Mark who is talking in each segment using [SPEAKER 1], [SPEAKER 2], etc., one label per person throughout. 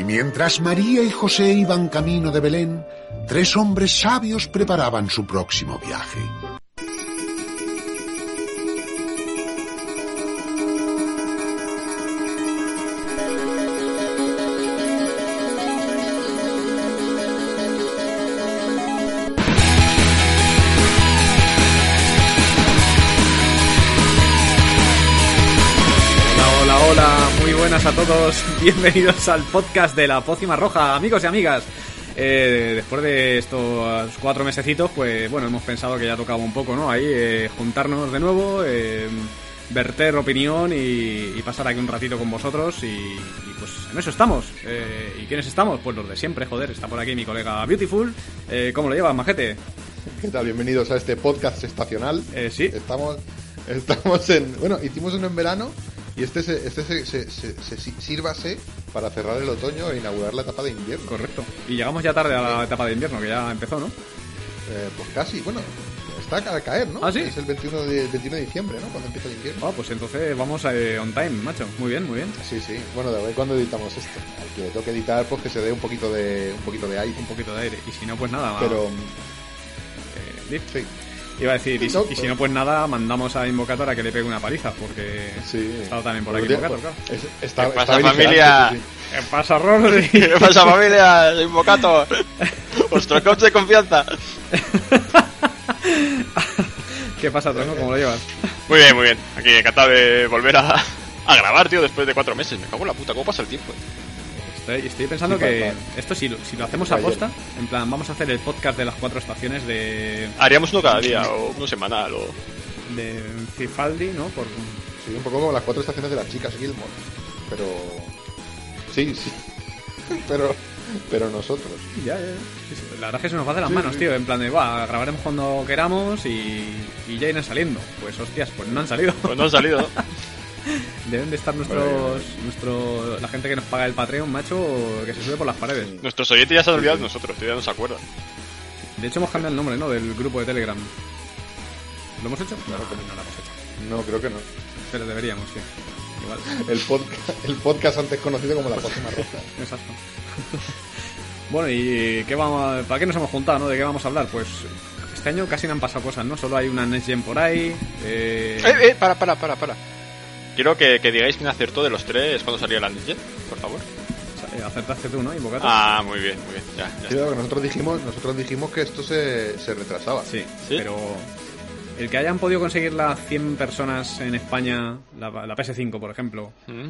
[SPEAKER 1] Y mientras María y José iban camino de Belén, tres hombres sabios preparaban su próximo viaje.
[SPEAKER 2] Hola, hola, muy buenas a todos. Bienvenidos al podcast de la Pócima Roja, amigos y amigas. Eh, después de estos cuatro mesecitos, pues bueno, hemos pensado que ya tocaba un poco, ¿no? Ahí eh, juntarnos de nuevo, eh, verter opinión y, y pasar aquí un ratito con vosotros y, y, pues en eso estamos. Eh, ¿Y quiénes estamos? Pues los de siempre, joder. Está por aquí mi colega Beautiful. Eh, ¿Cómo lo llevas, majete?
[SPEAKER 3] ¿Qué tal? Bienvenidos a este podcast estacional.
[SPEAKER 2] Eh, sí.
[SPEAKER 3] Estamos, estamos en. Bueno, hicimos uno en verano y este se, este se, se- se- se- sí- sírvase para cerrar el otoño e inaugurar la etapa de invierno.
[SPEAKER 2] Correcto. Y llegamos ya tarde a la etapa de invierno, que ya empezó, ¿no?
[SPEAKER 3] Eh, pues casi, bueno, está a caer, ¿no?
[SPEAKER 2] ¿Ah, sí?
[SPEAKER 3] Es el 21 de, 21 de diciembre, ¿no? Cuando empieza el invierno.
[SPEAKER 2] Ah, pues entonces vamos eh, on time, macho. Muy bien, muy bien.
[SPEAKER 3] Sí, sí. Bueno, de ver cuándo editamos esto. Al que le toque editar, pues que se dé un poquito de, un poquito de aire.
[SPEAKER 2] Un poquito de aire. Y si no, pues nada.
[SPEAKER 3] Pero,
[SPEAKER 2] eh, dip.
[SPEAKER 3] sí.
[SPEAKER 2] Iba a decir, y,
[SPEAKER 3] No,
[SPEAKER 2] y si no, pues nada, mandamos a Invocator a que le pegue una paliza, porque
[SPEAKER 3] Sí.
[SPEAKER 2] ha estado también por aquí
[SPEAKER 3] Porque-
[SPEAKER 2] Invocator, claro.
[SPEAKER 3] es- está,
[SPEAKER 4] ¿Qué
[SPEAKER 3] está
[SPEAKER 4] pasa,
[SPEAKER 3] beligerante,
[SPEAKER 4] familia?
[SPEAKER 3] sí, sí.
[SPEAKER 2] ¿Qué pasa, Rodri?
[SPEAKER 4] ¿Qué pasa familia? Soy Bocato. Vuestro coach de confianza.
[SPEAKER 2] ¿Qué pasa, Tronco? ¿Cómo lo llevas?
[SPEAKER 4] Muy bien, muy bien. Aquí encantado de volver a, a grabar, tío, después de cuatro meses. Me cago en la puta, ¿cómo pasa el tiempo? eh?
[SPEAKER 2] Estoy, estoy pensando
[SPEAKER 3] Sí,
[SPEAKER 2] que
[SPEAKER 3] fatal.
[SPEAKER 2] esto, si lo, si lo hacemos a
[SPEAKER 3] Ayer.
[SPEAKER 2] posta, en plan, vamos a hacer el podcast de las cuatro estaciones de,
[SPEAKER 4] Haríamos uno cada día, o uno semanal, o...
[SPEAKER 2] de Cifaldi, ¿no? Por,
[SPEAKER 3] Sí, un poco como las cuatro estaciones de las chicas Gilmore. Pero. Sí, sí. pero. Pero nosotros.
[SPEAKER 2] Ya, ya, ya. Sí, sí. La verdad es que se nos va de las
[SPEAKER 3] Sí,
[SPEAKER 2] manos,
[SPEAKER 3] sí.
[SPEAKER 2] tío. En plan de, va, grabaremos cuando queramos y, y ya irán saliendo. Pues hostias, pues no han salido.
[SPEAKER 4] Pues no han salido, ¿no?
[SPEAKER 2] Deben de estar nuestros, nuestro, la gente que nos paga el Patreon, macho, que se sube por las paredes.
[SPEAKER 4] Nuestros oyentes ya se han olvidado de nosotros, tío, ya no se acuerdan.
[SPEAKER 2] De hecho, hemos cambiado el nombre, ¿no? Del grupo de Telegram. ¿Lo hemos hecho? No, no lo hemos hecho.
[SPEAKER 3] No, creo que no.
[SPEAKER 2] Pero deberíamos, sí. Igual.
[SPEAKER 3] El podcast, el podcast antes conocido como la próxima roja.
[SPEAKER 2] Exacto. bueno, ¿y qué vamos a- para qué nos hemos juntado, no? ¿De qué vamos a hablar? Pues este año casi no han pasado cosas, ¿no? Solo hay una Next Gen por ahí. eh,
[SPEAKER 4] Eh, eh, para, para, para, para. Quiero que, que digáis quién acertó de los tres cuando salía la Ninja, por favor.
[SPEAKER 2] eh, Acertaste tú, ¿no? Invocato.
[SPEAKER 4] Ah, muy bien, muy bien, ya, ya
[SPEAKER 3] Sí,
[SPEAKER 4] está.
[SPEAKER 3] claro, que nosotros dijimos, nosotros dijimos que esto se, se retrasaba.
[SPEAKER 2] Sí,
[SPEAKER 4] ¿Sí?
[SPEAKER 2] pero el que hayan podido conseguir las 100 personas en España, la, la PS5, por ejemplo,
[SPEAKER 4] Mm.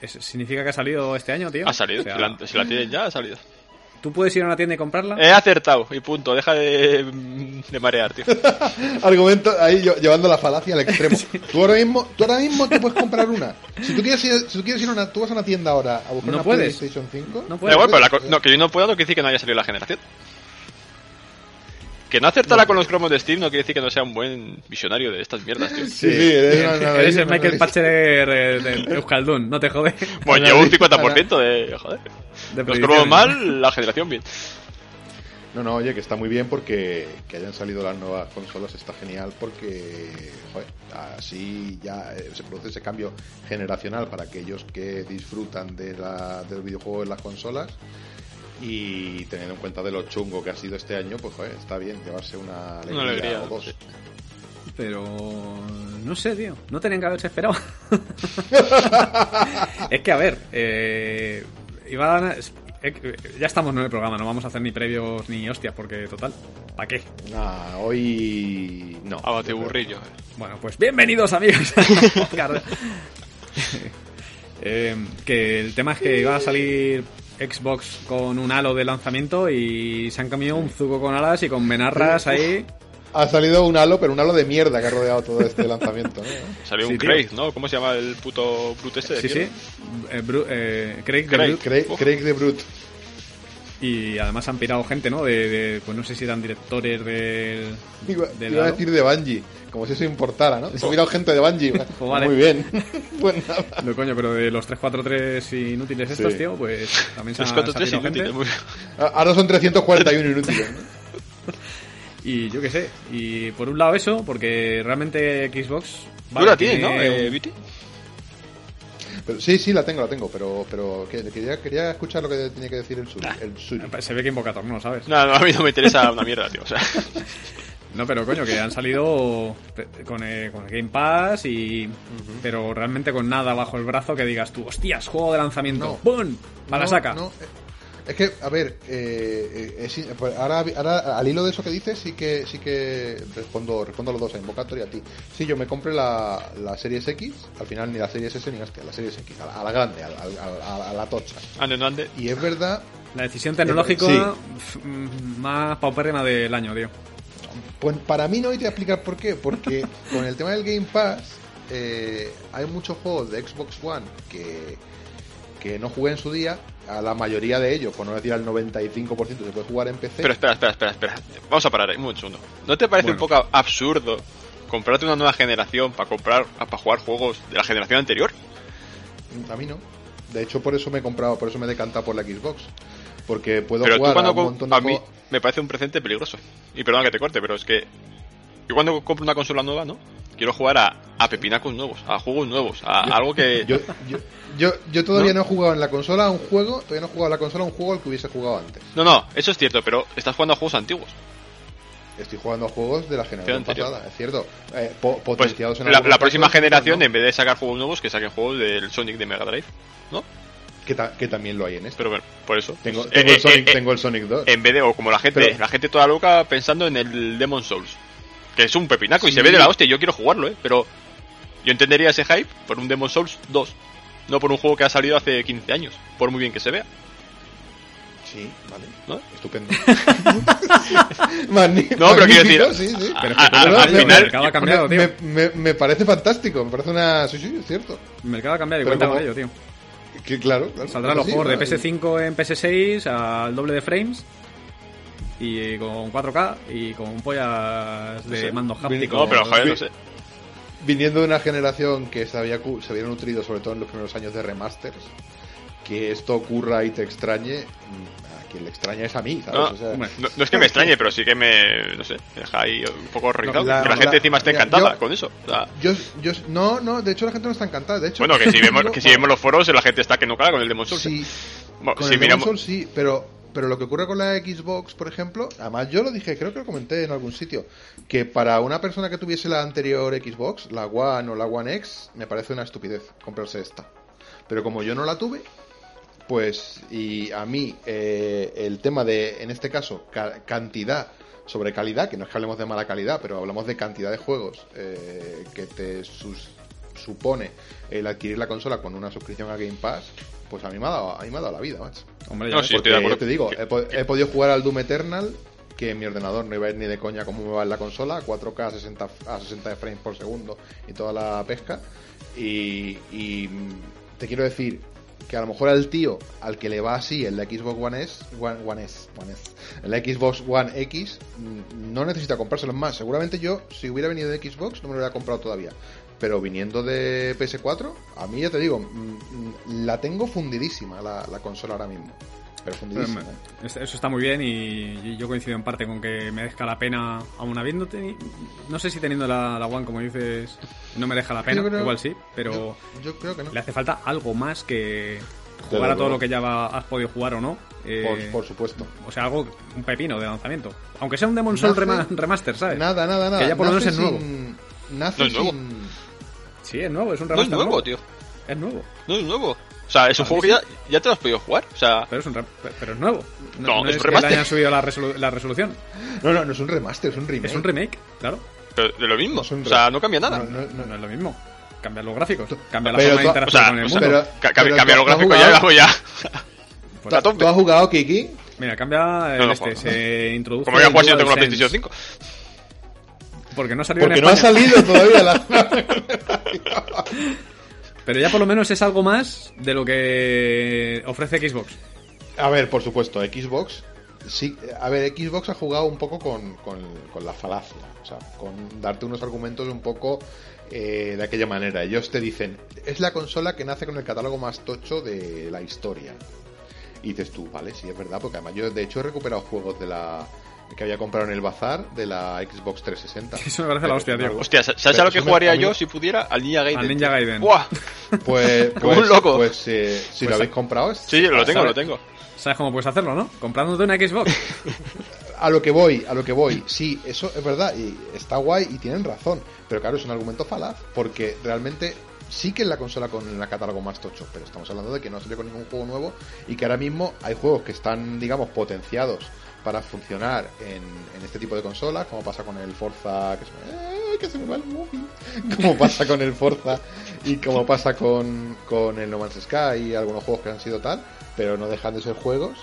[SPEAKER 2] es- ¿significa que ha salido este año, tío?
[SPEAKER 4] Ha salido,
[SPEAKER 2] O sea,
[SPEAKER 4] si, la, si la tienen ya, ha salido.
[SPEAKER 2] ¿Tú puedes ir a una tienda y comprarla?
[SPEAKER 4] He acertado, y punto, deja de, de marear, tío.
[SPEAKER 3] Argumento ahí yo- llevando la falacia al extremo. Tú ahora mismo, tú ahora mismo te puedes comprar una. Si tú quieres ir, si tú quieres ir a una, tú vas a una tienda ahora a buscar
[SPEAKER 2] No
[SPEAKER 3] una
[SPEAKER 2] puedes.
[SPEAKER 3] PlayStation 5.
[SPEAKER 2] No
[SPEAKER 4] Da
[SPEAKER 2] puedes.
[SPEAKER 4] igual, pero la co- no, que yo no pueda no quiere decir que no haya salido la generación. Que no acertara
[SPEAKER 2] pues,
[SPEAKER 4] con los cromos de Steam no quiere decir que no sea un buen visionario de estas mierdas, tío.
[SPEAKER 3] Sí, sí, eres, una- una-
[SPEAKER 2] Eres el
[SPEAKER 3] una-
[SPEAKER 2] Michael
[SPEAKER 3] una-
[SPEAKER 2] Patcher eh, de, de Euskaldun, no te jode.
[SPEAKER 4] Bueno, llevo un 50% de... Joder.
[SPEAKER 2] De
[SPEAKER 4] Los
[SPEAKER 2] predicciones.
[SPEAKER 4] cromos mal, la generación bien.
[SPEAKER 3] No, no, oye, que está muy bien porque que hayan salido las nuevas consolas está genial porque, joder, así ya eh, se produce ese cambio generacional para aquellos que disfrutan de la, del videojuego en las consolas y teniendo en cuenta de lo chungo que ha sido este año, pues joder, está bien llevarse una alegría,
[SPEAKER 4] Una alegría,
[SPEAKER 3] o dos.
[SPEAKER 4] sí.
[SPEAKER 2] Pero no sé, tío. No tenían que haberse esperado. es que, a ver, eh, iba a- es- eh, ya estamos en el programa, no vamos a hacer ni previos ni hostias, porque total, ¿para qué?
[SPEAKER 3] Nah, hoy no.
[SPEAKER 4] Ah, te burrillo.
[SPEAKER 2] Bueno, pues bienvenidos amigos al podcast. Eh, que el tema es que iba a salir Xbox con un halo de lanzamiento y se han cambiado un zuco con alas y con venarras ahí.
[SPEAKER 3] Ha salido un halo, pero un halo de mierda que ha rodeado todo este lanzamiento, ¿no?
[SPEAKER 4] Salió
[SPEAKER 2] Sí,
[SPEAKER 4] un
[SPEAKER 2] tío.
[SPEAKER 4] Craig, ¿no? ¿Cómo se llama el puto brute este? de
[SPEAKER 2] Sí, sí.
[SPEAKER 4] mierda?
[SPEAKER 2] Eh, Bru- eh, Craig, de
[SPEAKER 4] Craig.
[SPEAKER 2] Brut.
[SPEAKER 3] Craig, Craig de Brut.
[SPEAKER 2] Y además han pirado gente, ¿no? De, de- pues no sé si eran directores del.
[SPEAKER 3] Iba,
[SPEAKER 2] del
[SPEAKER 3] iba a
[SPEAKER 2] Halo.
[SPEAKER 3] decir de Bungie, como si eso importara, ¿no? Se ha mirado gente de Bungie.
[SPEAKER 2] Pues vale.
[SPEAKER 3] Muy bien. pues nada.
[SPEAKER 2] No, coño, pero de los 343 inútiles estos,
[SPEAKER 3] Sí.
[SPEAKER 2] tío, pues también se han,
[SPEAKER 4] Los
[SPEAKER 2] se
[SPEAKER 4] cuatro
[SPEAKER 2] ha
[SPEAKER 4] tres
[SPEAKER 2] pirado
[SPEAKER 4] inútiles.
[SPEAKER 2] gente.
[SPEAKER 4] muy-
[SPEAKER 3] A- Ahora son 341 inútiles. ¿no?
[SPEAKER 2] Y yo qué sé. Y por un lado eso, porque realmente Xbox.
[SPEAKER 4] Tú la tienes, ¿no?
[SPEAKER 2] tiene
[SPEAKER 4] Eh,
[SPEAKER 2] un-
[SPEAKER 4] Viti?
[SPEAKER 3] Pero, sí, sí, la tengo, la tengo, pero, pero que- quería, quería escuchar lo que tenía que decir el Suri.
[SPEAKER 4] Ah.
[SPEAKER 3] El Suri.
[SPEAKER 2] Se ve que Invocator no, ¿sabes?
[SPEAKER 4] No, no, a mí no me interesa una mierda, tío. O sea,
[SPEAKER 2] No, pero coño, que han salido pe- con, eh, con el Game Pass y. Pero realmente con nada bajo el brazo que digas tú, hostias, juego de lanzamiento,
[SPEAKER 3] No.
[SPEAKER 2] ¡pum! A la
[SPEAKER 3] No,
[SPEAKER 2] saca.
[SPEAKER 3] no, eh, es que, a ver, eh, eh, es- pues ahora, ahora, al hilo de eso que dices, sí que sí que respondo respondo a los dos, a Invocator y a ti. Sí, yo me compré la, la Series X, al final ni la Series S ni la hostia, la Series X, a la, a la grande, a, la- a la- a la tocha.
[SPEAKER 4] ande, no ande.
[SPEAKER 3] Y es verdad,
[SPEAKER 2] La decisión tecnológica f- mm, más paupérrima del año, tío.
[SPEAKER 3] Pues para mí no voy a explicar por qué, porque con el tema del Game Pass eh, hay muchos juegos de Xbox One que, que no jugué en su día, a la mayoría de ellos, por no decir al 95% se puede jugar en PC.
[SPEAKER 4] Pero espera, espera, espera, espera. Vamos a parar ahí, un segundo. ¿No te parece un
[SPEAKER 2] Bueno.
[SPEAKER 4] poco absurdo comprarte una nueva generación para comprar, para jugar juegos de la generación anterior?
[SPEAKER 3] a mí no. De hecho, por eso me he comprado, por eso me he decantado por la Xbox. Porque puedo
[SPEAKER 4] pero tú
[SPEAKER 3] jugar a
[SPEAKER 4] cuando
[SPEAKER 3] un
[SPEAKER 4] co-
[SPEAKER 3] montón de
[SPEAKER 4] a mí
[SPEAKER 3] juegos-
[SPEAKER 4] me parece un presente peligroso. Y perdona que te corte, pero es que yo cuando compro una consola nueva, ¿no? Quiero jugar a, a pepinacos nuevos, a juegos nuevos, a
[SPEAKER 3] Yo-
[SPEAKER 4] algo que
[SPEAKER 3] Yo, yo, yo, yo todavía
[SPEAKER 4] ¿No?
[SPEAKER 3] ¿No? he jugado en la consola a un juego, todavía no he jugado en la consola a un juego al que hubiese jugado antes.
[SPEAKER 4] No, no, eso es cierto, pero estás jugando a juegos antiguos.
[SPEAKER 3] Estoy jugando a juegos de la generación
[SPEAKER 4] anterior.
[SPEAKER 3] pasada, es cierto. Eh, po-
[SPEAKER 4] Pues
[SPEAKER 3] potenciados en
[SPEAKER 4] la,
[SPEAKER 3] algunos
[SPEAKER 4] la próxima
[SPEAKER 3] casos,
[SPEAKER 4] generación,
[SPEAKER 3] otros no.
[SPEAKER 4] en vez de sacar juegos nuevos, que saquen juegos del Sonic de Mega Drive, ¿no?
[SPEAKER 3] que, ta- que también lo hay en este.
[SPEAKER 4] Pero bueno, por eso.
[SPEAKER 3] Tengo,
[SPEAKER 4] Eh,
[SPEAKER 3] tengo,
[SPEAKER 4] eh,
[SPEAKER 3] el, Sonic,
[SPEAKER 4] eh, eh,
[SPEAKER 3] tengo el Sonic 2.
[SPEAKER 4] En vez de, o como la gente,
[SPEAKER 3] Pero-
[SPEAKER 4] la gente toda loca pensando en el Demon Souls, que es un pepinaco y
[SPEAKER 3] Sí.
[SPEAKER 4] se ve de la hostia. y Yo quiero jugarlo, ¿eh? Pero yo entendería ese hype por un Demon Souls 2, no por un juego que ha salido hace 15 años, por muy bien que se vea.
[SPEAKER 3] sí, vale.
[SPEAKER 4] ¿No?
[SPEAKER 3] Estupendo. Magni-
[SPEAKER 4] No, pero quiero
[SPEAKER 3] magnífico,
[SPEAKER 4] decir- ah,
[SPEAKER 3] Sí, sí.
[SPEAKER 2] Pero es
[SPEAKER 4] a-
[SPEAKER 2] que
[SPEAKER 4] a-
[SPEAKER 2] claro,
[SPEAKER 3] al
[SPEAKER 2] tío,
[SPEAKER 3] final-
[SPEAKER 2] el mercado ha cambiado, tío.
[SPEAKER 3] me, me- me parece fantástico, me parece una. Sí, sí, es cierto.
[SPEAKER 2] El mercado ha cambiado y
[SPEAKER 3] Pero
[SPEAKER 2] cuenta
[SPEAKER 3] como-
[SPEAKER 2] con ello, tío.
[SPEAKER 3] Que, claro, claro.
[SPEAKER 2] Saldrán
[SPEAKER 3] eso
[SPEAKER 2] los
[SPEAKER 3] Pues sí,
[SPEAKER 2] juegos de
[SPEAKER 3] ¿no?
[SPEAKER 2] PS5 en PS6 al doble de frames y eh, con 4K y con pollas de
[SPEAKER 3] No sé,
[SPEAKER 2] mandos
[SPEAKER 3] Vini-
[SPEAKER 2] hápticos.
[SPEAKER 4] No, pero joder, no
[SPEAKER 3] sí.
[SPEAKER 4] sé.
[SPEAKER 3] eh, Viniendo de una generación que se había, cu- se había nutrido, sobre todo en los primeros años de remasters, que esto ocurra y te extrañe, mm, a quien le extraña es a mí, ¿sabes?
[SPEAKER 4] No,
[SPEAKER 3] O sea,
[SPEAKER 2] hombre,
[SPEAKER 4] No, no es que me extrañe, pero sí que me, no sé, me deja ahí un poco horrorizado.
[SPEAKER 3] la-
[SPEAKER 4] que la gente
[SPEAKER 3] la-
[SPEAKER 4] encima esté
[SPEAKER 3] mira,
[SPEAKER 4] encantada
[SPEAKER 3] yo-
[SPEAKER 4] con eso. O sea,
[SPEAKER 3] Yo, yo, no, no, de hecho la gente no está encantada. De hecho,
[SPEAKER 4] bueno, que si vemos,
[SPEAKER 3] digo,
[SPEAKER 4] que si vemos los foros, la gente está que no caga con el Demon Souls.
[SPEAKER 3] sí,
[SPEAKER 4] Bueno,
[SPEAKER 3] Con
[SPEAKER 4] si
[SPEAKER 3] el
[SPEAKER 4] miramos-
[SPEAKER 3] Demon Souls sí, pero, pero lo que ocurre con la Xbox, por ejemplo, además yo lo dije, creo que lo comenté en algún sitio, que para una persona que tuviese la anterior Xbox, la One o la One X, me parece una estupidez comprarse esta. Pero como yo no la tuve, pues, y a mí eh, el tema de, en este caso, ca- cantidad sobre calidad, que no es que hablemos de mala calidad, pero hablamos de cantidad de juegos eh, que te sus- supone el adquirir la consola con una suscripción a Game Pass, pues a mí me ha dado, a mí me ha dado la vida, macho.
[SPEAKER 2] Hombre, ya
[SPEAKER 4] No,
[SPEAKER 2] ves.
[SPEAKER 4] sí,
[SPEAKER 3] Porque
[SPEAKER 4] estoy de acuerdo.
[SPEAKER 3] yo te digo, he, po- he podido jugar al Doom Eternal, que en mi ordenador no iba a ir ni de coña como me va en la consola, 4K a 60, f- a 60 frames por segundo y toda la pesca. Y, y, mm, te quiero decir que a lo mejor al tío al que le va así el de Xbox One S, One, One S, One S, el de Xbox One X, mm, no necesita comprárselo Es más. Seguramente yo, si hubiera venido de Xbox, no me lo hubiera comprado todavía. Pero viniendo de PS4, a mí ya te digo, mm, mm, la tengo fundidísima la, la consola ahora mismo.
[SPEAKER 2] Pero,
[SPEAKER 3] Pero fundidísima. ¿eh?
[SPEAKER 2] es- Eso está muy bien y y yo coincido en parte con que merezca la pena, aún habiendo teni- no sé si teniendo la, la One, como dices, no merezca la pena,
[SPEAKER 3] creo-
[SPEAKER 2] igual sí, pero
[SPEAKER 3] Yo, yo creo que no.
[SPEAKER 2] le hace falta algo más que
[SPEAKER 3] Desde
[SPEAKER 2] jugar a todo
[SPEAKER 3] luego.
[SPEAKER 2] lo que ya va- has podido jugar o no. eh,
[SPEAKER 3] Por, por supuesto.
[SPEAKER 2] o sea, algo, un pepino de lanzamiento. Aunque sea un Demon
[SPEAKER 3] Nace-
[SPEAKER 2] Soul rema- remaster, ¿sabes?
[SPEAKER 3] Nada, nada, nada.
[SPEAKER 2] Que ya por lo
[SPEAKER 3] Nace
[SPEAKER 2] menos es nuevo.
[SPEAKER 3] sin- Nace
[SPEAKER 4] No es nuevo.
[SPEAKER 3] sin-
[SPEAKER 2] Sí, es nuevo, es un
[SPEAKER 4] No es
[SPEAKER 2] remaster.
[SPEAKER 4] nuevo, tío.
[SPEAKER 2] Es nuevo,
[SPEAKER 4] No es nuevo. O sea,
[SPEAKER 3] Ah,
[SPEAKER 4] es un juego que ya, ya te lo has podido jugar. O sea,
[SPEAKER 2] pero es, un rem- pero es nuevo.
[SPEAKER 4] No, es un
[SPEAKER 2] es, que le
[SPEAKER 4] remaster.
[SPEAKER 2] hayan subido la, resolu- la resolución.
[SPEAKER 3] No, no, no es un remaster, es un remake.
[SPEAKER 2] Es un remake, claro.
[SPEAKER 4] pero de lo mismo.
[SPEAKER 3] Es un
[SPEAKER 4] O sea,
[SPEAKER 3] re-
[SPEAKER 4] no cambia nada.
[SPEAKER 3] No, no, no.
[SPEAKER 2] No es lo mismo. Cambian los gráficos, cambia la
[SPEAKER 3] Pero
[SPEAKER 2] forma de
[SPEAKER 3] tú-
[SPEAKER 4] o
[SPEAKER 2] interactuar
[SPEAKER 4] sea,
[SPEAKER 2] con el
[SPEAKER 4] o
[SPEAKER 2] mundo.
[SPEAKER 4] sea,
[SPEAKER 3] Pero-
[SPEAKER 4] ca- cambia-
[SPEAKER 3] pero
[SPEAKER 4] cambia los
[SPEAKER 3] tú has
[SPEAKER 4] gráficos ya,
[SPEAKER 3] jugado-
[SPEAKER 4] vamos ya.
[SPEAKER 2] Pues,
[SPEAKER 3] ¿Tú,
[SPEAKER 4] a tope.
[SPEAKER 3] tú has jugado Kiki?
[SPEAKER 2] mira, cambia el
[SPEAKER 4] No, no,
[SPEAKER 2] este,
[SPEAKER 4] joder.
[SPEAKER 2] se introduce.
[SPEAKER 4] Como voy a jugar si yo
[SPEAKER 2] el
[SPEAKER 4] tengo la
[SPEAKER 2] DualSense,
[SPEAKER 4] PlayStation 5.
[SPEAKER 2] Porque no salió en
[SPEAKER 3] Porque no ha
[SPEAKER 2] España.
[SPEAKER 3] salido todavía la.
[SPEAKER 2] Pero ya por lo menos es algo más de lo que ofrece Xbox.
[SPEAKER 3] A ver, por supuesto, Xbox. Sí, a ver, Xbox ha jugado un poco con, con, con la falacia, o sea, con darte unos argumentos un poco eh, de aquella manera. Ellos te dicen, es la consola que nace con el catálogo más tocho de la historia. Y dices tú, vale, sí, es verdad, porque además yo de hecho he recuperado juegos de la, que había comprado en el bazar de la Xbox 360.
[SPEAKER 2] Eso me parece la hostia, tío.
[SPEAKER 4] Hostia, ¿sabes a
[SPEAKER 3] Pero
[SPEAKER 4] lo que
[SPEAKER 3] eso me-
[SPEAKER 4] jugaría
[SPEAKER 3] a mí-
[SPEAKER 4] yo si pudiera? Al Ninja Gaiden.
[SPEAKER 2] Al Ninja
[SPEAKER 4] tío.
[SPEAKER 2] Gaiden.
[SPEAKER 4] ¡Buah!
[SPEAKER 3] Pues,
[SPEAKER 4] Como
[SPEAKER 3] pues,
[SPEAKER 4] un loco.
[SPEAKER 3] pues, eh, si lo habéis comprado, es-
[SPEAKER 4] Sí, lo tengo,
[SPEAKER 2] ¿sabes?
[SPEAKER 4] lo tengo.
[SPEAKER 2] ¿Sabes cómo puedes hacerlo, no? Comprándote una Xbox.
[SPEAKER 3] a lo que voy, a lo que voy. Sí, eso es verdad y está guay y tienen razón. Pero claro, es un argumento falaz porque realmente sí que es la consola con la catálogo más tocho, pero estamos hablando de que no salió con ningún juego nuevo y que ahora mismo hay juegos que están, digamos, potenciados para funcionar en, en este tipo de consolas, como pasa con el Forza, que se, me- ¡Ay, que se me va el móvil! como pasa con el Forza y como pasa con, con el No Man's Sky y algunos juegos que han sido tal, pero no dejan de ser juegos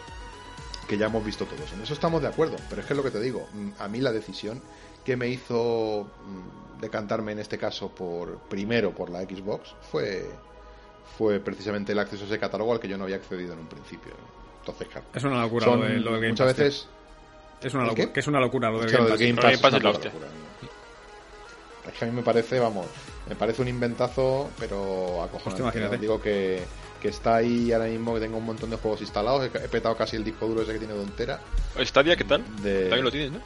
[SPEAKER 3] que ya hemos visto todos. En eso estamos de acuerdo, pero es que es lo que te digo. mm, A mí la decisión que me hizo mm, decantarme en este caso por primero por la Xbox fue fue precisamente el acceso a ese catálogo al que yo no había accedido en un principio. Entonces, claro.
[SPEAKER 2] Es una locura
[SPEAKER 3] son
[SPEAKER 2] lo de, lo de Game
[SPEAKER 3] muchas
[SPEAKER 2] Pass, tío.
[SPEAKER 3] veces
[SPEAKER 2] Es una
[SPEAKER 3] ¿El
[SPEAKER 2] locura,
[SPEAKER 3] qué?
[SPEAKER 2] que es una locura lo de
[SPEAKER 3] Claro,
[SPEAKER 2] Game
[SPEAKER 3] el
[SPEAKER 2] Pass.
[SPEAKER 3] Game
[SPEAKER 4] Lo
[SPEAKER 3] Pass es
[SPEAKER 4] de Game Pass es la
[SPEAKER 3] una
[SPEAKER 4] hostia.
[SPEAKER 3] locura. Es que a mí me parece, vamos, me parece un inventazo, pero acojonante.
[SPEAKER 2] Hostia, imagínate.
[SPEAKER 3] Digo que, que está ahí ahora mismo, que tengo un montón de juegos instalados, he, he petado casi el disco duro ese que tiene de entera.
[SPEAKER 4] Stadia, ¿qué tal?
[SPEAKER 3] De-
[SPEAKER 4] También lo tienes, ¿no?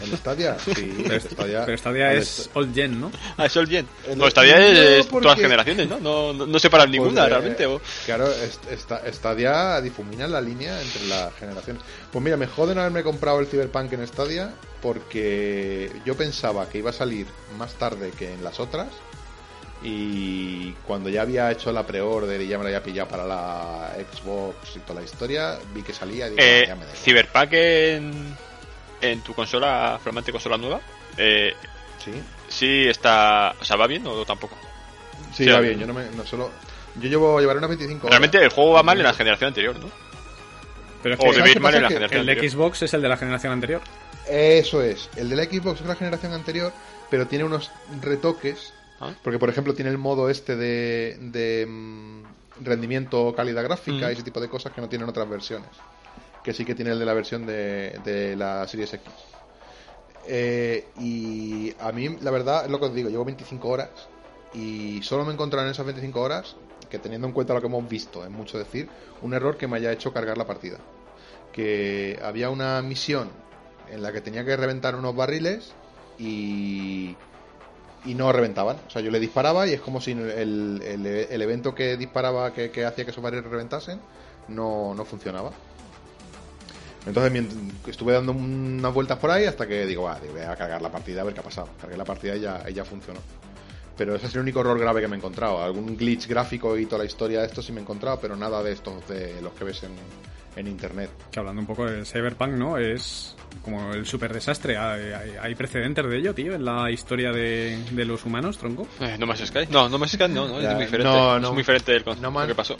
[SPEAKER 3] ¿El Stadia? Sí,
[SPEAKER 2] Pero,
[SPEAKER 3] el Stadia.
[SPEAKER 2] pero Stadia
[SPEAKER 3] el
[SPEAKER 2] es
[SPEAKER 3] Sta-
[SPEAKER 2] old gen, ¿no?
[SPEAKER 4] Ah, eso es bien.
[SPEAKER 3] El-
[SPEAKER 4] No, Stadia
[SPEAKER 3] No,
[SPEAKER 4] es, es
[SPEAKER 3] porque-
[SPEAKER 4] todas las generaciones, ¿no? No, no, no separan ninguna,
[SPEAKER 3] Pues, eh,
[SPEAKER 4] realmente. o-
[SPEAKER 3] Claro, es- esta- Stadia difumina la línea entre las generaciones. Pues mira, me joden haberme comprado el Cyberpunk en Stadia porque yo pensaba que iba a salir más tarde que en las otras. Y cuando ya había hecho la pre-order y ya me la había pillado para la Xbox y toda la historia, vi que salía y dije,
[SPEAKER 4] Eh,
[SPEAKER 3] "Ya me da igual".
[SPEAKER 4] Cyberpunk en, en tu consola, flamante consola nueva, eh,
[SPEAKER 3] Sí,
[SPEAKER 4] sí está. O sea, ¿va bien o tampoco?
[SPEAKER 3] sí,
[SPEAKER 4] Sí,
[SPEAKER 3] va
[SPEAKER 4] a-
[SPEAKER 3] bien. Yo no me. No solo, yo llevo, llevaré unas 25 horas.
[SPEAKER 4] Realmente el juego va mal en la generación anterior, ¿no?
[SPEAKER 2] Pero es
[SPEAKER 4] O
[SPEAKER 3] ¿sabes
[SPEAKER 4] de
[SPEAKER 2] que
[SPEAKER 3] qué
[SPEAKER 4] mal
[SPEAKER 3] pasa?
[SPEAKER 4] en la
[SPEAKER 3] Que
[SPEAKER 4] generación
[SPEAKER 2] el de
[SPEAKER 4] anterior.
[SPEAKER 2] Xbox es el de la generación anterior.
[SPEAKER 3] Eso es. El de la Xbox es la generación anterior, pero tiene unos retoques.
[SPEAKER 4] Ah.
[SPEAKER 3] Porque, por ejemplo, tiene el modo este de, de mm, rendimiento, calidad gráfica
[SPEAKER 4] Mm.
[SPEAKER 3] y ese tipo de cosas que no tienen otras versiones. Que sí que tiene el de la versión de, de la Series X. Eh, y a mí, la verdad, es lo que os digo, llevo 25 horas y solo me encontraron en esas 25 horas que teniendo en cuenta lo que hemos visto, es mucho decir, un error que me haya hecho cargar la partida. Que había una misión en la que tenía que reventar unos barriles y, y no reventaban. O sea, yo le disparaba y es como si el, el- el evento que disparaba, que, que hacía que esos barriles reventasen, no, no funcionaba. Entonces mient- estuve dando unas vueltas por ahí hasta que digo, va, digo, voy a cargar la partida a ver qué ha pasado. Cargué la partida y ya, y ya funcionó. Pero ese es el único error grave que me he encontrado. Algún glitch gráfico y toda la historia de esto sí me he encontrado, pero nada de estos de los que ves en, en internet.
[SPEAKER 2] Que hablando un poco de Cyberpunk, ¿no? Es como el super desastre. Hay, hay- hay precedentes de ello, tío, en la historia de, de los humanos, tronco.
[SPEAKER 4] Eh, no más Sky. No, no más Sky, no, no,
[SPEAKER 3] Ya,
[SPEAKER 4] es muy diferente.
[SPEAKER 3] no, no.
[SPEAKER 4] Es muy diferente del
[SPEAKER 3] No
[SPEAKER 4] concepto
[SPEAKER 3] Man-
[SPEAKER 4] que pasó.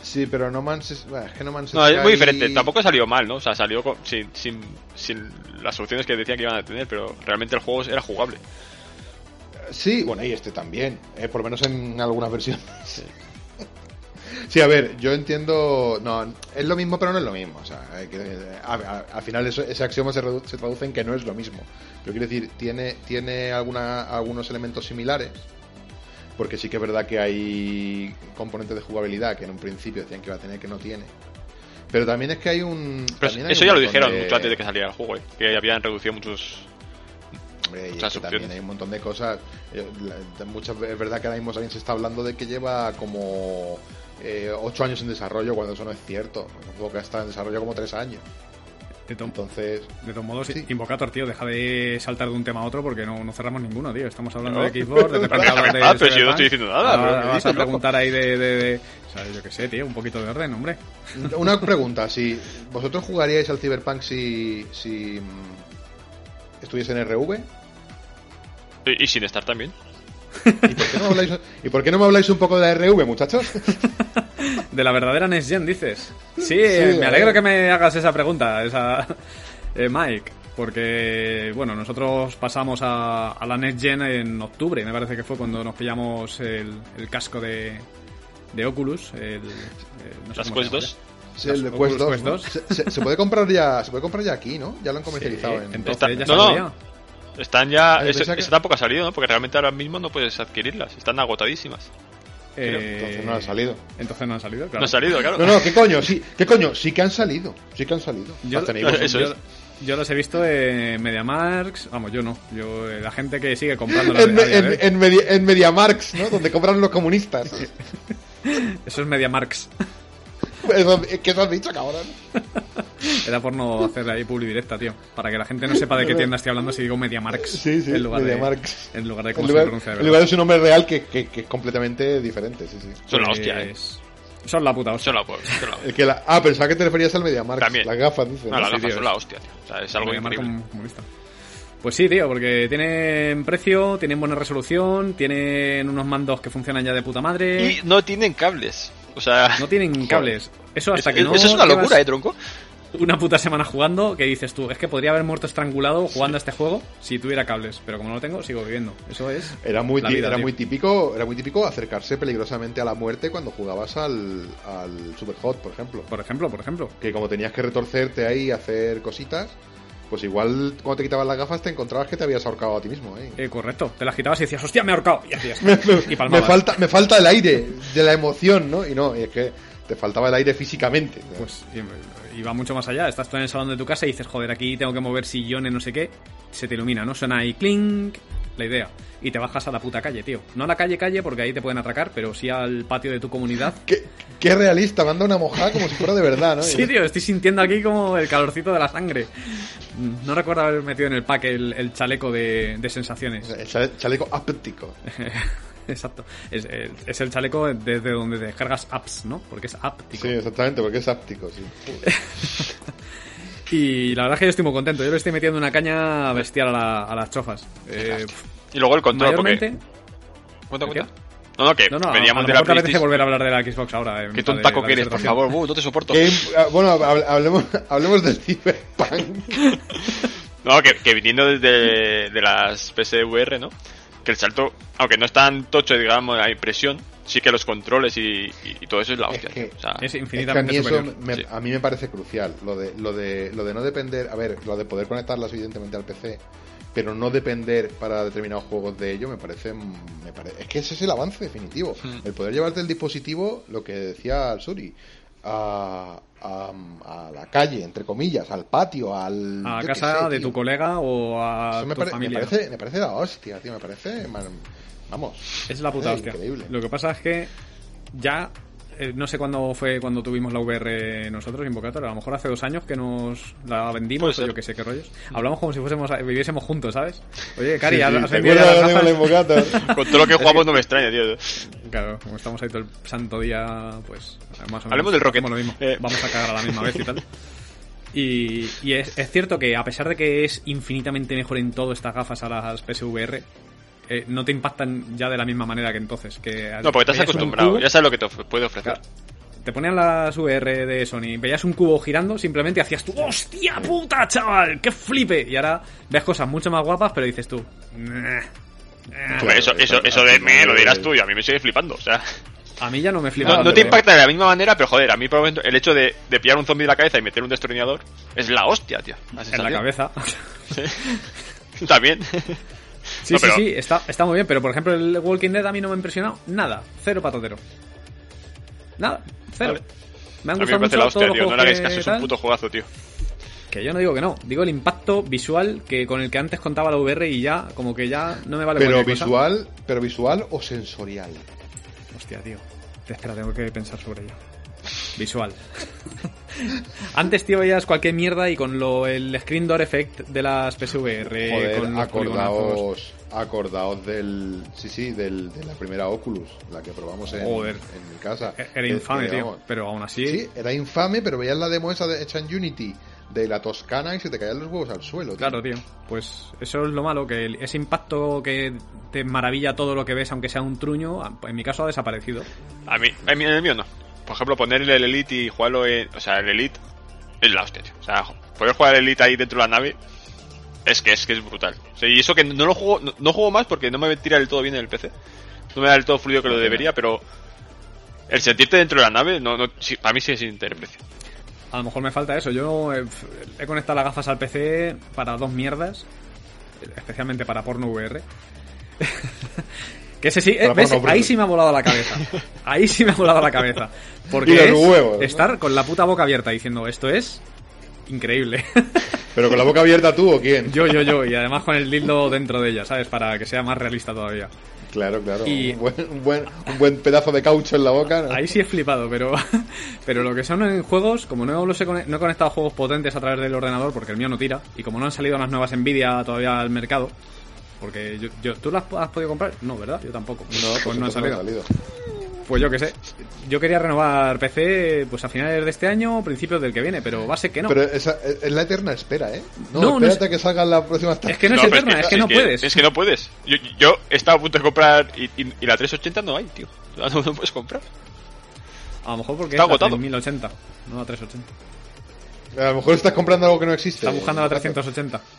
[SPEAKER 3] Sí, pero No Man's es, bueno, es que No Man's
[SPEAKER 4] No, es
[SPEAKER 3] Sky-
[SPEAKER 4] muy diferente. Tampoco salió mal, ¿no? O sea, salió con- sin, sin, sin las soluciones que decían que iban a tener, pero realmente el juego era jugable.
[SPEAKER 3] Sí, bueno, y este también, eh, por lo menos en algunas versiones. Sí, a ver, yo entiendo. No, es lo mismo, pero no es lo mismo. O sea, hay que- a- a- al final eso- ese axioma se, redu- se traduce en que no es lo mismo. Pero quiero decir, tiene, tiene alguna, algunos elementos similares. Porque sí que es verdad que hay componentes de jugabilidad que en un principio decían que iba a tener que no tiene. Pero también es que hay un.
[SPEAKER 4] Pero
[SPEAKER 3] también hay
[SPEAKER 4] eso
[SPEAKER 3] un
[SPEAKER 4] ya lo
[SPEAKER 3] montón
[SPEAKER 4] dijeron
[SPEAKER 3] de-
[SPEAKER 4] mucho antes de que saliera el juego, eh, que habían reducido muchos.
[SPEAKER 3] Hombre, y es
[SPEAKER 4] Muchas
[SPEAKER 3] que
[SPEAKER 4] opciones.
[SPEAKER 3] también hay un montón de cosas. Eh, la- Muchas, es verdad que ahora mismo alguien se está hablando de que lleva como 8 años en desarrollo, cuando eso no es cierto. Un juego que está en desarrollo como 3 años.
[SPEAKER 2] De, to-
[SPEAKER 3] Entonces,
[SPEAKER 2] de todos modos,
[SPEAKER 3] Sí.
[SPEAKER 2] Invocator, tío, deja de saltar de un tema a otro porque no, no cerramos ninguno, tío. Estamos hablando
[SPEAKER 4] No.
[SPEAKER 2] de Xbox, de repente hablas de
[SPEAKER 4] Ah, pero si yo
[SPEAKER 2] Cyberpunk.
[SPEAKER 4] no estoy diciendo nada,
[SPEAKER 2] Ahora
[SPEAKER 4] pero ¿qué
[SPEAKER 2] vas
[SPEAKER 4] dices,
[SPEAKER 2] a preguntar ahí de, de, de- O sea, yo qué sé, tío, un poquito de orden, hombre.
[SPEAKER 3] una pregunta: si ¿vosotros jugaríais al Cyberpunk si, si mm, estuviese en RV?
[SPEAKER 4] Y, y sin estar también.
[SPEAKER 3] ¿Y por, qué no me habláis, ¿Y por qué no me habláis un poco de la RV, muchachos?
[SPEAKER 2] De la verdadera Next Gen, dices. Sí,
[SPEAKER 3] Sí,
[SPEAKER 2] me
[SPEAKER 3] a
[SPEAKER 2] alegro
[SPEAKER 3] ver.
[SPEAKER 2] que me hagas esa pregunta, esa eh, Mike. Porque, bueno, nosotros pasamos a, a la Next Gen en octubre, me parece que fue cuando nos pillamos el, el casco de, de Oculus. El, eh, no sé
[SPEAKER 4] Las
[SPEAKER 2] cómo se
[SPEAKER 4] Quest
[SPEAKER 2] llama
[SPEAKER 3] ¿eh?
[SPEAKER 4] 2.
[SPEAKER 3] Sí, el de
[SPEAKER 2] Oculus
[SPEAKER 3] Quest 2.
[SPEAKER 2] Quest
[SPEAKER 3] ¿no?
[SPEAKER 2] 2.
[SPEAKER 3] Se, se- se puede comprar ya, se puede comprar ya aquí, ¿no? Ya lo
[SPEAKER 2] ya. Sí,
[SPEAKER 3] han comercializado en.
[SPEAKER 2] entonces
[SPEAKER 4] Está-
[SPEAKER 2] ya
[SPEAKER 4] no, no.
[SPEAKER 2] sabría.
[SPEAKER 4] Están ya.
[SPEAKER 3] Vale,
[SPEAKER 4] eso-
[SPEAKER 3] pensaba que-
[SPEAKER 4] eso tampoco ha salido, ¿no? Porque realmente ahora mismo no puedes adquirirlas. Están agotadísimas.
[SPEAKER 2] Eh,
[SPEAKER 3] Entonces no ha salido.
[SPEAKER 2] Entonces no han salido, claro.
[SPEAKER 4] No han salido, claro.
[SPEAKER 3] No, no, ¿qué coño? Sí, ¿qué coño? Sí que han salido. Sí que han salido.
[SPEAKER 2] Yo,
[SPEAKER 3] Las tenéis vosotros.
[SPEAKER 4] eso
[SPEAKER 2] yo-
[SPEAKER 4] es.
[SPEAKER 2] Yo los he visto en MediaMarks. Vamos, yo no. Yo, eh, la gente que sigue comprando la
[SPEAKER 3] En, en, en, Medi- en MediaMarks, ¿no? Donde compran los comunistas.
[SPEAKER 2] Eso es MediaMarks.
[SPEAKER 3] Eso- ¿Qué os has dicho, cabrón?
[SPEAKER 2] Era por no hacer ahí publi directa, tío. Para que la gente no sepa de qué tienda estoy hablando si digo MediaMarks.
[SPEAKER 3] Sí, sí,
[SPEAKER 2] en lugar
[SPEAKER 3] MediaMarks.
[SPEAKER 2] De, en lugar de
[SPEAKER 3] En
[SPEAKER 2] cómo se
[SPEAKER 3] lugar,
[SPEAKER 2] pronuncia de
[SPEAKER 3] en
[SPEAKER 2] verdad.
[SPEAKER 3] lugar de su nombre real, que, que- que es completamente diferente, sí, sí.
[SPEAKER 4] Son la hostia, eh.
[SPEAKER 2] Pues, Son la puta hostia.
[SPEAKER 4] Son la, son la-
[SPEAKER 3] El que la- ah, pensaba que te referías al MediaMarkt.
[SPEAKER 4] También.
[SPEAKER 3] Las gafas, dice.
[SPEAKER 4] no, las
[SPEAKER 2] sí,
[SPEAKER 4] gafas
[SPEAKER 2] tío,
[SPEAKER 4] son la hostia, tío. O sea, es algo
[SPEAKER 2] Voy a llamar
[SPEAKER 4] increíble.
[SPEAKER 2] como- como lista. Pues sí, tío, porque tienen precio, tienen buena resolución, tienen unos mandos que funcionan ya de puta madre.
[SPEAKER 4] Y no tienen cables. O sea,
[SPEAKER 2] No tienen cables. Eso hasta
[SPEAKER 4] es-
[SPEAKER 2] que no.
[SPEAKER 4] eso es una
[SPEAKER 2] llevas
[SPEAKER 4] locura, eh, tronco.
[SPEAKER 2] Una puta semana jugando, que dices tú, es que podría haber muerto estrangulado jugando a este juego si tuviera cables. Pero como no lo tengo, sigo viviendo. Eso es.
[SPEAKER 3] Era muy,
[SPEAKER 2] la
[SPEAKER 3] ti-
[SPEAKER 2] vida,
[SPEAKER 3] era
[SPEAKER 2] tío.
[SPEAKER 3] muy típico, era muy típico acercarse peligrosamente a la muerte cuando jugabas al, al Superhot, por ejemplo.
[SPEAKER 2] Por ejemplo, por ejemplo.
[SPEAKER 3] Que como tenías que retorcerte ahí y hacer cositas, pues igual cuando te quitabas las gafas te encontrabas que te habías ahorcado a ti mismo, ¿eh?
[SPEAKER 2] Eh, correcto. Te la quitabas y decías, hostia, me he ahorcado. Y hacías. y
[SPEAKER 3] me,
[SPEAKER 2] palmabas.
[SPEAKER 3] falta, me falta el aire de la emoción, ¿no? Y no, y es que te faltaba el aire físicamente. ¿no?
[SPEAKER 2] Pues y- y va mucho más allá. Estás tú en el salón de tu casa y dices, joder, aquí tengo que mover sillones, no sé qué. Se te ilumina, ¿no? Suena ahí clink, la idea. Y te bajas a la puta calle, tío. No a la calle, calle, porque ahí te pueden atracar, pero sí al patio de tu comunidad.
[SPEAKER 3] qué, qué realista, manda una mojada como si fuera de verdad, ¿no?
[SPEAKER 2] Sí, tío, estoy sintiendo aquí como el calorcito de la sangre. Mm, No recuerdo haber metido en el pack el, el chaleco de, de sensaciones.
[SPEAKER 3] El chale- chaleco áptico.
[SPEAKER 2] Exacto. Es, el- es el chaleco desde donde descargas apps, ¿no? Porque es áptico.
[SPEAKER 3] Sí, exactamente, porque es áptico, sí.
[SPEAKER 2] Y la verdad es que yo estoy muy contento. Yo le estoy metiendo una caña bestial a, la- a las chofas. Eh,
[SPEAKER 4] Y luego el control,
[SPEAKER 2] mayormente.
[SPEAKER 4] porque. ¿Cuenta,
[SPEAKER 2] ¿Qué?
[SPEAKER 4] cuenta? No, no, Pues que
[SPEAKER 2] No, no, a, a
[SPEAKER 4] veníamos
[SPEAKER 2] lo
[SPEAKER 4] de la
[SPEAKER 2] mejor te apetece
[SPEAKER 4] PlayStation.
[SPEAKER 2] volver a hablar de la Xbox ahora. en
[SPEAKER 4] Qué
[SPEAKER 2] plan de
[SPEAKER 4] tontaco
[SPEAKER 2] la
[SPEAKER 4] que eres, por
[SPEAKER 2] disertación.
[SPEAKER 4] favor, buh, no te soporto.
[SPEAKER 3] Que, ah, bueno, hable- hablemos, hablemos del Cyberpunk.
[SPEAKER 4] No, que, que viniendo desde de las PSVR, ¿no? Que el salto, aunque no es tan tocho, digamos, la impresión, sí que los controles y, y- y todo eso es la hostia.
[SPEAKER 3] que-
[SPEAKER 4] tío. O sea,
[SPEAKER 2] Es
[SPEAKER 3] Es que a
[SPEAKER 2] infinitamente
[SPEAKER 3] mí eso
[SPEAKER 2] superior.
[SPEAKER 3] me-
[SPEAKER 4] Sí.
[SPEAKER 3] a mí me parece crucial. Lo de, lo, de, lo de no depender, a ver, lo de poder conectarlas evidentemente al PC, pero no depender para determinados juegos de ello, me parece. Me pare- es que ese es el avance definitivo.
[SPEAKER 2] Hmm.
[SPEAKER 3] El poder llevarte el dispositivo, lo que decía Suri, a, a, a la calle, entre comillas, al patio, al.
[SPEAKER 2] A
[SPEAKER 3] yo qué
[SPEAKER 2] casa
[SPEAKER 3] sé,
[SPEAKER 2] de
[SPEAKER 3] tío.
[SPEAKER 2] tu colega o a
[SPEAKER 3] Eso me,
[SPEAKER 2] tu
[SPEAKER 3] pare- me
[SPEAKER 2] familia.
[SPEAKER 3] parece, me parece la hostia, tío, me parece. man- vamos.
[SPEAKER 2] Es la puta
[SPEAKER 3] Eh,
[SPEAKER 2] hostia.
[SPEAKER 3] Increíble.
[SPEAKER 2] Lo que pasa es que ya. eh, no sé cuándo fue cuando tuvimos la VR nosotros, Invocator. A lo mejor hace dos años que nos la vendimos,
[SPEAKER 4] Puede
[SPEAKER 2] o
[SPEAKER 4] ser.
[SPEAKER 2] yo que sé qué rollos. Hablamos como si fuésemos viviésemos juntos, ¿sabes? Oye,
[SPEAKER 3] Sí,
[SPEAKER 2] Cari,
[SPEAKER 3] sí,
[SPEAKER 2] ¿has
[SPEAKER 3] ¿te
[SPEAKER 2] vendido ya
[SPEAKER 3] acuerdas
[SPEAKER 2] las
[SPEAKER 3] de la
[SPEAKER 2] gafas?
[SPEAKER 3] Invocator?
[SPEAKER 4] con todo lo que jugamos no me extraña, tío.
[SPEAKER 2] Claro, como estamos ahí todo el santo día, pues más o menos.
[SPEAKER 4] Hablemos del Rocket.
[SPEAKER 2] hacemos lo mismo.
[SPEAKER 4] Eh.
[SPEAKER 2] Vamos a cagar a la misma vez y tal. Y, y es, es cierto que a pesar de que es infinitamente mejor en todo estas gafas a las PSVR, eh, no te impactan ya de la misma manera que entonces. Que
[SPEAKER 4] No, porque te has
[SPEAKER 2] veías un
[SPEAKER 4] acostumbrado,
[SPEAKER 2] cubo-
[SPEAKER 4] ya sabes lo que te of- puede ofrecer.
[SPEAKER 2] Te ponían las VR de Sony, veías un cubo girando, simplemente hacías tú, ¡hostia puta, chaval! ¡Qué flipe! Y ahora ves cosas mucho más guapas, pero dices tú, "Nah".
[SPEAKER 4] Hombre, eso,
[SPEAKER 3] Claro,
[SPEAKER 4] eso,
[SPEAKER 3] está-
[SPEAKER 4] eso
[SPEAKER 3] está-
[SPEAKER 4] de me lo dirás
[SPEAKER 3] eh,
[SPEAKER 4] tú, y a mí me sigue flipando, o sea.
[SPEAKER 2] a mí ya no me flipa.
[SPEAKER 4] No, no
[SPEAKER 2] tanto,
[SPEAKER 4] te
[SPEAKER 2] pero-
[SPEAKER 4] impacta de la misma manera, pero joder, a mí por el momento el hecho de, de pillar un zombie de la cabeza y meter un destornillador es la hostia, tío. La
[SPEAKER 2] en la
[SPEAKER 4] sensación.
[SPEAKER 2] cabeza.
[SPEAKER 4] También.
[SPEAKER 2] Sí, sí,
[SPEAKER 4] No, pero-
[SPEAKER 2] sí, está, está muy bien, pero por ejemplo el Walking Dead a mí no me ha impresionado nada, cero patatero. Nada, cero.
[SPEAKER 4] Vale.
[SPEAKER 2] Me
[SPEAKER 4] A
[SPEAKER 2] han
[SPEAKER 4] mí me
[SPEAKER 2] gustado mucho
[SPEAKER 4] parece la
[SPEAKER 2] todos
[SPEAKER 4] hostia,
[SPEAKER 2] los
[SPEAKER 4] tío. No
[SPEAKER 2] juegos
[SPEAKER 4] le hagáis
[SPEAKER 2] que
[SPEAKER 4] caso, es
[SPEAKER 2] tal,
[SPEAKER 4] un puto juegazo, tío.
[SPEAKER 2] que yo no digo que no, digo el impacto visual que con el que antes contaba la VR y ya como que ya no me vale
[SPEAKER 3] pero
[SPEAKER 2] cualquier cosa.
[SPEAKER 3] visual, pero visual o sensorial.
[SPEAKER 2] Hostia, tío. Te espera, tengo que pensar sobre ello. Visual. Antes, tío, veías cualquier mierda y con lo, el screen door effect de las PSVR,
[SPEAKER 3] Joder,
[SPEAKER 2] con los poligonazos.
[SPEAKER 3] acordaos, acordaos del, sí, sí, del, de la primera Oculus, la que probamos en,
[SPEAKER 2] Joder.
[SPEAKER 3] en mi casa.
[SPEAKER 2] E-
[SPEAKER 3] Que-
[SPEAKER 2] Era infame,
[SPEAKER 3] que,
[SPEAKER 2] tío.
[SPEAKER 3] Eh, vamos,
[SPEAKER 2] Pero aún así,
[SPEAKER 3] sí, era infame, pero veías la demo esa de, hecha en Unity de la Toscana y se te caían los huevos al suelo. tío.
[SPEAKER 2] Claro, tío. Pues eso es lo malo, que el- ese impacto que te maravilla todo lo que ves, aunque sea un truño, a- en mi caso ha desaparecido.
[SPEAKER 4] A mí, a mí, en el mío no. Por ejemplo, ponerle el Elite y jugarlo en. O sea, el Elite es la hostia, tío. O sea, jo- poder jugar el Elite ahí dentro de la nave es que es, que es brutal. O sea, y eso que no lo juego, no, no juego más porque no me tira del todo bien en el PC. No me da del todo fluido que lo debería, pero. El sentirte dentro de la nave, no, no, sí, para mí sí es interprecio.
[SPEAKER 2] A lo mejor me falta eso. Yo eh, f- he conectado las gafas al PC para dos mierdas, eh, especialmente para porno VR. que ese sí, eh,
[SPEAKER 3] Para
[SPEAKER 2] ¿ves?
[SPEAKER 3] porno bruto.
[SPEAKER 2] ahí sí me ha volado la cabeza. Ahí sí me ha volado la cabeza. Porque
[SPEAKER 3] Y los
[SPEAKER 2] es
[SPEAKER 3] huevos, ¿no?
[SPEAKER 2] estar con la puta boca abierta diciendo esto es increíble.
[SPEAKER 3] ¿Pero con la boca abierta tú o quién?
[SPEAKER 2] Yo, yo, yo. Y además con el dildo dentro de ella, ¿sabes? Para que sea más realista todavía.
[SPEAKER 3] Claro, claro.
[SPEAKER 2] Y-
[SPEAKER 3] Un, buen, un buen- un buen pedazo de caucho en la boca. ¿no?
[SPEAKER 2] Ahí sí he flipado, pero, pero lo que son en juegos, como no, los he, cone- no he conectado juegos potentes a través del ordenador, porque el mío no tira, y como no han salido las nuevas Nvidia todavía al mercado, porque yo, yo- ¿tú las has podido comprar? No, ¿verdad? Yo tampoco.
[SPEAKER 3] pues
[SPEAKER 2] pues no han
[SPEAKER 3] entonces
[SPEAKER 2] salido. Pues yo qué sé. Yo quería renovar PC pues a finales de este año o principios del que viene, pero va a ser que no.
[SPEAKER 3] Pero esa- e-, es la eterna espera, ¿eh? No,
[SPEAKER 2] No, no
[SPEAKER 3] espérate a que salga la próxima
[SPEAKER 2] es
[SPEAKER 3] estación.
[SPEAKER 2] que no, es
[SPEAKER 4] pero
[SPEAKER 2] eterna, es que, no puedes.
[SPEAKER 4] Es que no puedes. Yo, yo he estado a punto de comprar y, y- y la 380 no hay, tío. No, no puedes comprar.
[SPEAKER 2] A lo mejor porque
[SPEAKER 4] Está
[SPEAKER 2] es la
[SPEAKER 4] agotado.
[SPEAKER 2] 3080, no la 380.
[SPEAKER 3] A lo mejor estás comprando algo que no existe.
[SPEAKER 2] Está buscando la 380.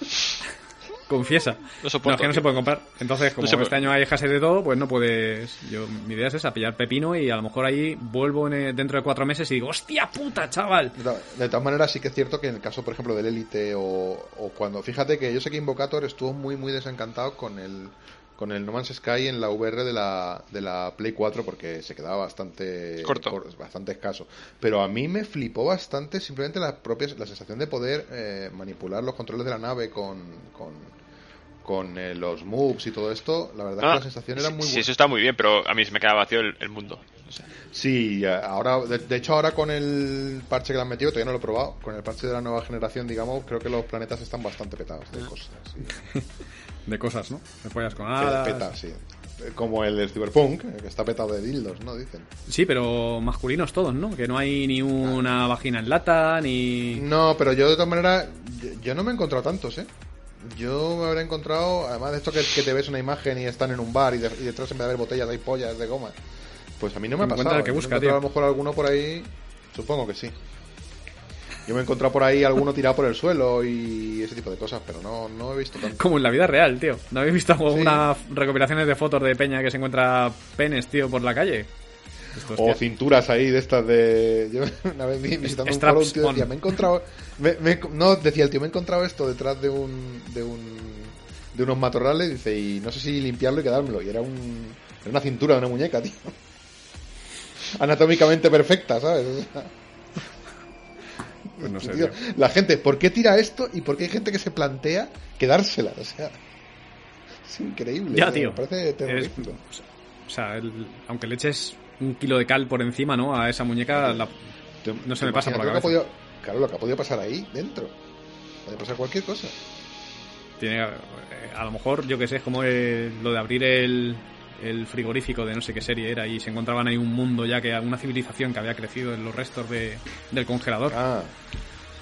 [SPEAKER 2] Confiesa.
[SPEAKER 4] No soporto,
[SPEAKER 2] es que no
[SPEAKER 4] tío.
[SPEAKER 2] se puede comprar. Entonces, como
[SPEAKER 4] No se puede.
[SPEAKER 2] este año hay escasez de todo, pues no puedes. Yo, mi idea es esa, pillar pepino y a lo mejor ahí vuelvo en, eh, dentro de cuatro meses y digo, ¡hostia puta, chaval!
[SPEAKER 3] De to- de todas maneras, sí que es cierto que en el caso, por ejemplo, del Elite o, o cuando. Fíjate que yo sé que Invocator estuvo muy, muy desencantado con el, con el No Man's Sky en la VR de la, de la Play 4 porque se quedaba bastante.
[SPEAKER 4] Corto.
[SPEAKER 3] bastante escaso. Pero a mí me flipó bastante simplemente la, propia, la sensación de poder eh, manipular los controles de la nave con. con con eh, los moves y todo esto, la verdad es que
[SPEAKER 4] Ah,
[SPEAKER 3] la sensación era
[SPEAKER 4] sí,
[SPEAKER 3] muy
[SPEAKER 4] sí,
[SPEAKER 3] bu-
[SPEAKER 4] eso está muy bien, pero a mí se me queda vacío el, el mundo. O sea,
[SPEAKER 3] Sí, ahora, de, de hecho ahora con el parche que le han metido, todavía no lo he probado, con el parche de la nueva generación, digamos, creo que los planetas están bastante petados de cosas. sí.
[SPEAKER 2] De cosas, ¿no? Me follas con
[SPEAKER 3] Que
[SPEAKER 2] alas.
[SPEAKER 3] peta, sí. Como el del Cyberpunk, eh, que está petado de dildos, ¿no? Dicen.
[SPEAKER 2] Sí, pero masculinos todos, ¿no? Que no hay ni una vagina en lata, ni.
[SPEAKER 3] No, pero yo de todas maneras, yo, yo no me he encontrado tantos, ¿eh? Yo me habré encontrado, además de esto que, que te ves una imagen y están en un bar y, de- y detrás en vez de haber botellas hay pollas de goma. Pues a mí no me ha
[SPEAKER 2] Encuentra
[SPEAKER 3] pasado.
[SPEAKER 2] el que
[SPEAKER 3] Yo me he
[SPEAKER 2] busca, tío.
[SPEAKER 3] encontrado a lo mejor alguno por ahí, supongo que sí. Yo me he encontrado por ahí alguno tirado por el suelo y ese tipo de cosas, pero no, no he visto tanto.
[SPEAKER 2] Como en la vida real, tío. ¿No habéis visto unas recopilaciones de fotos de peña que se encuentra penes, tío, por la calle? Esto,
[SPEAKER 3] O
[SPEAKER 2] hostia.
[SPEAKER 3] cinturas ahí de estas de... Yo una vez vi- visitando un
[SPEAKER 2] Straps
[SPEAKER 3] foro, un tío decía,
[SPEAKER 2] on.
[SPEAKER 3] me he encontrado... me- me he enco- no, decía el tío, me he encontrado esto detrás de un... De un de unos matorrales, dice, y no sé si limpiarlo y quedármelo. Y era un... Era una cintura de una muñeca, tío. Anatómicamente perfecta, ¿sabes? O sea,
[SPEAKER 2] Pues no sé,
[SPEAKER 3] tío,
[SPEAKER 2] tío.
[SPEAKER 3] la gente, ¿por qué tira esto y por qué hay gente que se plantea quedársela? O sea, es increíble.
[SPEAKER 2] Ya,
[SPEAKER 3] o sea,
[SPEAKER 2] tío.
[SPEAKER 3] Me parece terrorífico.
[SPEAKER 2] Es- o sea, el- aunque le eches un kilo de cal por encima, ¿no? A esa muñeca, la-
[SPEAKER 3] Te-
[SPEAKER 2] no se
[SPEAKER 3] te
[SPEAKER 2] me pasa
[SPEAKER 3] imaginas
[SPEAKER 2] por la
[SPEAKER 3] lo que ha
[SPEAKER 2] cabeza.
[SPEAKER 3] podido- claro, lo que ha podido pasar ahí, dentro. Puede pasar cualquier cosa.
[SPEAKER 2] tiene, eh, a lo mejor, yo que sé, es como eh, lo de abrir el, el frigorífico de no sé qué serie era y se encontraban ahí un mundo ya que una civilización que había crecido en los restos de, del congelador.
[SPEAKER 3] Ah,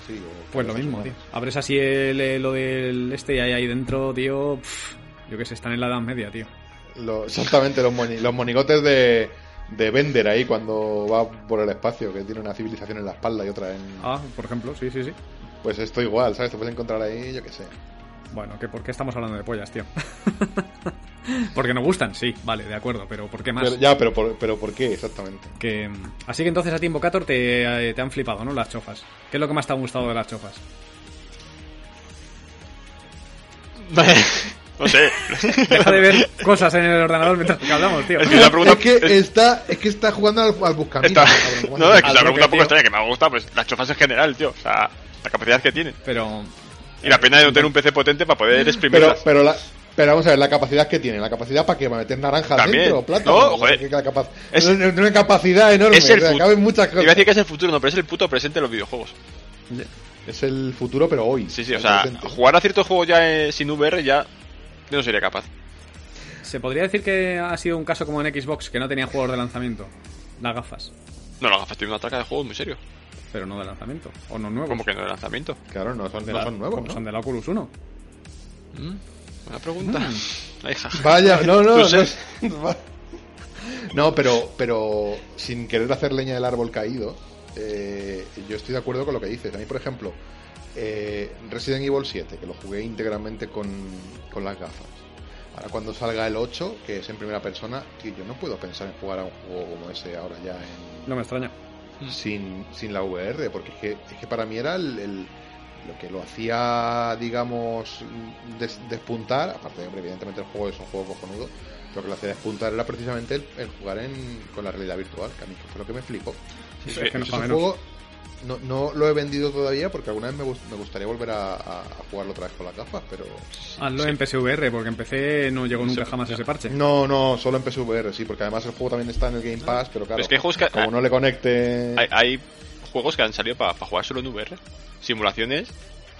[SPEAKER 3] sí. o-
[SPEAKER 2] Pues lo mismo, tío. Abres así el, eh, lo del este y hay ahí dentro, tío. pf, yo que sé, están en la Edad Media, tío.
[SPEAKER 3] Lo- exactamente, los, moni- los monigotes de, de Bender ahí cuando va por el espacio, que tiene una civilización en la espalda y otra en.
[SPEAKER 2] Ah, por ejemplo, sí, sí, sí.
[SPEAKER 3] Pues esto igual, ¿sabes? Te puedes encontrar ahí, yo qué sé.
[SPEAKER 2] Bueno, ¿que ¿por qué estamos hablando de pollas, tío? Porque nos gustan, sí, vale, de acuerdo, pero ¿por qué más?
[SPEAKER 3] Pero- ya, pero por, pero ¿por qué? Exactamente.
[SPEAKER 2] Que, mm, así que entonces a ti, Invocator, te, eh, te han flipado, ¿no? Las chofas. ¿Qué es lo que más te ha gustado de las chofas?
[SPEAKER 4] no sé.
[SPEAKER 2] Deja de ver cosas en el ordenador mientras que hablamos, tío.
[SPEAKER 4] Es que la pregunta.
[SPEAKER 3] es, que
[SPEAKER 4] es-
[SPEAKER 3] está, es que está jugando al, al buscaminas,
[SPEAKER 4] esta-
[SPEAKER 3] cabrón, ¿cómo
[SPEAKER 4] no,
[SPEAKER 3] hace?
[SPEAKER 4] es que la
[SPEAKER 2] Al
[SPEAKER 4] pregunta
[SPEAKER 2] bloque,
[SPEAKER 4] un poco
[SPEAKER 2] tío.
[SPEAKER 4] extraña que me ha gustado, pues las chofas en general, tío. O sea, la capacidad que tienen.
[SPEAKER 2] Pero
[SPEAKER 4] Y la pena de no tener un PC potente para poder exprimirlas.
[SPEAKER 3] pero, pero, la, pero vamos a ver, la capacidad que tiene, la capacidad para que para meter naranja
[SPEAKER 4] También.
[SPEAKER 3] dentro, plátano,
[SPEAKER 4] No, joder.
[SPEAKER 3] que- que la capa-
[SPEAKER 4] Es-
[SPEAKER 3] es una capacidad enorme,
[SPEAKER 4] es el
[SPEAKER 3] o sea,
[SPEAKER 4] futuro.
[SPEAKER 3] caben muchas cosas.
[SPEAKER 4] Iba a decir que es el futuro, no, pero es el puto presente de los videojuegos.
[SPEAKER 3] Es el futuro, pero hoy.
[SPEAKER 4] Sí, sí, o
[SPEAKER 3] El
[SPEAKER 4] sea,
[SPEAKER 3] presente.
[SPEAKER 4] jugar a ciertos juegos ya eh, sin VR ya yo no sería capaz.
[SPEAKER 2] se podría decir que ha sido un caso como en Xbox, que no tenía juegos de lanzamiento. Las gafas,
[SPEAKER 4] No, las gafas tienen una traca de juegos muy serio.
[SPEAKER 2] pero no de lanzamiento. O no nuevos.
[SPEAKER 4] Como que no de lanzamiento.
[SPEAKER 3] Claro, no son,
[SPEAKER 2] De
[SPEAKER 3] no
[SPEAKER 2] la-
[SPEAKER 3] son nuevos,
[SPEAKER 2] como
[SPEAKER 3] ¿no?
[SPEAKER 2] Son de la Oculus Mm. 1.
[SPEAKER 4] Mm, Buena pregunta. Ay, ja, ja.
[SPEAKER 3] Vaya, no, no,
[SPEAKER 4] Tú
[SPEAKER 3] Mm. no.
[SPEAKER 4] sabes.
[SPEAKER 3] es- No, pero, pero sin querer hacer leña del árbol caído, eh, yo estoy de acuerdo con lo que dices. A mí, por ejemplo, eh, Resident Evil 7, que lo jugué íntegramente con, con las gafas. Ahora cuando salga el 8, que es en primera persona, tío, yo no puedo pensar en jugar a un juego como ese ahora ya en,
[SPEAKER 2] No me extraña.
[SPEAKER 3] sin, sin la VR, porque es que, es que para mí era el, el- lo que lo hacía, digamos, des- despuntar, aparte de, hombre, evidentemente el juego es un juego cojonudo, lo que lo hacía despuntar era precisamente el, el jugar en, con la realidad virtual, que a mí fue lo que me flipó.
[SPEAKER 4] Sí,
[SPEAKER 2] Es que no
[SPEAKER 3] Es un
[SPEAKER 2] menos.
[SPEAKER 3] juego No, no lo he vendido todavía porque alguna vez me, gust- me gustaría volver a, a- a jugarlo otra vez con las gafas, pero...
[SPEAKER 2] Hazlo
[SPEAKER 4] Sí.
[SPEAKER 2] en PSVR, porque en PC no llegó nunca
[SPEAKER 4] Sí. Mm.
[SPEAKER 2] jamás ese parche.
[SPEAKER 3] No, no, solo en PSVR, sí, porque además el juego también está en el Game Pass, pero claro,
[SPEAKER 4] Ah, es que hay juegos que-
[SPEAKER 3] como no le conecte...
[SPEAKER 4] Hay, hay juegos que han salido para jugar solo en VR. Simulaciones.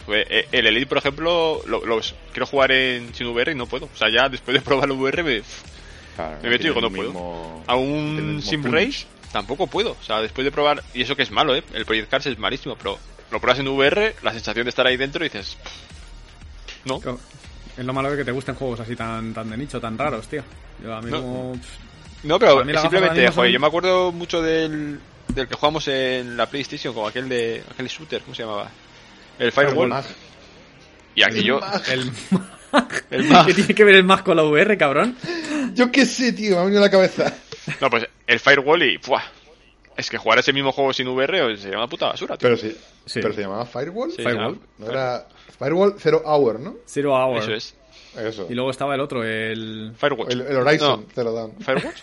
[SPEAKER 4] Fue- eh, El Elite, por ejemplo, lo- los quiero jugar en sin VR y no puedo. O sea, ya después de probar el VR me,
[SPEAKER 3] Claro,
[SPEAKER 4] me meto y
[SPEAKER 3] tiene
[SPEAKER 4] digo, no
[SPEAKER 3] el
[SPEAKER 4] puedo.
[SPEAKER 3] mismo-
[SPEAKER 4] a
[SPEAKER 3] tiene el
[SPEAKER 4] un
[SPEAKER 3] mismo
[SPEAKER 4] Sim
[SPEAKER 3] punch.
[SPEAKER 4] Race tampoco puedo. O sea, después de probar, y eso que es malo, ¿eh? El Project Cars es malísimo, pero lo pruebas en VR, la sensación de estar ahí dentro y dices, "Pff, no,
[SPEAKER 2] Co- Es lo malo de que te gusten juegos así tan, tan de nicho, tan raros, tío. Yo a mí
[SPEAKER 4] No.
[SPEAKER 2] como-
[SPEAKER 4] No,
[SPEAKER 2] Para
[SPEAKER 4] pero
[SPEAKER 2] mí las gafas ahora
[SPEAKER 4] simplemente,
[SPEAKER 2] mismo son-
[SPEAKER 4] joder, yo me acuerdo mucho del, del que jugamos en la PlayStation, como aquel de aquel shooter, ¿cómo se llamaba? El Firewall.
[SPEAKER 3] Mag.
[SPEAKER 4] Y aquello,
[SPEAKER 2] El...
[SPEAKER 4] el Mag.
[SPEAKER 2] ¿Qué tiene que ver el más con la VR, cabrón?
[SPEAKER 3] Yo qué sé, tío, me ha venido a la cabeza.
[SPEAKER 4] No, pues el Firewall y, ¡buah! Es que jugar ese mismo juego sin VR sería una puta basura, tío.
[SPEAKER 3] Pero sí,
[SPEAKER 2] Sí.
[SPEAKER 3] pero se llamaba Firewall.
[SPEAKER 4] Sí,
[SPEAKER 2] Firewall.
[SPEAKER 4] ya,
[SPEAKER 3] No era Firewall Zero Hour, ¿no?
[SPEAKER 2] Zero Hour.
[SPEAKER 4] Eso es.
[SPEAKER 3] Eso.
[SPEAKER 2] Y luego estaba el otro, el...
[SPEAKER 4] Firewatch.
[SPEAKER 3] El, el Horizon
[SPEAKER 4] No,
[SPEAKER 3] Zero Dawn.
[SPEAKER 4] Firewatch.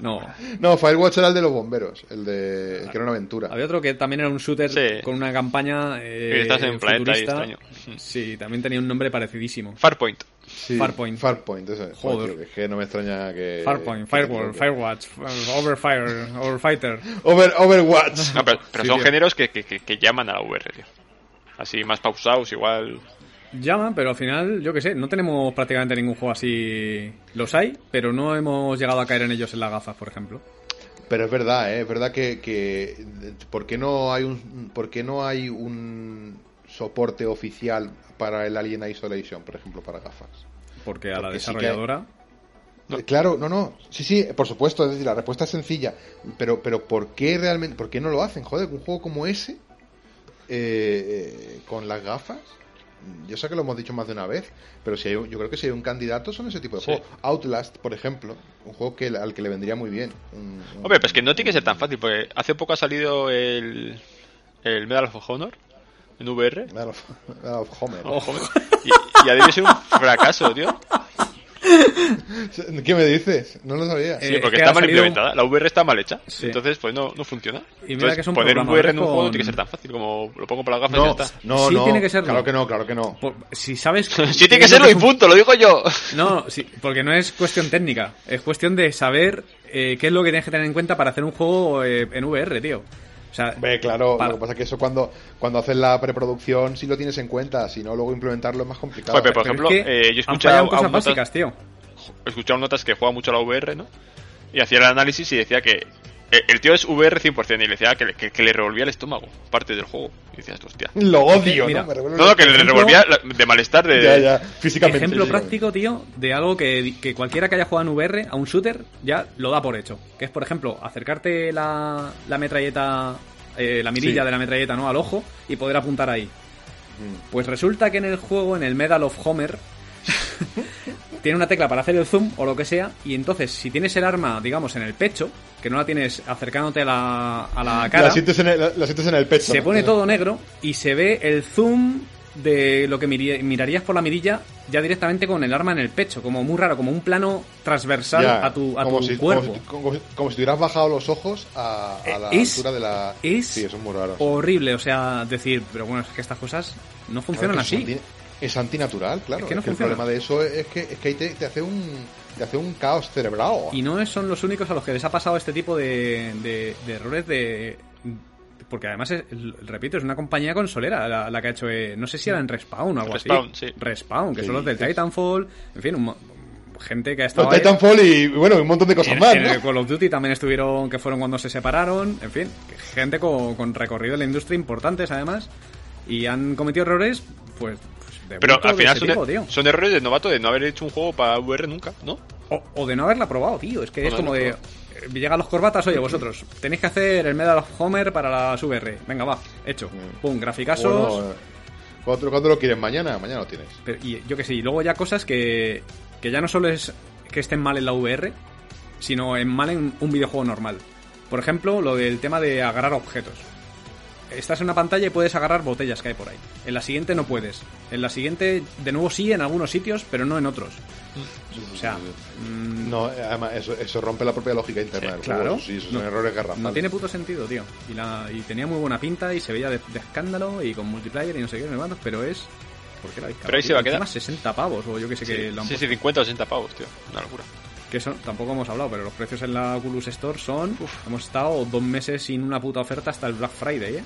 [SPEAKER 2] No.
[SPEAKER 3] No, Firewatch era el de los bomberos, el de el que era una aventura.
[SPEAKER 2] Ah. Había otro que también era un shooter
[SPEAKER 4] Sí.
[SPEAKER 2] con una campaña eh,
[SPEAKER 4] Y estás en un planeta ahí
[SPEAKER 2] futurista.
[SPEAKER 4] extraño.
[SPEAKER 2] Sí, también tenía un nombre parecidísimo.
[SPEAKER 4] Farpoint.
[SPEAKER 3] Sí,
[SPEAKER 2] Farpoint.
[SPEAKER 3] Farpoint, eso. es.
[SPEAKER 2] Joder.
[SPEAKER 3] Joder, tío, que es que no me extraña que.
[SPEAKER 2] Farpoint,
[SPEAKER 3] que-
[SPEAKER 2] Firewall,
[SPEAKER 3] que-
[SPEAKER 2] Firewatch, eh, Overfire, Overfighter.
[SPEAKER 3] Over, Overwatch.
[SPEAKER 4] No, pero, pero
[SPEAKER 3] Sí,
[SPEAKER 4] son
[SPEAKER 3] tío.
[SPEAKER 4] géneros que, que, que- que llaman a la VR, tío. Así más pausados, igual.
[SPEAKER 2] Llaman, pero al final, yo qué sé, no tenemos prácticamente ningún juego así. Los hay, pero no hemos llegado a caer en ellos en las gafas, por ejemplo.
[SPEAKER 3] Pero es verdad, ¿eh? es verdad que, que ¿por qué no hay un por qué no hay un soporte oficial para el Alien Isolation, por ejemplo, para gafas?
[SPEAKER 2] Porque a la
[SPEAKER 3] Porque sí que-
[SPEAKER 2] desarrolladora.
[SPEAKER 3] Eh, Claro, no, no. Sí, sí, por supuesto, es decir, la respuesta es sencilla, pero pero ¿por qué realmente por qué no lo hacen? Joder, un juego como ese eh, eh, con las gafas yo sé que lo hemos dicho más de una vez, pero si hay un- yo creo que si hay un candidato son ese tipo de
[SPEAKER 4] Sí.
[SPEAKER 3] juegos. Outlast, por ejemplo, un juego que al que le vendría muy bien. Un- un-
[SPEAKER 4] Hombre, pues que no tiene que ser tan fácil, porque hace poco ha salido el, el Medal of Honor en VR.
[SPEAKER 3] Medal of- Medal of Homer.
[SPEAKER 4] Oh. Y, y ha debido ser un fracaso, tío.
[SPEAKER 3] ¿Qué me dices? No lo sabía.
[SPEAKER 2] Eh,
[SPEAKER 4] Sí, porque
[SPEAKER 2] es que
[SPEAKER 4] está
[SPEAKER 2] ha
[SPEAKER 4] mal
[SPEAKER 2] salido
[SPEAKER 4] implementada. La VR está mal hecha.
[SPEAKER 2] Sí.
[SPEAKER 4] Entonces, pues no, no funciona.
[SPEAKER 2] mira
[SPEAKER 4] Entonces,
[SPEAKER 2] que son
[SPEAKER 4] poner un VR en
[SPEAKER 2] programadores
[SPEAKER 4] un juego no
[SPEAKER 2] con-
[SPEAKER 4] tiene que ser tan fácil como lo pongo para las gafas y
[SPEAKER 3] no,
[SPEAKER 4] ya está.
[SPEAKER 3] no,
[SPEAKER 2] Sí
[SPEAKER 3] no.
[SPEAKER 2] tiene que serlo.
[SPEAKER 3] Claro que no, claro que no.
[SPEAKER 2] Por- si sabes.
[SPEAKER 4] Sí, tiene que serlo y
[SPEAKER 2] es un-
[SPEAKER 4] punto, lo digo yo.
[SPEAKER 2] No, sí, porque no es cuestión técnica. Es cuestión de saber eh, qué es lo que tienes que tener en cuenta para hacer un juego eh, en VR, tío. O sea,
[SPEAKER 3] Hombre, claro,
[SPEAKER 2] Para.
[SPEAKER 3] lo que pasa es que eso cuando, cuando haces la preproducción sí lo tienes en cuenta, si no luego implementarlo es más complicado.
[SPEAKER 4] Joder, pero por
[SPEAKER 2] pero
[SPEAKER 4] ejemplo,
[SPEAKER 2] es que
[SPEAKER 4] eh, yo he
[SPEAKER 2] han
[SPEAKER 4] escuchado
[SPEAKER 2] fallado
[SPEAKER 4] a
[SPEAKER 2] cosas
[SPEAKER 4] un nota-
[SPEAKER 2] básicas, tío.
[SPEAKER 4] he escuchado notas que juega mucho a la VR, ¿no? Y hacía el análisis y decía que eh, el tío es VR 100% y le decía que, le- que- que le revolvía el estómago, parte del juego. Y decías, hostia.
[SPEAKER 3] Lo odio,
[SPEAKER 2] Mira,
[SPEAKER 3] ¿no? Me revuelve
[SPEAKER 4] No, no, que le
[SPEAKER 2] ejemplo-
[SPEAKER 4] revolvía la- de malestar de...
[SPEAKER 3] Ya, ya, físicamente.
[SPEAKER 2] Ejemplo
[SPEAKER 3] sí,
[SPEAKER 2] práctico, tío, de algo que, que cualquiera que haya jugado en VR a un shooter ya lo da por hecho. Que es, por ejemplo, acercarte la, la metralleta, eh, la mirilla
[SPEAKER 3] Sí.
[SPEAKER 2] de la metralleta, ¿no? Al ojo y poder apuntar ahí.
[SPEAKER 3] Mm.
[SPEAKER 2] Pues resulta que en el juego, en el Medal of Homer, tiene una tecla para hacer el zoom o lo que sea. Y entonces, si tienes el arma, digamos, en el pecho, que no la tienes acercándote a la, a la cara
[SPEAKER 3] La sientes, en el, la, la sientes en el pecho.
[SPEAKER 2] se
[SPEAKER 3] ¿no?
[SPEAKER 2] pone todo negro y se ve el zoom de lo que miri- mirarías por la mirilla ya directamente con el arma en el pecho, como muy raro, como un plano transversal
[SPEAKER 3] Ya,
[SPEAKER 2] a tu, a
[SPEAKER 3] como
[SPEAKER 2] tu
[SPEAKER 3] si-
[SPEAKER 2] cuerpo.
[SPEAKER 3] Como si, como si- como si te hubieras bajado los ojos a, a la
[SPEAKER 2] Eh, es-
[SPEAKER 3] altura de la.
[SPEAKER 2] es
[SPEAKER 3] sí, eso es muy raro.
[SPEAKER 2] Horrible, o sea, decir, pero bueno, es que estas cosas no funcionan
[SPEAKER 3] Claro, es
[SPEAKER 2] así.
[SPEAKER 3] anti- Es antinatural, claro.
[SPEAKER 2] Es que no
[SPEAKER 3] el
[SPEAKER 2] funciona.
[SPEAKER 3] problema de eso es que, es que ahí te, te hace un te hace un caos cerebral.
[SPEAKER 2] Y no es- son los únicos a los que les ha pasado este tipo de, de- de errores de... Porque además, es- repito, es una compañía consolera la, la que ha hecho, eh, no sé si era en Respawn o algo
[SPEAKER 4] Respawn,
[SPEAKER 2] así.
[SPEAKER 4] sí.
[SPEAKER 2] Respawn, que
[SPEAKER 3] Sí,
[SPEAKER 2] son los del
[SPEAKER 3] sí.
[SPEAKER 2] Titanfall, en fin, un mo- gente que ha
[SPEAKER 3] Pero
[SPEAKER 2] estado... ahí.
[SPEAKER 3] Titanfall y bueno, y un montón de cosas
[SPEAKER 2] En,
[SPEAKER 3] más.
[SPEAKER 2] en
[SPEAKER 3] ¿no?
[SPEAKER 2] el Call of Duty también estuvieron, que fueron cuando se separaron, en fin, gente con, con recorrido en la industria importantes además, y han cometido errores, pues, pues, de
[SPEAKER 4] Pero
[SPEAKER 2] bulto
[SPEAKER 4] al
[SPEAKER 2] de
[SPEAKER 4] final
[SPEAKER 2] ese
[SPEAKER 4] son,
[SPEAKER 2] tipo, tío.
[SPEAKER 4] son errores de novato de no haber hecho un juego para VR nunca, ¿no?
[SPEAKER 2] O, o de no haberla probado, tío, es que
[SPEAKER 4] O
[SPEAKER 2] es
[SPEAKER 4] de
[SPEAKER 2] como
[SPEAKER 4] no
[SPEAKER 2] de...
[SPEAKER 4] probar.
[SPEAKER 2] eh, Llegan los corbatas, oye, vosotros, tenéis que hacer el Medal of Homer para las VR. Venga, va, hecho.
[SPEAKER 3] Mm.
[SPEAKER 2] Pum, graficasos.
[SPEAKER 3] Bueno, eh, ¿cuándo, cuándo lo quieres? ¿Mañana? Mañana lo tienes.
[SPEAKER 2] Pero- y yo que sé, y luego ya cosas que, que ya no solo es que estén mal en la VR, sino en mal en un videojuego normal. Por ejemplo, lo del tema de agarrar objetos. Estás en una pantalla y puedes agarrar botellas que hay por ahí. En la siguiente no puedes. En la siguiente, de nuevo sí, en algunos sitios, pero no en otros. O sea, mm,
[SPEAKER 5] No, además, eso, eso rompe la propia lógica interna del juego.
[SPEAKER 2] claro.
[SPEAKER 5] eso Sí, esos
[SPEAKER 2] No-
[SPEAKER 5] son errores garrafales.
[SPEAKER 2] no tiene puto sentido, tío. Y, la, y tenía muy buena pinta y se veía de, de escándalo y con multiplayer y no sé qué, me mandas, pero es. ¿Por qué la habéis
[SPEAKER 4] Pero
[SPEAKER 2] cagado,
[SPEAKER 4] ahí se
[SPEAKER 2] tío?
[SPEAKER 4] va a quedar.
[SPEAKER 2] Encima 60 pavos o yo que sé que lo han
[SPEAKER 4] Sí,
[SPEAKER 2] puesto.
[SPEAKER 4] sí, 50 o 60 pavos, tío. Una locura.
[SPEAKER 2] Que eso tampoco hemos hablado, pero los precios en la Oculus Store son. Hemos estado dos meses sin una puta oferta hasta el Black Friday, ¿eh?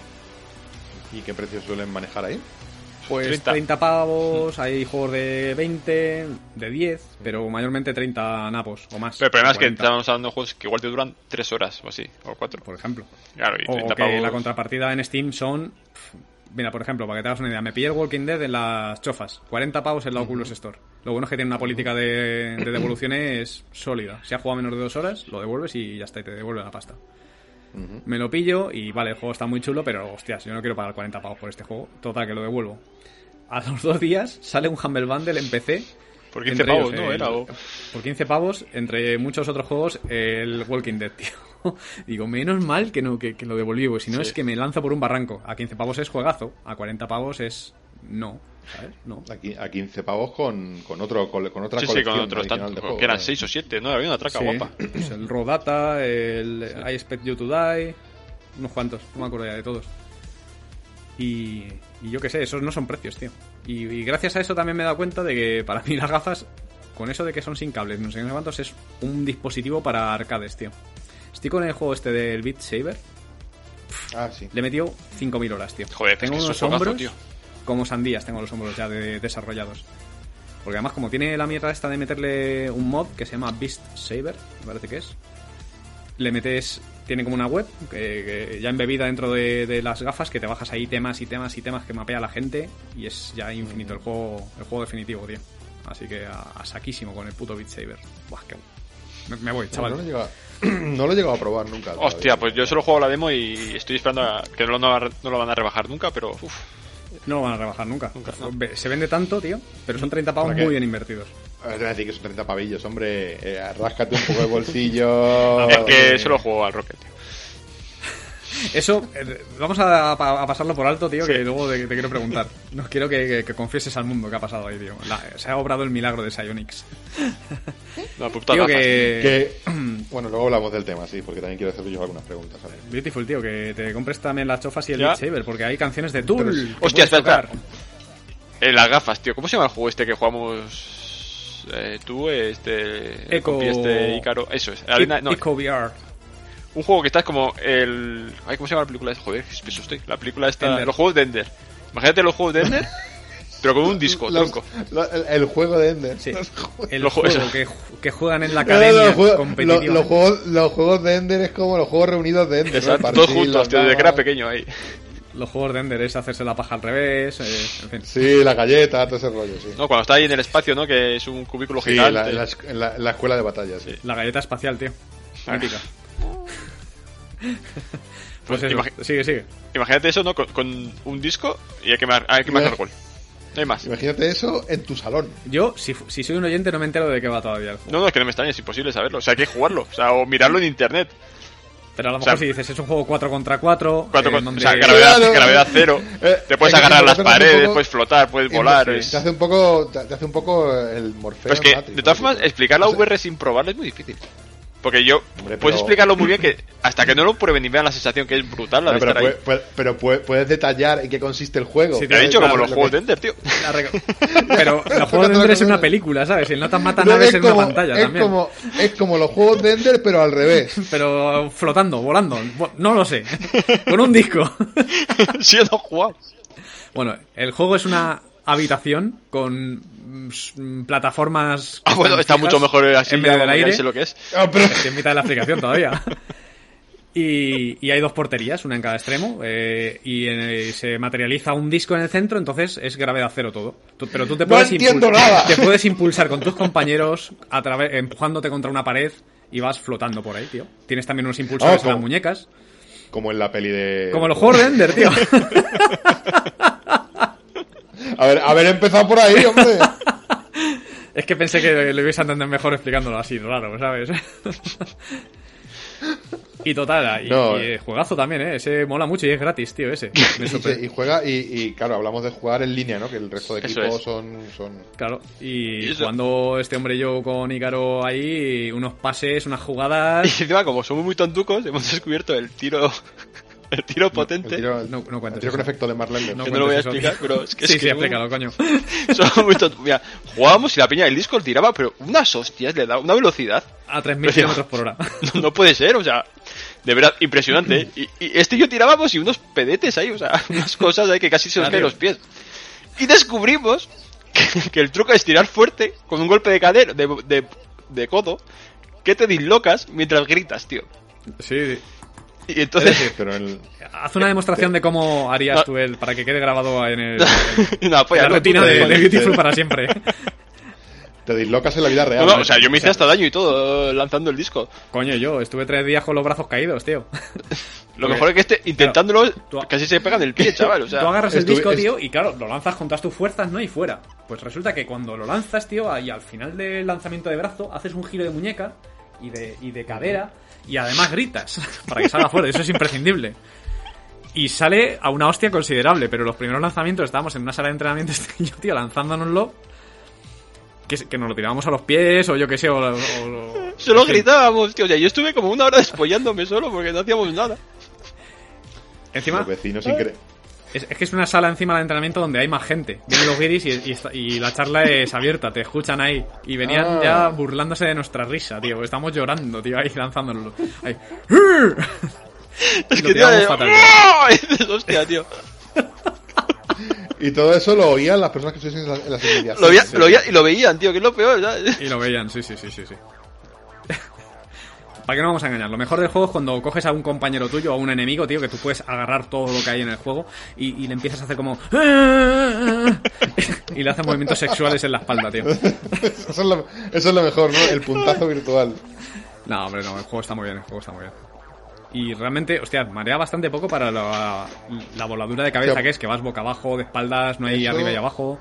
[SPEAKER 5] ¿Y qué precios suelen manejar ahí?
[SPEAKER 2] Pues 30,
[SPEAKER 4] 30.
[SPEAKER 2] pavos, hay juegos de 20, de 10, pero mayormente 30 napos o más.
[SPEAKER 4] Pero el problema es que
[SPEAKER 2] 40,
[SPEAKER 4] estamos hablando de juegos que igual te duran 3 horas o así, o 4.
[SPEAKER 2] Por ejemplo.
[SPEAKER 4] Claro, y
[SPEAKER 2] O
[SPEAKER 4] 30
[SPEAKER 2] que
[SPEAKER 4] pavos.
[SPEAKER 2] la contrapartida en Steam son. pf, Mira, por ejemplo, para que te hagas una idea, me pillé el Walking Dead en las chofas, 40 pavos en la Oculus Store. Lo bueno es que tiene una política de, de devoluciones sólida. Si has jugado menos de dos horas, lo devuelves y ya está, y te devuelve la pasta. Me lo pillo y vale, el juego está muy chulo, pero hostias, yo no quiero pagar 40 pavos por este juego. Total, que lo devuelvo. A los dos días sale un Humble Bundle en PC.
[SPEAKER 4] Por 15
[SPEAKER 2] Entre
[SPEAKER 4] pavos,
[SPEAKER 2] ellos, eh,
[SPEAKER 4] ¿no?
[SPEAKER 2] el-
[SPEAKER 4] Era, o-
[SPEAKER 2] Por 15 pavos, entre muchos otros juegos, el Walking Dead, tío. Digo, menos mal que no que, que lo devolví, porque si no
[SPEAKER 4] Sí.
[SPEAKER 2] es que me lanza por un barranco. A 15 pavos es juegazo, a 40 pavos es no, ¿sabes? No.
[SPEAKER 5] A, qui- a 15 pavos con, con, otro, con, con otra
[SPEAKER 4] Sí, sí,
[SPEAKER 5] colección.
[SPEAKER 4] con otros
[SPEAKER 5] adicional de
[SPEAKER 4] tantos.
[SPEAKER 5] juegos,
[SPEAKER 4] Que eran
[SPEAKER 5] ¿no?
[SPEAKER 4] 6 o 7, ¿no? Había una traca
[SPEAKER 2] eh. Sí.
[SPEAKER 4] guapa.
[SPEAKER 2] Pues el Rodata, el I Expect You to Die, unos cuantos, no me acuerdo ya de todos. Y, y yo qué sé, esos no son precios, tío. Y, y gracias a eso también me he dado cuenta de que para mí las gafas, con eso de que son sin cables, no sé qué cuántos, es un dispositivo para arcades, tío. Estoy con el juego este del Beat Saber,
[SPEAKER 5] Ah, sí.
[SPEAKER 2] le he metido 5.000 horas, tío.
[SPEAKER 4] Joder, es
[SPEAKER 2] tengo
[SPEAKER 4] que es un
[SPEAKER 2] unos
[SPEAKER 4] juegazo,
[SPEAKER 2] hombros
[SPEAKER 4] tío.
[SPEAKER 2] como sandías, tengo los hombros ya de- desarrollados. Porque además, como tiene la mierda esta de meterle un mod que se llama Beast Saber, me parece que es, le metes. Tiene como una web que, que ya embebida dentro de, de las gafas que te bajas ahí temas y temas y temas que mapea la gente y es ya infinito el juego, el juego definitivo, tío. Así que a, a saquísimo con el puto Beat Saber. Buah, qué bueno. Me, me voy,
[SPEAKER 5] No,
[SPEAKER 2] chaval.
[SPEAKER 5] no lo he llegado- no lo he llegado a probar nunca. todavía.
[SPEAKER 4] Hostia, pues yo solo juego la demo y estoy esperando a que no lo, no lo van a rebajar nunca, pero uff,
[SPEAKER 2] No lo van a rebajar nunca.
[SPEAKER 4] Nunca, no.
[SPEAKER 2] Ve- Se vende tanto, tío, pero son 30 pavos
[SPEAKER 5] ¿Para qué?
[SPEAKER 2] muy bien invertidos.
[SPEAKER 5] Ah, Te voy a decir que son 30 pavillos, hombre. Eh, ráscate un poco de
[SPEAKER 2] Ah,
[SPEAKER 5] bolsillo.
[SPEAKER 4] es que solo juego al Rocket, tío.
[SPEAKER 2] Eso, eh, vamos a, a pasarlo por alto, tío, que luego te, te quiero preguntar. No quiero que, que- que confieses al mundo qué ha pasado ahí, tío. La- se ha obrado el milagro de Psyonix.
[SPEAKER 4] No, puta
[SPEAKER 2] Tío,
[SPEAKER 4] gafas, tío.
[SPEAKER 2] que...
[SPEAKER 5] Que, bueno, luego hablamos del tema, sí, porque también quiero hacer yo algunas preguntas. a ver.
[SPEAKER 2] Beautiful, tío, que te compres también las chofas y el
[SPEAKER 4] Ya.
[SPEAKER 2] Beat Saber, porque hay canciones de Tool.
[SPEAKER 5] Pero
[SPEAKER 2] que
[SPEAKER 5] sí.
[SPEAKER 2] puedes
[SPEAKER 4] Hostia, espera,
[SPEAKER 2] tocar.
[SPEAKER 4] Eh, las gafas, tío. ¿Cómo se llama el juego este que jugamos eh, tú, este... el
[SPEAKER 2] Eco-
[SPEAKER 4] compi este Ícaro? Eso es. Arena- no,
[SPEAKER 2] Ico VR.
[SPEAKER 4] un juego que estás como el... Ay, ¿Cómo se llama la película? Joder, qué espeso estoy. La película está...
[SPEAKER 2] Ender.
[SPEAKER 4] Los juegos de Ender. Imagínate los juegos de Ender, pero con un disco,
[SPEAKER 5] Los-
[SPEAKER 4] tronco.
[SPEAKER 5] lo- el, el juego de Ender.
[SPEAKER 2] Sí.
[SPEAKER 5] Los juegos-
[SPEAKER 2] El
[SPEAKER 4] Los
[SPEAKER 2] juego
[SPEAKER 4] juegos-
[SPEAKER 2] que, ju- que juegan en la
[SPEAKER 5] No, no,
[SPEAKER 2] academia
[SPEAKER 5] los, juegos,
[SPEAKER 2] competitiva.
[SPEAKER 5] lo- los juegos, los juegos de Ender es como los juegos reunidos de Ender. ¿no?
[SPEAKER 4] Exacto,
[SPEAKER 5] El
[SPEAKER 4] todos
[SPEAKER 5] parchís,
[SPEAKER 4] juntos,
[SPEAKER 5] las
[SPEAKER 4] tío, desde que era
[SPEAKER 5] damas.
[SPEAKER 4] pequeño ahí.
[SPEAKER 2] Los juegos de Ender es hacerse la paja al revés, eh, en fin.
[SPEAKER 5] Sí, la galleta, todo ese rollo, sí.
[SPEAKER 4] No, cuando está ahí en el espacio, ¿no? Que es un cubículo
[SPEAKER 5] Sí,
[SPEAKER 4] gigante.
[SPEAKER 5] la- en la, es- en la- en la escuela de batalla, sí.
[SPEAKER 2] La galleta espacial, tío.
[SPEAKER 4] Ah,
[SPEAKER 2] Mítica. pues
[SPEAKER 4] Pues
[SPEAKER 2] eso,
[SPEAKER 4] imagi-
[SPEAKER 2] sigue, sigue.
[SPEAKER 4] Imagínate eso, ¿no? Con, con un disco y hay que, mar- hay que marcar gol. No hay más.
[SPEAKER 5] Imagínate eso en tu salón.
[SPEAKER 2] Yo, si, fu- si soy un oyente, no me entero de qué va todavía el juego.
[SPEAKER 4] No, no, es que no me extraña, es imposible saberlo. O sea, hay que jugarlo. O sea, o mirarlo en internet.
[SPEAKER 2] Pero a lo
[SPEAKER 4] O
[SPEAKER 2] mejor
[SPEAKER 4] sea,
[SPEAKER 2] si dices, es un juego 4 contra eh, 4,
[SPEAKER 4] Cuatro con-
[SPEAKER 2] donde
[SPEAKER 4] O sea, gravedad,
[SPEAKER 5] Eh, Claro.
[SPEAKER 4] gravedad cero.
[SPEAKER 5] Eh,
[SPEAKER 4] te puedes
[SPEAKER 5] hay que
[SPEAKER 4] agarrar las
[SPEAKER 5] hacer un
[SPEAKER 4] paredes,
[SPEAKER 5] poco-
[SPEAKER 4] puedes flotar, puedes volar. es-
[SPEAKER 5] Te hace un poco, te te hace un poco el morfeo.
[SPEAKER 4] Pero es
[SPEAKER 5] en
[SPEAKER 4] Pues que,
[SPEAKER 5] Matrix,
[SPEAKER 4] de todas
[SPEAKER 5] ¿no?
[SPEAKER 4] formas, explicar la
[SPEAKER 5] O sea,
[SPEAKER 4] VR sin probarla es muy difícil. Porque yo...
[SPEAKER 5] Hombre, pero-
[SPEAKER 4] Puedes explicarlo muy bien que hasta que no lo prueben y vean la sensación que es brutal la de
[SPEAKER 5] no, pero,
[SPEAKER 4] estar ahí.
[SPEAKER 5] puede- puede- pero puede- puedes detallar en qué consiste el juego.
[SPEAKER 2] Sí,
[SPEAKER 4] Te he dicho
[SPEAKER 5] Claro,
[SPEAKER 4] como los
[SPEAKER 5] lo
[SPEAKER 4] juegos
[SPEAKER 5] que-
[SPEAKER 4] de Ender, tío.
[SPEAKER 2] la rega- Pero los juegos de Ender es una película, ¿sabes? Y el Notas mata
[SPEAKER 5] No,
[SPEAKER 2] naves
[SPEAKER 5] es
[SPEAKER 2] en
[SPEAKER 5] como-
[SPEAKER 2] una pantalla
[SPEAKER 5] es
[SPEAKER 2] también.
[SPEAKER 5] Como, es como los juegos de Ender, pero al revés.
[SPEAKER 2] Pero flotando, volando, bu- no lo sé. Con un disco.
[SPEAKER 4] sí, lo he jugado.
[SPEAKER 2] bueno, el juego es una habitación con mm, s- mm, plataformas. que
[SPEAKER 4] Ah, bueno,
[SPEAKER 2] están
[SPEAKER 4] está
[SPEAKER 2] fijas
[SPEAKER 4] mucho mejor así.
[SPEAKER 2] En medio
[SPEAKER 4] ya
[SPEAKER 2] del
[SPEAKER 4] ya
[SPEAKER 2] aire.
[SPEAKER 4] sé lo que es.
[SPEAKER 5] Ah, pero-
[SPEAKER 2] Estoy en mitad de la explicación todavía. Y, y hay dos porterías, una en cada extremo, eh, y en- se materializa un disco en el centro, entonces es gravedad cero todo. Tú- pero tú te
[SPEAKER 5] No
[SPEAKER 2] puedes
[SPEAKER 5] entiendo
[SPEAKER 2] impul-
[SPEAKER 5] nada.
[SPEAKER 2] Te puedes impulsar con tus compañeros a través empujándote contra una pared y vas flotando por ahí, tío. Tienes también unos impulsores
[SPEAKER 5] Ah,
[SPEAKER 2] en las
[SPEAKER 5] como-
[SPEAKER 2] muñecas,
[SPEAKER 5] Como en la peli de.
[SPEAKER 2] como los juegos de Ender, tío.
[SPEAKER 5] A ver, haber empezado por ahí, hombre.
[SPEAKER 2] Es que pensé que lo ibais a entender mejor explicándolo así, raro, ¿sabes? Y total, y,
[SPEAKER 5] No,
[SPEAKER 2] y,
[SPEAKER 5] eh.
[SPEAKER 2] eh, juegazo también, ¿eh? Ese mola mucho y es gratis, tío, ese. Me
[SPEAKER 5] Y,
[SPEAKER 2] sorprende.
[SPEAKER 5] se- y juega, y, y, claro, hablamos de jugar en línea, ¿no? Que el resto de
[SPEAKER 4] Eso
[SPEAKER 5] equipos
[SPEAKER 4] es.
[SPEAKER 5] son, son.
[SPEAKER 2] Claro, y
[SPEAKER 4] Y eso-
[SPEAKER 2] cuando este hombre y yo con Ícaro ahí, unos pases, unas jugadas.
[SPEAKER 4] Y encima, como somos muy tontucos, hemos descubierto el tiro. El tiro potente.
[SPEAKER 5] El tiro,
[SPEAKER 2] No- no
[SPEAKER 5] el
[SPEAKER 2] cuentes
[SPEAKER 5] tiro con
[SPEAKER 2] eso.
[SPEAKER 5] efecto de Marlene.
[SPEAKER 4] que no lo voy a
[SPEAKER 2] cuentes eso,
[SPEAKER 4] explicar,
[SPEAKER 2] tío.
[SPEAKER 4] pero es que-
[SPEAKER 2] sí,
[SPEAKER 4] es
[SPEAKER 2] sí,
[SPEAKER 4] que no-
[SPEAKER 2] explícalo, coño.
[SPEAKER 4] Somos muy tontos. Mira, jugábamos y la piña del Discord tiraba, pero unas hostias, le daba una velocidad.
[SPEAKER 2] A
[SPEAKER 4] Pero
[SPEAKER 2] 3.000
[SPEAKER 4] digo,
[SPEAKER 2] kilómetros por hora.
[SPEAKER 4] No, no puede ser, o sea, de verdad, impresionante. ¿eh? Y, y este y yo tirábamos y unos pedetes ahí, o sea, unas cosas ahí que casi se nos
[SPEAKER 2] Claro.
[SPEAKER 4] caen los pies. Y descubrimos que, que el truco es tirar fuerte con un golpe de cadera, de, de, de codo, que te dislocas mientras gritas, tío.
[SPEAKER 2] Sí,
[SPEAKER 4] Y entonces...
[SPEAKER 5] Pero en el-
[SPEAKER 2] haz una demostración de cómo harías
[SPEAKER 4] No.
[SPEAKER 2] tú el, para que quede grabado en el. en
[SPEAKER 4] Una polla,
[SPEAKER 2] la
[SPEAKER 4] ¿no?
[SPEAKER 2] retina
[SPEAKER 5] puta
[SPEAKER 2] de,
[SPEAKER 5] madre.
[SPEAKER 2] de Beautiful para siempre.
[SPEAKER 5] te dislocas en la vida
[SPEAKER 4] No,
[SPEAKER 5] real.
[SPEAKER 4] no,
[SPEAKER 5] ¿no?
[SPEAKER 4] o sea, yo me hice hasta daño y todo eh, lanzando el disco.
[SPEAKER 2] Coño, yo estuve tres días con los brazos caídos, tío.
[SPEAKER 4] Lo
[SPEAKER 2] Porque-
[SPEAKER 4] mejor es que este, intentándolo,
[SPEAKER 2] tú-
[SPEAKER 4] casi se pegan el pie, chaval. O sea,
[SPEAKER 2] Tú agarras el
[SPEAKER 5] estuve-
[SPEAKER 2] disco,
[SPEAKER 5] est-
[SPEAKER 2] tío, y claro, lo lanzas con todas tus fuerzas, ¿no? Y fuera. Pues resulta que cuando lo lanzas, tío, ahí al final del lanzamiento de brazo, haces un giro de muñeca y de, y de cadera, y además gritas para que salga fuera. Eso es imprescindible. Y sale a una hostia considerable, pero los primeros lanzamientos estábamos en una sala de entrenamiento, este y yo, tío, lanzándonoslo. Que, se- que nos lo tirábamos a los pies, o yo qué sé, o. o- o-
[SPEAKER 4] Solo
[SPEAKER 2] en fin.
[SPEAKER 4] gritábamos, tío. O sea, yo estuve como una hora despollándome solo porque no hacíamos nada.
[SPEAKER 2] Encima,
[SPEAKER 5] Los vecinos sin querer.
[SPEAKER 2] Es, es que es una sala encima de entrenamiento donde hay más gente. Vienen los guiris y, y está- y la charla es abierta, te escuchan ahí. Y venían
[SPEAKER 5] Ah.
[SPEAKER 2] ya burlándose de nuestra risa, tío. Estamos llorando, tío, ahí lanzándonos. Ahí.
[SPEAKER 4] Es
[SPEAKER 2] Lo
[SPEAKER 4] que, tío,
[SPEAKER 2] tirábamos
[SPEAKER 4] eh,
[SPEAKER 2] fatal,
[SPEAKER 4] ¡oh! Y dices, hostia, tío.
[SPEAKER 5] Y todo eso lo oían las personas que estuviesen en la- en las inmediaciones.
[SPEAKER 4] Lo, veía- lo veía- y lo veían, tío, que es lo peor, ¿sabes?
[SPEAKER 2] Y lo veían, sí, sí, sí, sí, sí. ¿Para qué no vamos a engañar? Lo mejor del juego es cuando coges a un compañero tuyo o a un enemigo, tío, que tú puedes agarrar todo lo que hay en el juego y, y le empiezas a hacer como... y le haces movimientos sexuales en la espalda, tío.
[SPEAKER 5] eso, es lo, eso es lo mejor, ¿no? El puntazo virtual.
[SPEAKER 2] No, hombre, no, el juego está muy bien, el juego está muy bien. Y realmente, hostia, marea bastante poco para la, la voladura de cabeza
[SPEAKER 5] Tío.
[SPEAKER 2] que es, que vas boca abajo, de espaldas, no hay
[SPEAKER 5] Eso-
[SPEAKER 2] arriba y abajo.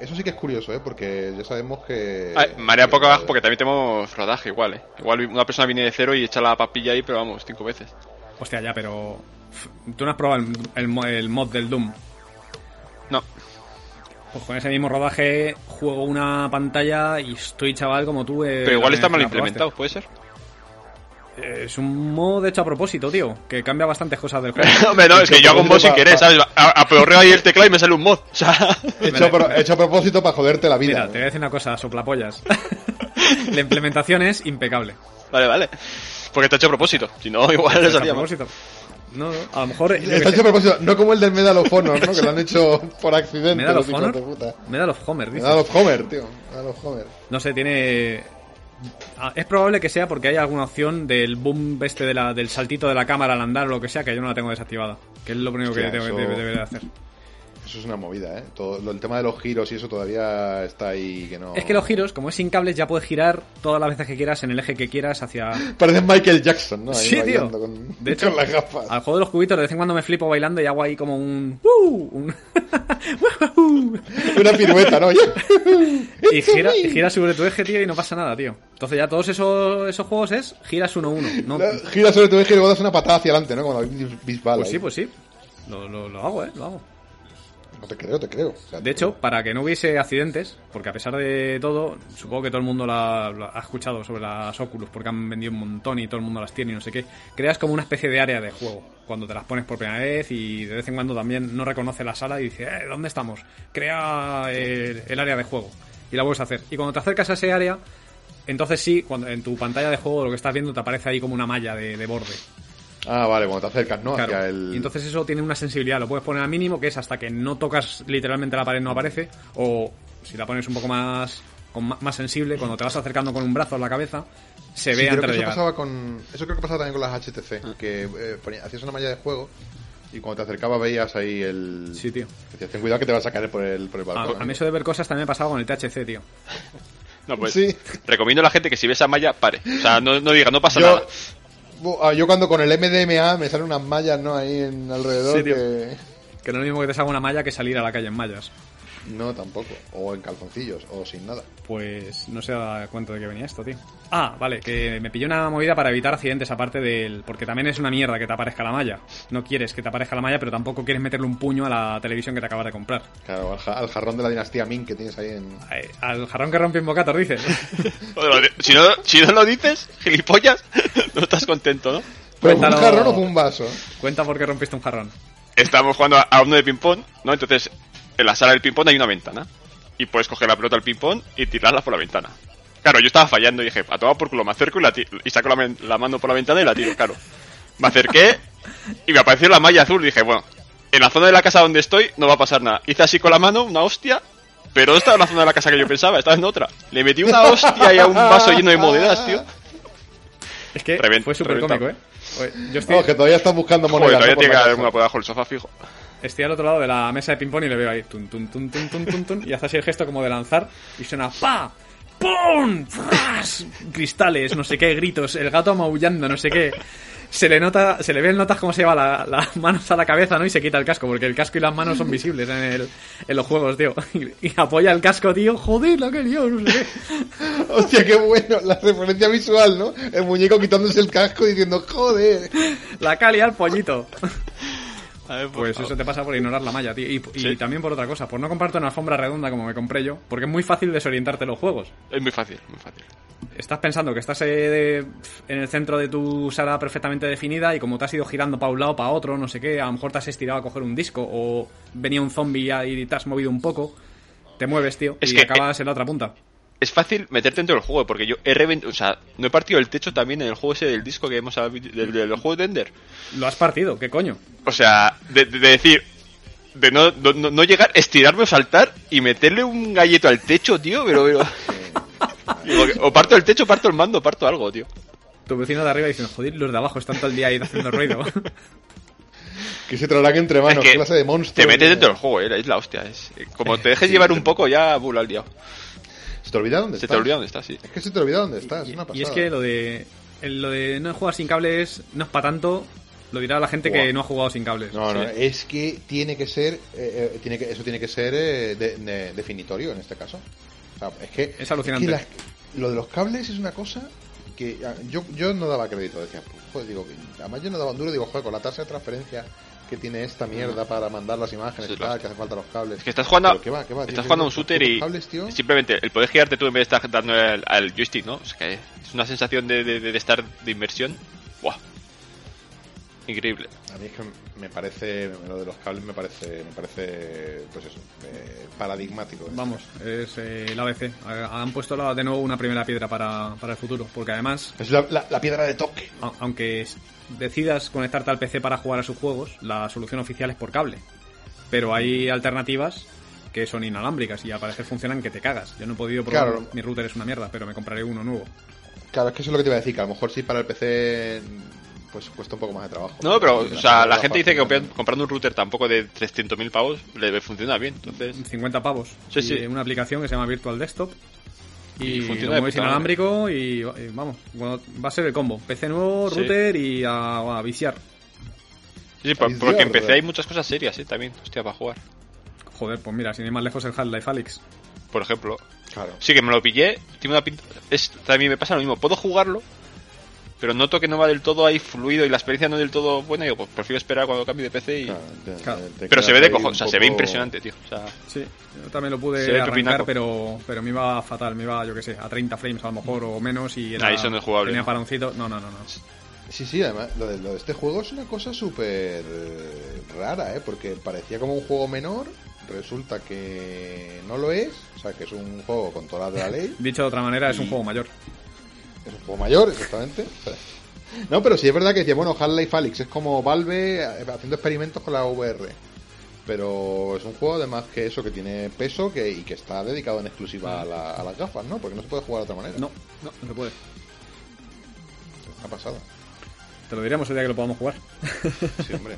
[SPEAKER 5] Eso sí que es curioso, ¿eh? Porque ya sabemos que.
[SPEAKER 4] Ay, Ah, marea
[SPEAKER 5] que-
[SPEAKER 4] poco abajo porque también tenemos rodaje igual, ¿eh? Igual una persona viene de cero y echa la papilla ahí, pero vamos, cinco veces.
[SPEAKER 2] Hostia, ya, pero... pff, Tú no has probado el, el mo- el mod del Doom.
[SPEAKER 4] No.
[SPEAKER 2] Pues con ese mismo rodaje juego una pantalla y estoy chaval como tú. eh,
[SPEAKER 4] Pero igual
[SPEAKER 2] la
[SPEAKER 4] está mal
[SPEAKER 2] primera vez que la
[SPEAKER 4] implementado, ¿puede ser?
[SPEAKER 2] probaste. Eh, Es un mod hecho a propósito, tío, que cambia bastantes cosas del juego.
[SPEAKER 4] Hombre, no, es que yo hago un mod sin
[SPEAKER 5] Pa-
[SPEAKER 4] querer,
[SPEAKER 5] pa-
[SPEAKER 4] ¿sabes? A- Apeorreo ahí el teclado y me sale un mod. O sea,
[SPEAKER 5] Hecho, a pro- hecho a propósito para joderte la vida.
[SPEAKER 2] Mira, te voy a decir una cosa, soplapollas. la implementación es impecable.
[SPEAKER 4] vale, vale. Porque está hecho a propósito. Si no, igual le
[SPEAKER 2] Pues a
[SPEAKER 4] salíamos.
[SPEAKER 2] propósito. No, no, a lo mejor. yo
[SPEAKER 5] ¿no?
[SPEAKER 2] qué
[SPEAKER 5] Está hecho
[SPEAKER 2] sé,
[SPEAKER 5] a propósito, no como el del Medal of Honor, ¿no? Que lo han hecho por accidente.
[SPEAKER 2] Medal
[SPEAKER 5] los
[SPEAKER 2] of
[SPEAKER 5] hijos
[SPEAKER 2] Honor.
[SPEAKER 5] de puta.
[SPEAKER 2] Medal of Homer, dice.
[SPEAKER 5] Medal of Homer, tío. Medal of Homer.
[SPEAKER 2] No sé, tiene. Ah, Es probable que sea porque hay alguna opción del boom este de la, del saltito de la cámara al andar o lo que sea que yo no la tengo desactivada. Que es lo primero que
[SPEAKER 5] Hostia,
[SPEAKER 2] tengo-
[SPEAKER 5] eso-
[SPEAKER 2] debe- debería hacer.
[SPEAKER 5] Eso es una movida, ¿eh? Todo, lo- el tema de los giros y eso todavía está ahí que no...
[SPEAKER 2] Es que los giros, como es sin cables, ya puedes girar todas las veces que quieras en el eje que quieras hacia.
[SPEAKER 5] Pareces Michael Jackson, ¿no? Ahí
[SPEAKER 2] Sí, tío.
[SPEAKER 5] bailando Con,
[SPEAKER 2] De hecho,
[SPEAKER 5] con las gafas.
[SPEAKER 2] Al juego de los cubitos, de vez en cuando me flipo bailando y hago ahí como un. ¡Uh! un- ¡Wahoo!
[SPEAKER 5] Una pirueta, ¿no?
[SPEAKER 2] y, gira, y gira sobre tu eje, tío, y no pasa nada, tío. Entonces ya todos esos, esos juegos es giras 1-1. No,
[SPEAKER 5] La- Gira sobre tu eje y luego das una patada hacia adelante, ¿no? Como la bisbal.
[SPEAKER 2] Pues
[SPEAKER 5] ahí.
[SPEAKER 2] sí, pues sí. Lo, lo- lo hago, ¿eh? Lo hago.
[SPEAKER 5] No te creo, te creo. O sea,
[SPEAKER 2] De hecho, para que no hubiese accidentes, porque a pesar de todo, supongo que todo el mundo la, la ha escuchado sobre las Oculus, porque han vendido un montón y todo el mundo las tiene y no sé qué, creas como una especie de área de juego cuando te las pones por primera vez y de vez en cuando también no reconoce la sala y dice, "Eh, ¿dónde estamos? Crea eh, el, el área de juego y la vuelves a hacer. Y cuando te acercas a ese área, entonces sí, cuando, en tu pantalla de juego lo que estás viendo te aparece ahí como una malla de- de borde.
[SPEAKER 5] Ah, vale, cuando te acercas, ¿no?
[SPEAKER 2] Claro.
[SPEAKER 5] Hacia el...
[SPEAKER 2] Y entonces eso tiene una sensibilidad, lo puedes poner al mínimo, que es hasta que no tocas literalmente la pared no aparece, o si la pones un poco más con ma- más sensible, cuando te vas acercando con un brazo a la cabeza, se
[SPEAKER 5] Sí,
[SPEAKER 2] ve
[SPEAKER 5] creo
[SPEAKER 2] antes
[SPEAKER 5] que
[SPEAKER 2] de
[SPEAKER 5] eso
[SPEAKER 2] llegar.
[SPEAKER 5] pasaba con eso creo que pasaba también con las
[SPEAKER 2] Ah.
[SPEAKER 5] HTC que eh, ponía- hacías una malla de juego y cuando te acercabas veías ahí el
[SPEAKER 2] Sí, tío. Ah,
[SPEAKER 5] decías ten cuidado que te vas a caer por el por el balcón
[SPEAKER 2] A, a mí eso de ver cosas también me pasaba con el THC, tío.
[SPEAKER 4] No, pues.
[SPEAKER 5] Sí.
[SPEAKER 4] Recomiendo a la gente que si ve esa malla, pare. O sea, no, no diga, no pasa
[SPEAKER 5] yo
[SPEAKER 4] nada.
[SPEAKER 5] Bu- ah, yo cuando con el MDMA me salen unas mallas no ahí en alrededor
[SPEAKER 2] Sí, tío.
[SPEAKER 5] que-
[SPEAKER 2] Que no es lo mismo que te salga una malla que salir a la calle en mallas.
[SPEAKER 5] No, tampoco. O en calzoncillos, o sin nada.
[SPEAKER 2] Pues no sé a cuánto de que venía esto, tío. Ah, vale, que me pilló una movida para evitar accidentes aparte del... Porque también es una mierda que te aparezca la malla. No quieres que te aparezca la malla, pero tampoco quieres meterle un puño a la televisión que te acabas de comprar.
[SPEAKER 5] Claro, al, ja- al jarrón de la dinastía Ming que tienes ahí en.
[SPEAKER 2] Ay, Al jarrón que rompe en bocatos, dices.
[SPEAKER 4] Joder, Si no, si no lo dices, gilipollas, no estás contento, ¿no?
[SPEAKER 5] Pero fue un
[SPEAKER 2] Cuéntalo.
[SPEAKER 5] jarrón o fue un vaso.
[SPEAKER 2] Cuenta por qué rompiste un jarrón.
[SPEAKER 4] Estamos jugando a- a uno de ping-pong, ¿no? Entonces, en la sala del ping-pong hay una ventana. Y puedes coger la pelota al ping-pong y tirarla por la ventana. Claro, yo estaba fallando y dije, a tomar por culo, me acerco y, la ti- y saco la, men- la mano por la ventana y la tiro, claro. Me acerqué y me apareció la malla azul. Dije, bueno, en la zona de la casa donde estoy no va a pasar nada. Hice así con la mano, una hostia, pero no estaba en la zona de la casa que yo pensaba, estaba en otra. Le metí una hostia y a un vaso lleno de monedas, tío.
[SPEAKER 2] Es que
[SPEAKER 4] Revent-
[SPEAKER 2] fue súper cómico, ¿eh?
[SPEAKER 4] reventado.
[SPEAKER 2] Oye, Yo estoy,
[SPEAKER 5] No, que todavía están buscando
[SPEAKER 4] Joder,
[SPEAKER 5] monedas.
[SPEAKER 4] todavía
[SPEAKER 5] ¿no? por
[SPEAKER 4] tiene que
[SPEAKER 5] la
[SPEAKER 4] haber
[SPEAKER 5] casa.
[SPEAKER 4] una por debajo del sofá fijo.
[SPEAKER 2] estoy al otro lado de la mesa de ping-pong y le veo ahí. Tun, tun, tun, tun, tun, tun, tun, y hace así el gesto como de lanzar y suena ¡Pa! ¡Pum! ¡Fras! Cristales, no sé qué, gritos, el gato maullando, no sé qué. Se le nota, se le ven notas cómo se lleva la- las manos a la cabeza, ¿no? Y se quita el casco, porque el casco y las manos son visibles en, el, en los juegos, tío. Y, y apoya el casco, tío. Joder, lo que lío, no sé qué.
[SPEAKER 5] Hostia, qué bueno. La referencia visual, ¿no? El muñeco quitándose el casco y diciendo, joder.
[SPEAKER 2] La cali al pollito.
[SPEAKER 4] A ver, por
[SPEAKER 2] Pues
[SPEAKER 4] favor.
[SPEAKER 2] eso te pasa por ignorar la malla, tío. Y, y
[SPEAKER 4] Sí.
[SPEAKER 2] también por otra cosa, por no comprarte una alfombra redonda como me compré yo, porque es muy fácil desorientarte los juegos.
[SPEAKER 4] Es muy fácil, muy fácil.
[SPEAKER 2] Estás pensando que estás eh, de- en el centro de tu sala perfectamente definida y como te has ido girando para un lado, para otro, no sé qué, a lo mejor te has estirado a coger un disco o venía un zombie y te has movido un poco, te mueves, tío,
[SPEAKER 4] Es
[SPEAKER 2] y
[SPEAKER 4] que- eh,
[SPEAKER 2] acabas en la otra punta.
[SPEAKER 4] es fácil meterte dentro del juego, porque yo he reventado, o sea, no he partido el techo también en el juego ese del disco que hemos habi- del, del juego de Ender.
[SPEAKER 2] Lo has partido, ¿qué coño?
[SPEAKER 4] O sea, de, de- de decir, de no, no- no- no llegar, estirarme o saltar y meterle un galleto al techo, tío, pero... pero- Digo que- o parto el techo, parto el mando, parto algo, tío.
[SPEAKER 2] Tu vecino de arriba diciendo, joder, los de abajo están todo el día ahí haciendo ruido.
[SPEAKER 5] Que se traerán entre manos.
[SPEAKER 4] Es que
[SPEAKER 5] qué clase de monstruo.
[SPEAKER 4] te metes
[SPEAKER 5] tío.
[SPEAKER 4] dentro del juego, eh, es la hostia. Es, como te dejes llevar un poco, ya bula el día.
[SPEAKER 5] Se te olvida dónde
[SPEAKER 4] Se
[SPEAKER 5] estás.
[SPEAKER 4] te olvida dónde estás, sí.
[SPEAKER 5] Es que se te olvida dónde estás.
[SPEAKER 2] Y-
[SPEAKER 5] Es una
[SPEAKER 2] y
[SPEAKER 5] pasada.
[SPEAKER 2] es que lo de, el- lo de no jugar sin cables no es para tanto, lo dirá la gente que
[SPEAKER 5] Buah.
[SPEAKER 2] no ha jugado sin cables.
[SPEAKER 5] No, eh. no,
[SPEAKER 4] Sí.
[SPEAKER 5] es que tiene que ser, eh, eh, tiene que, eso tiene que ser eh, de- de- definitorio en este caso. O sea, es que
[SPEAKER 2] Es alucinante.
[SPEAKER 5] que las- lo de los cables es una cosa que ah, yo, yo no daba crédito, decía, pues, joder, digo, además yo no daba un duro, digo, joder, con la tasa de transferencia que tiene esta mierda para mandar las imágenes
[SPEAKER 4] Sí,
[SPEAKER 5] y tal,
[SPEAKER 4] claro.
[SPEAKER 5] que hace falta los cables.
[SPEAKER 4] Es que estás jugando,
[SPEAKER 5] Pero qué va, qué va, tío,
[SPEAKER 4] estás
[SPEAKER 5] yo
[SPEAKER 4] jugando a
[SPEAKER 5] no-
[SPEAKER 4] un shooter y
[SPEAKER 5] los cables, tío.
[SPEAKER 4] simplemente el poder girarte tú en vez de estar dando al, al joystick, ¿no? O sea que es una sensación de, de- de estar de inversión. ¡Buah! Increíble.
[SPEAKER 5] A mí es que me parece, lo de los cables me parece, me parece, pues eso, eh, paradigmático.
[SPEAKER 2] Vamos, es eh, el ABC. Ha- Han puesto la- de nuevo una primera piedra para, para el futuro, porque además,
[SPEAKER 5] Es la- la- la piedra de toque.
[SPEAKER 2] a- aunque s- decidas conectarte al PC para jugar a sus juegos, la solución oficial es por cable. Pero hay alternativas que son inalámbricas y al parecer funcionan que te cagas. Yo no he podido probar,
[SPEAKER 5] Claro.
[SPEAKER 2] mi router es una mierda, pero me compraré uno nuevo.
[SPEAKER 5] Claro, es que eso es lo que te iba a decir, que a lo mejor sí para el PC pues cuesta un poco más de trabajo.
[SPEAKER 4] No, pero, o sea, la gente dice que
[SPEAKER 5] Fácil,
[SPEAKER 4] comp- comprando un router tampoco de 300.000 pavos le funciona bien, entonces.
[SPEAKER 2] 50 pavos.
[SPEAKER 4] Sí,
[SPEAKER 2] y
[SPEAKER 4] sí.
[SPEAKER 2] una aplicación que se llama Virtual Desktop.
[SPEAKER 4] Y
[SPEAKER 2] Y,
[SPEAKER 4] funciona
[SPEAKER 2] lo
[SPEAKER 4] de
[SPEAKER 2] mueves
[SPEAKER 4] puta madre.
[SPEAKER 2] inalámbrico y, y vamos, bueno, va a ser el combo. PC nuevo,
[SPEAKER 4] Sí.
[SPEAKER 2] router y a, a viciar.
[SPEAKER 4] Sí, sí, por,
[SPEAKER 5] Ay,
[SPEAKER 4] por lo que
[SPEAKER 5] Dios,
[SPEAKER 4] empecé
[SPEAKER 5] ¿verdad?
[SPEAKER 4] hay muchas cosas serias, ¿eh? También, hostia, para jugar.
[SPEAKER 2] Joder, pues mira, sin ir más lejos el Half-Life Alyx.
[SPEAKER 4] Por ejemplo.
[SPEAKER 5] Claro.
[SPEAKER 4] Sí, que me lo pillé, tiene una pinta. Es, también me pasa lo mismo, puedo jugarlo, pero noto que no va del todo ahí fluido y la experiencia no es del todo buena. y Digo, pues prefiero esperar cuando cambie de PC y.
[SPEAKER 5] claro, te-
[SPEAKER 2] Claro.
[SPEAKER 5] te
[SPEAKER 4] Pero
[SPEAKER 5] quedas
[SPEAKER 4] se ve de
[SPEAKER 5] ahí un
[SPEAKER 4] cojones, o sea, se ve
[SPEAKER 5] poco-
[SPEAKER 4] impresionante, tío. O sea,
[SPEAKER 2] Sí, yo también lo pude
[SPEAKER 4] Se ve
[SPEAKER 2] arrancar,
[SPEAKER 4] pepinaco.
[SPEAKER 2] pero, pero me iba fatal, me iba, yo que sé, a 30 frames a lo mejor o menos y era,
[SPEAKER 4] Ah, eso no es jugable,
[SPEAKER 2] tenía
[SPEAKER 4] ¿no?
[SPEAKER 2] paroncito. No, no, no, no.
[SPEAKER 5] Sí, sí, además lo de, lo de este juego es una cosa súper eh, rara, ¿eh? Porque parecía como un juego menor, resulta que no lo es, o sea, que es un juego con todas las de la ley.
[SPEAKER 2] Dicho de otra manera, es un
[SPEAKER 5] Y-
[SPEAKER 2] juego mayor.
[SPEAKER 5] Es un juego mayor, exactamente. No, pero sí es verdad que decía, bueno, Half-Life Alyx es como Valve eh, haciendo experimentos con la VR. Pero es un juego además que eso, que tiene peso que, y que está dedicado en exclusiva a, la- a las gafas, ¿no? Porque no se puede jugar de otra manera.
[SPEAKER 2] No, no, no se puede.
[SPEAKER 5] Ha pasado.
[SPEAKER 2] Te lo diremos el día que lo podamos jugar.
[SPEAKER 5] Sí, hombre.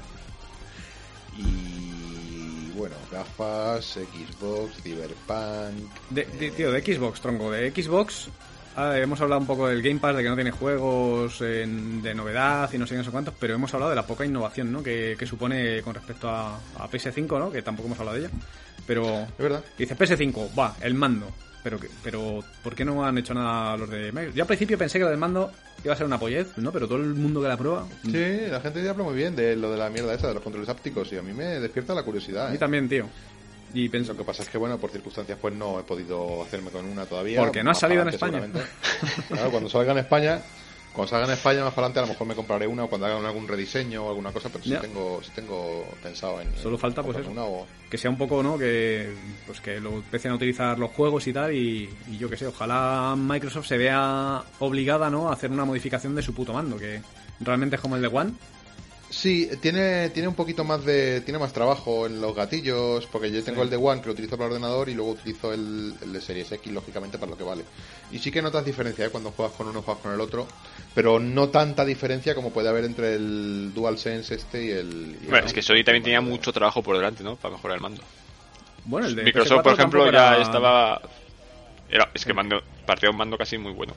[SPEAKER 5] y bueno, gafas, Xbox, Cyberpunk.
[SPEAKER 2] De, de- tío, de Xbox, tronco, de Xbox ah, hemos hablado un poco del Game Pass, de que no tiene juegos en- de novedad y no sé qué, no sé cuántos, pero hemos hablado de la poca innovación ¿no? que, que supone con respecto a, a PS5, ¿no? que tampoco hemos hablado de ella. Pero
[SPEAKER 5] Es verdad.
[SPEAKER 2] dice PS5, va, el mando. Pero, que- pero ¿por qué no han hecho nada los de Microsoft? Yo al principio pensé que lo del mando iba a ser una pollez, ¿no? Pero todo el mundo que la prueba...
[SPEAKER 5] Sí, la gente ya habla muy bien de lo de la mierda esa, de los controles ápticos, y a mí me despierta la curiosidad.
[SPEAKER 2] A
[SPEAKER 5] ¿eh?
[SPEAKER 2] mí también, tío. Y pienso
[SPEAKER 5] Lo que pasa es que, bueno, por circunstancias, pues no he podido hacerme con una todavía.
[SPEAKER 2] Porque no ha
[SPEAKER 5] Más
[SPEAKER 2] salido en
[SPEAKER 5] pa'lante,
[SPEAKER 2] España.
[SPEAKER 5] seguramente. Claro, cuando salga en España, cuando salga en España más para adelante, a lo mejor me compraré una o cuando hagan algún rediseño o alguna cosa, pero sí,
[SPEAKER 2] Ya.
[SPEAKER 5] tengo, sí tengo pensado en.
[SPEAKER 2] Solo
[SPEAKER 5] en
[SPEAKER 2] falta, pues,
[SPEAKER 5] comprarme
[SPEAKER 2] eso.
[SPEAKER 5] Una o...
[SPEAKER 2] que sea un poco, ¿no? Que pues que lo empiecen a utilizar los juegos y tal y, y yo qué sé, ojalá Microsoft se vea obligada, ¿no? A hacer una modificación de su puto mando, que realmente es como el de One.
[SPEAKER 5] Sí, tiene, tiene un poquito más de. Tiene más trabajo en los gatillos, porque yo tengo el de One que lo utilizo para el ordenador y luego utilizo el, el de Series X, lógicamente, para lo que vale. Y sí que notas diferencia ¿eh? cuando juegas con uno juegas con el otro, pero no tanta diferencia como puede haber entre el DualSense este y el. y el-
[SPEAKER 4] Bueno, es que Sony también tenía mucho trabajo por delante, ¿no? Para mejorar el mando.
[SPEAKER 2] Bueno, el de
[SPEAKER 4] Microsoft, por
[SPEAKER 2] PS4 tampoco
[SPEAKER 4] ejemplo,
[SPEAKER 2] era-
[SPEAKER 4] ya estaba. Era, es que mando, partía un mando casi muy bueno.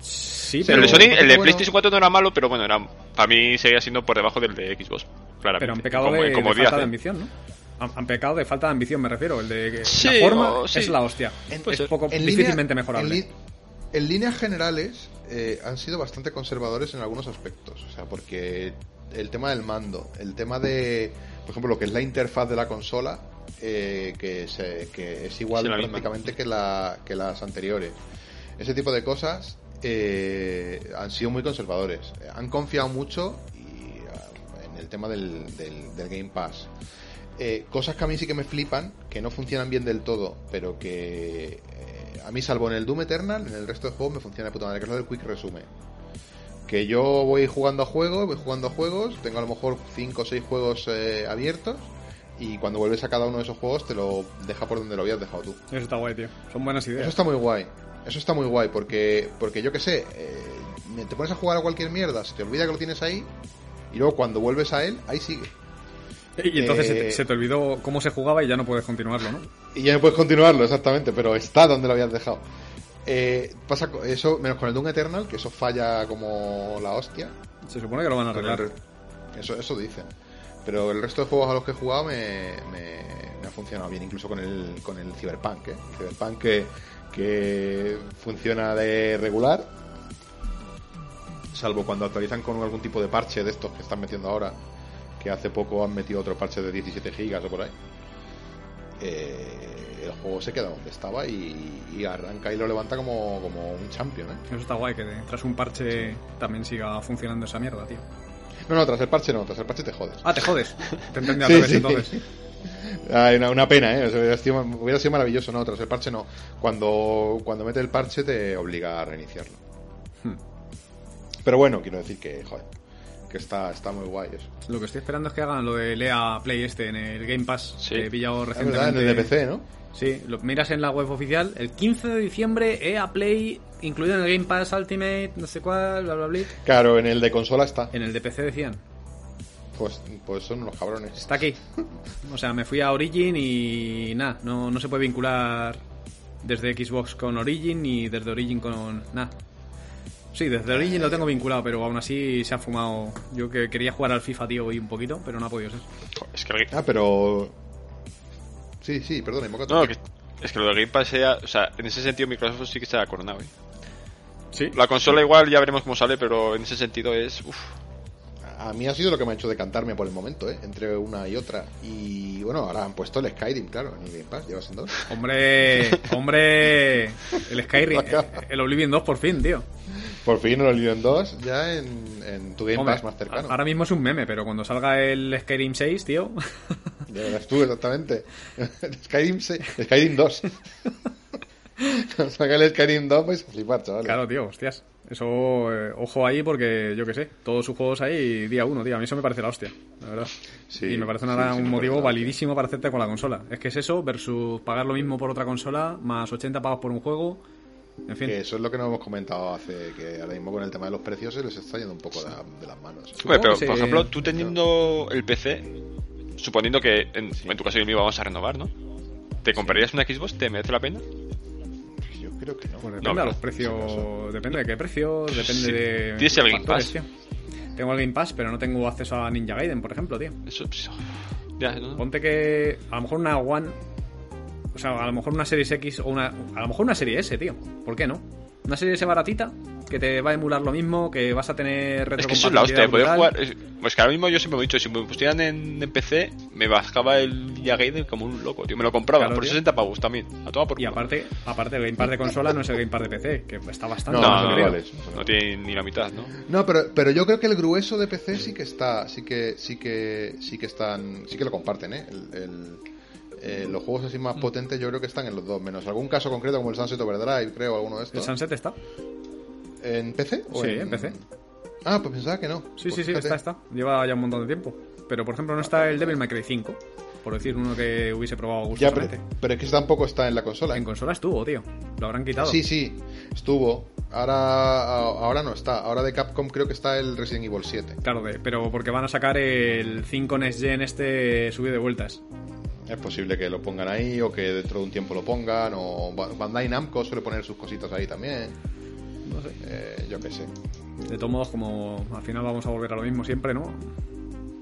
[SPEAKER 2] Sí,
[SPEAKER 4] el
[SPEAKER 2] pero,
[SPEAKER 4] de Sony, el de
[SPEAKER 5] bueno.
[SPEAKER 4] PlayStation 4 no era malo, pero bueno, era, para mí seguía siendo por debajo del de Xbox. Claramente.
[SPEAKER 2] pero han pecado
[SPEAKER 4] Como-
[SPEAKER 2] de,
[SPEAKER 4] como
[SPEAKER 2] de
[SPEAKER 4] Díaz,
[SPEAKER 2] falta de
[SPEAKER 4] ¿eh?
[SPEAKER 2] ambición, ¿no? Han, han pecado de falta de ambición, me refiero. El de que
[SPEAKER 4] Sí,
[SPEAKER 2] la forma
[SPEAKER 4] o- sí.
[SPEAKER 2] es la hostia. Pues
[SPEAKER 4] En-
[SPEAKER 2] es
[SPEAKER 4] en
[SPEAKER 2] poco,
[SPEAKER 5] En línea-
[SPEAKER 2] difícilmente
[SPEAKER 5] En,
[SPEAKER 2] mejorable.
[SPEAKER 5] li- en líneas generales eh, han sido bastante conservadores en algunos aspectos. O sea, porque el tema del mando, el tema de, por ejemplo, lo que es la interfaz de la consola, eh, que, se- que es igual
[SPEAKER 4] Sí, la misma.
[SPEAKER 5] prácticamente que, la- que las anteriores. Ese tipo de cosas eh, han sido muy conservadores. Han confiado mucho y, ah, en el tema del, del- del Game Pass. Eh, cosas que a mí sí que me flipan, que no funcionan bien del todo, pero que eh, a mí, salvo en el Doom Eternal, en el resto de juegos me funciona de puta madre, que es lo del Quick Resume. Que yo voy jugando a juegos, voy jugando a juegos, tengo a lo mejor 5 o 6 juegos eh, abiertos, y cuando vuelves a cada uno de esos juegos te lo deja por donde lo habías dejado tú.
[SPEAKER 2] Eso está guay, tío. Son buenas
[SPEAKER 5] Eso
[SPEAKER 2] ideas.
[SPEAKER 5] está muy guay. Eso está muy guay porque, porque yo que sé, eh, te pones a jugar a cualquier mierda, se te olvida que lo tienes ahí y luego cuando vuelves a él, ahí sigue.
[SPEAKER 2] Y entonces se, te,
[SPEAKER 5] eh,
[SPEAKER 2] se te olvidó cómo se jugaba y ya no puedes continuarlo, ¿no?
[SPEAKER 5] Y ya no puedes continuarlo, exactamente, pero está donde lo habías dejado. Eh, pasa co- eso, menos con el Doom Eternal, que eso falla como la hostia.
[SPEAKER 2] Se supone que lo van a
[SPEAKER 5] Con
[SPEAKER 2] arreglar.
[SPEAKER 5] el re- Eso, eso dicen. Pero el resto de juegos a los que he jugado me, me, me ha funcionado bien, incluso con el, con el Cyberpunk. ¿eh? El Cyberpunk que, que funciona de regular, salvo cuando actualizan con algún tipo de parche de estos que están metiendo ahora, que hace poco han metido otro parche de 17 gigas o por ahí. Eh, el juego se queda donde estaba y, y arranca y lo levanta como, como un champion. ¿eh?
[SPEAKER 2] Eso está guay, que tras un parche también siga funcionando esa mierda, tío.
[SPEAKER 5] No, no, tras el parche no, tras el parche te jodes.
[SPEAKER 2] Ah, te jodes. Te entendí al
[SPEAKER 5] Sí,
[SPEAKER 2] revés,
[SPEAKER 5] sí.
[SPEAKER 2] entonces.
[SPEAKER 5] Ay, una, una pena, ¿eh? O sea, hubiera, sido, hubiera sido maravilloso, ¿no? Tras el parche no. Cuando, cuando mete el parche te obliga a reiniciarlo.
[SPEAKER 2] Hmm.
[SPEAKER 5] Pero bueno, quiero decir que, joder, que está, está muy guay eso.
[SPEAKER 2] Lo que estoy esperando es que hagan lo de Lea Play este en el Game Pass.
[SPEAKER 4] Sí.
[SPEAKER 2] Que he pillado
[SPEAKER 5] Es verdad, en
[SPEAKER 2] recientemente.
[SPEAKER 5] el DPC, ¿no?
[SPEAKER 2] Sí, lo miras en la web oficial. El 15 de diciembre, EA Play, incluido en el Game Pass Ultimate, no sé cuál, bla, bla, bla.
[SPEAKER 5] Claro, en el de consola está.
[SPEAKER 2] En el de PC decían,
[SPEAKER 5] Pues, pues son unos cabrones.
[SPEAKER 2] está aquí. O sea, me fui a Origin y nada, no, no se puede vincular desde Xbox con Origin y desde Origin con nada. Sí, desde Origin lo tengo vinculado, pero aún así se ha fumado. Yo que quería jugar al FIFA, tío, hoy un poquito, pero no ha podido ser.
[SPEAKER 4] Joder, Es que, el-
[SPEAKER 5] Ah, pero... Sí, sí, perdón, Mocato.
[SPEAKER 4] no, que- es que lo de Game Pass era- O sea, en ese sentido, Microsoft sí que está coronado, ¿eh?
[SPEAKER 2] Sí.
[SPEAKER 4] La consola igual ya veremos cómo sale, pero en ese sentido es. Uf,
[SPEAKER 5] A mí ha sido lo que me ha hecho decantarme por el momento, ¿eh? Entre una y otra. Y bueno, ahora han puesto el Skyrim, claro, en el Game Pass, llevas en dos.
[SPEAKER 2] Hombre, hombre, el Skyrim, el Oblivion 2 por fin, tío.
[SPEAKER 5] Por fin lo en dos, ya en, en tu Game
[SPEAKER 2] Hombre,
[SPEAKER 5] Pass más cercano.
[SPEAKER 2] a- Ahora mismo es un meme, pero cuando salga el Skyrim 6, tío,
[SPEAKER 5] Ya verás tú, exactamente. Skyrim, se- Skyrim 2. Cuando salga el Skyrim 2, vais a flipar, chavales.
[SPEAKER 2] claro, tío, hostias. Eso, eh, ojo ahí porque, yo qué sé, todos sus juegos ahí día uno, tío. A mí eso me parece la hostia, la verdad.
[SPEAKER 5] Sí,
[SPEAKER 2] y me parece una-
[SPEAKER 5] sí, sí, me
[SPEAKER 2] un
[SPEAKER 5] parece
[SPEAKER 2] motivo
[SPEAKER 5] la hostia.
[SPEAKER 2] validísimo para hacerte con la consola. Es que es eso versus pagar lo mismo por otra consola, más 80 pagos por un juego, en fin.
[SPEAKER 5] Que eso es lo que nos hemos comentado hace que ahora mismo con el tema de los precios se les está yendo un poco la- de las manos.
[SPEAKER 4] Hombre, pero
[SPEAKER 2] que
[SPEAKER 4] por
[SPEAKER 2] se-
[SPEAKER 4] ejemplo, tú teniendo el PC, suponiendo que en, en tu caso y el mío vamos a renovar, ¿no? ¿Te comprarías una Xbox? ¿Te merece la pena?
[SPEAKER 5] Yo Creo que no.
[SPEAKER 2] Pues
[SPEAKER 4] No,
[SPEAKER 2] depende
[SPEAKER 4] pero
[SPEAKER 2] de los precios, depende de qué precios, depende de.
[SPEAKER 4] ¿Tienes el Game
[SPEAKER 2] factores,
[SPEAKER 4] Pass?
[SPEAKER 2] tío. Tengo el Game Pass, pero no tengo acceso a Ninja Gaiden, por ejemplo, tío.
[SPEAKER 4] Eso, eso. Ya, ¿no?
[SPEAKER 2] Ponte que a lo mejor una One, o sea, a lo mejor una Series X o una. A lo mejor una Serie S, tío. ¿Por qué no? Una Serie S baratita que te va a emular lo mismo, que vas a tener
[SPEAKER 4] Es que eso es la hostia, de poder
[SPEAKER 2] brutal.
[SPEAKER 4] jugar. es- Pues que ahora mismo yo siempre me he dicho, si me pusieran en, en PC, me bajaba el Ninja Gaiden como un loco, tío. Me lo compraba
[SPEAKER 2] Claro,
[SPEAKER 4] por
[SPEAKER 2] tío.
[SPEAKER 4] 60 pavos también. A toda por
[SPEAKER 2] Y
[SPEAKER 4] culo.
[SPEAKER 2] aparte, aparte el Game Pass de consola no es el Game Pass de PC, que está bastante
[SPEAKER 4] No,
[SPEAKER 2] más
[SPEAKER 4] no,
[SPEAKER 5] no
[SPEAKER 4] no,
[SPEAKER 2] creo.
[SPEAKER 5] vale.
[SPEAKER 4] no tiene ni la mitad, ¿no?
[SPEAKER 5] No, pero, pero yo creo que el grueso de PC sí que está, sí que, sí que, sí que están, sí que lo comparten, ¿eh? El- el- eh, los juegos así
[SPEAKER 2] Mm.
[SPEAKER 5] más potentes yo creo que están en los dos, menos algún caso concreto como el Sunset Overdrive, creo, alguno de
[SPEAKER 2] El
[SPEAKER 5] estos.
[SPEAKER 2] Sunset está.
[SPEAKER 5] ¿En PC? o
[SPEAKER 2] Sí, en PC.
[SPEAKER 5] Ah, pues pensaba que no.
[SPEAKER 2] Sí,
[SPEAKER 5] Pues
[SPEAKER 2] sí, sí,
[SPEAKER 5] fíjate.
[SPEAKER 2] está, está. Lleva ya un montón de tiempo. Pero por ejemplo, no está el Devil May Cry 5, por decir uno que hubiese probado
[SPEAKER 5] Ya, pero,
[SPEAKER 2] gustosamente.
[SPEAKER 5] pero es que ese tampoco está en la consola. ¿eh?
[SPEAKER 2] En consola estuvo, tío. Lo habrán quitado.
[SPEAKER 5] Sí, sí, estuvo. Ahora, a- ahora no está. Ahora de Capcom creo que está el Resident Evil 7.
[SPEAKER 2] Claro, de- pero porque van a sacar el 5 Next Gen este subido de vueltas.
[SPEAKER 5] Es posible que lo pongan ahí o que dentro de un tiempo lo pongan. O Ba- Bandai Namco suele poner sus cositas ahí también.
[SPEAKER 2] No sé.
[SPEAKER 5] Eh, yo qué sé.
[SPEAKER 2] De todos modos, como al final vamos a volver a lo mismo siempre, ¿no?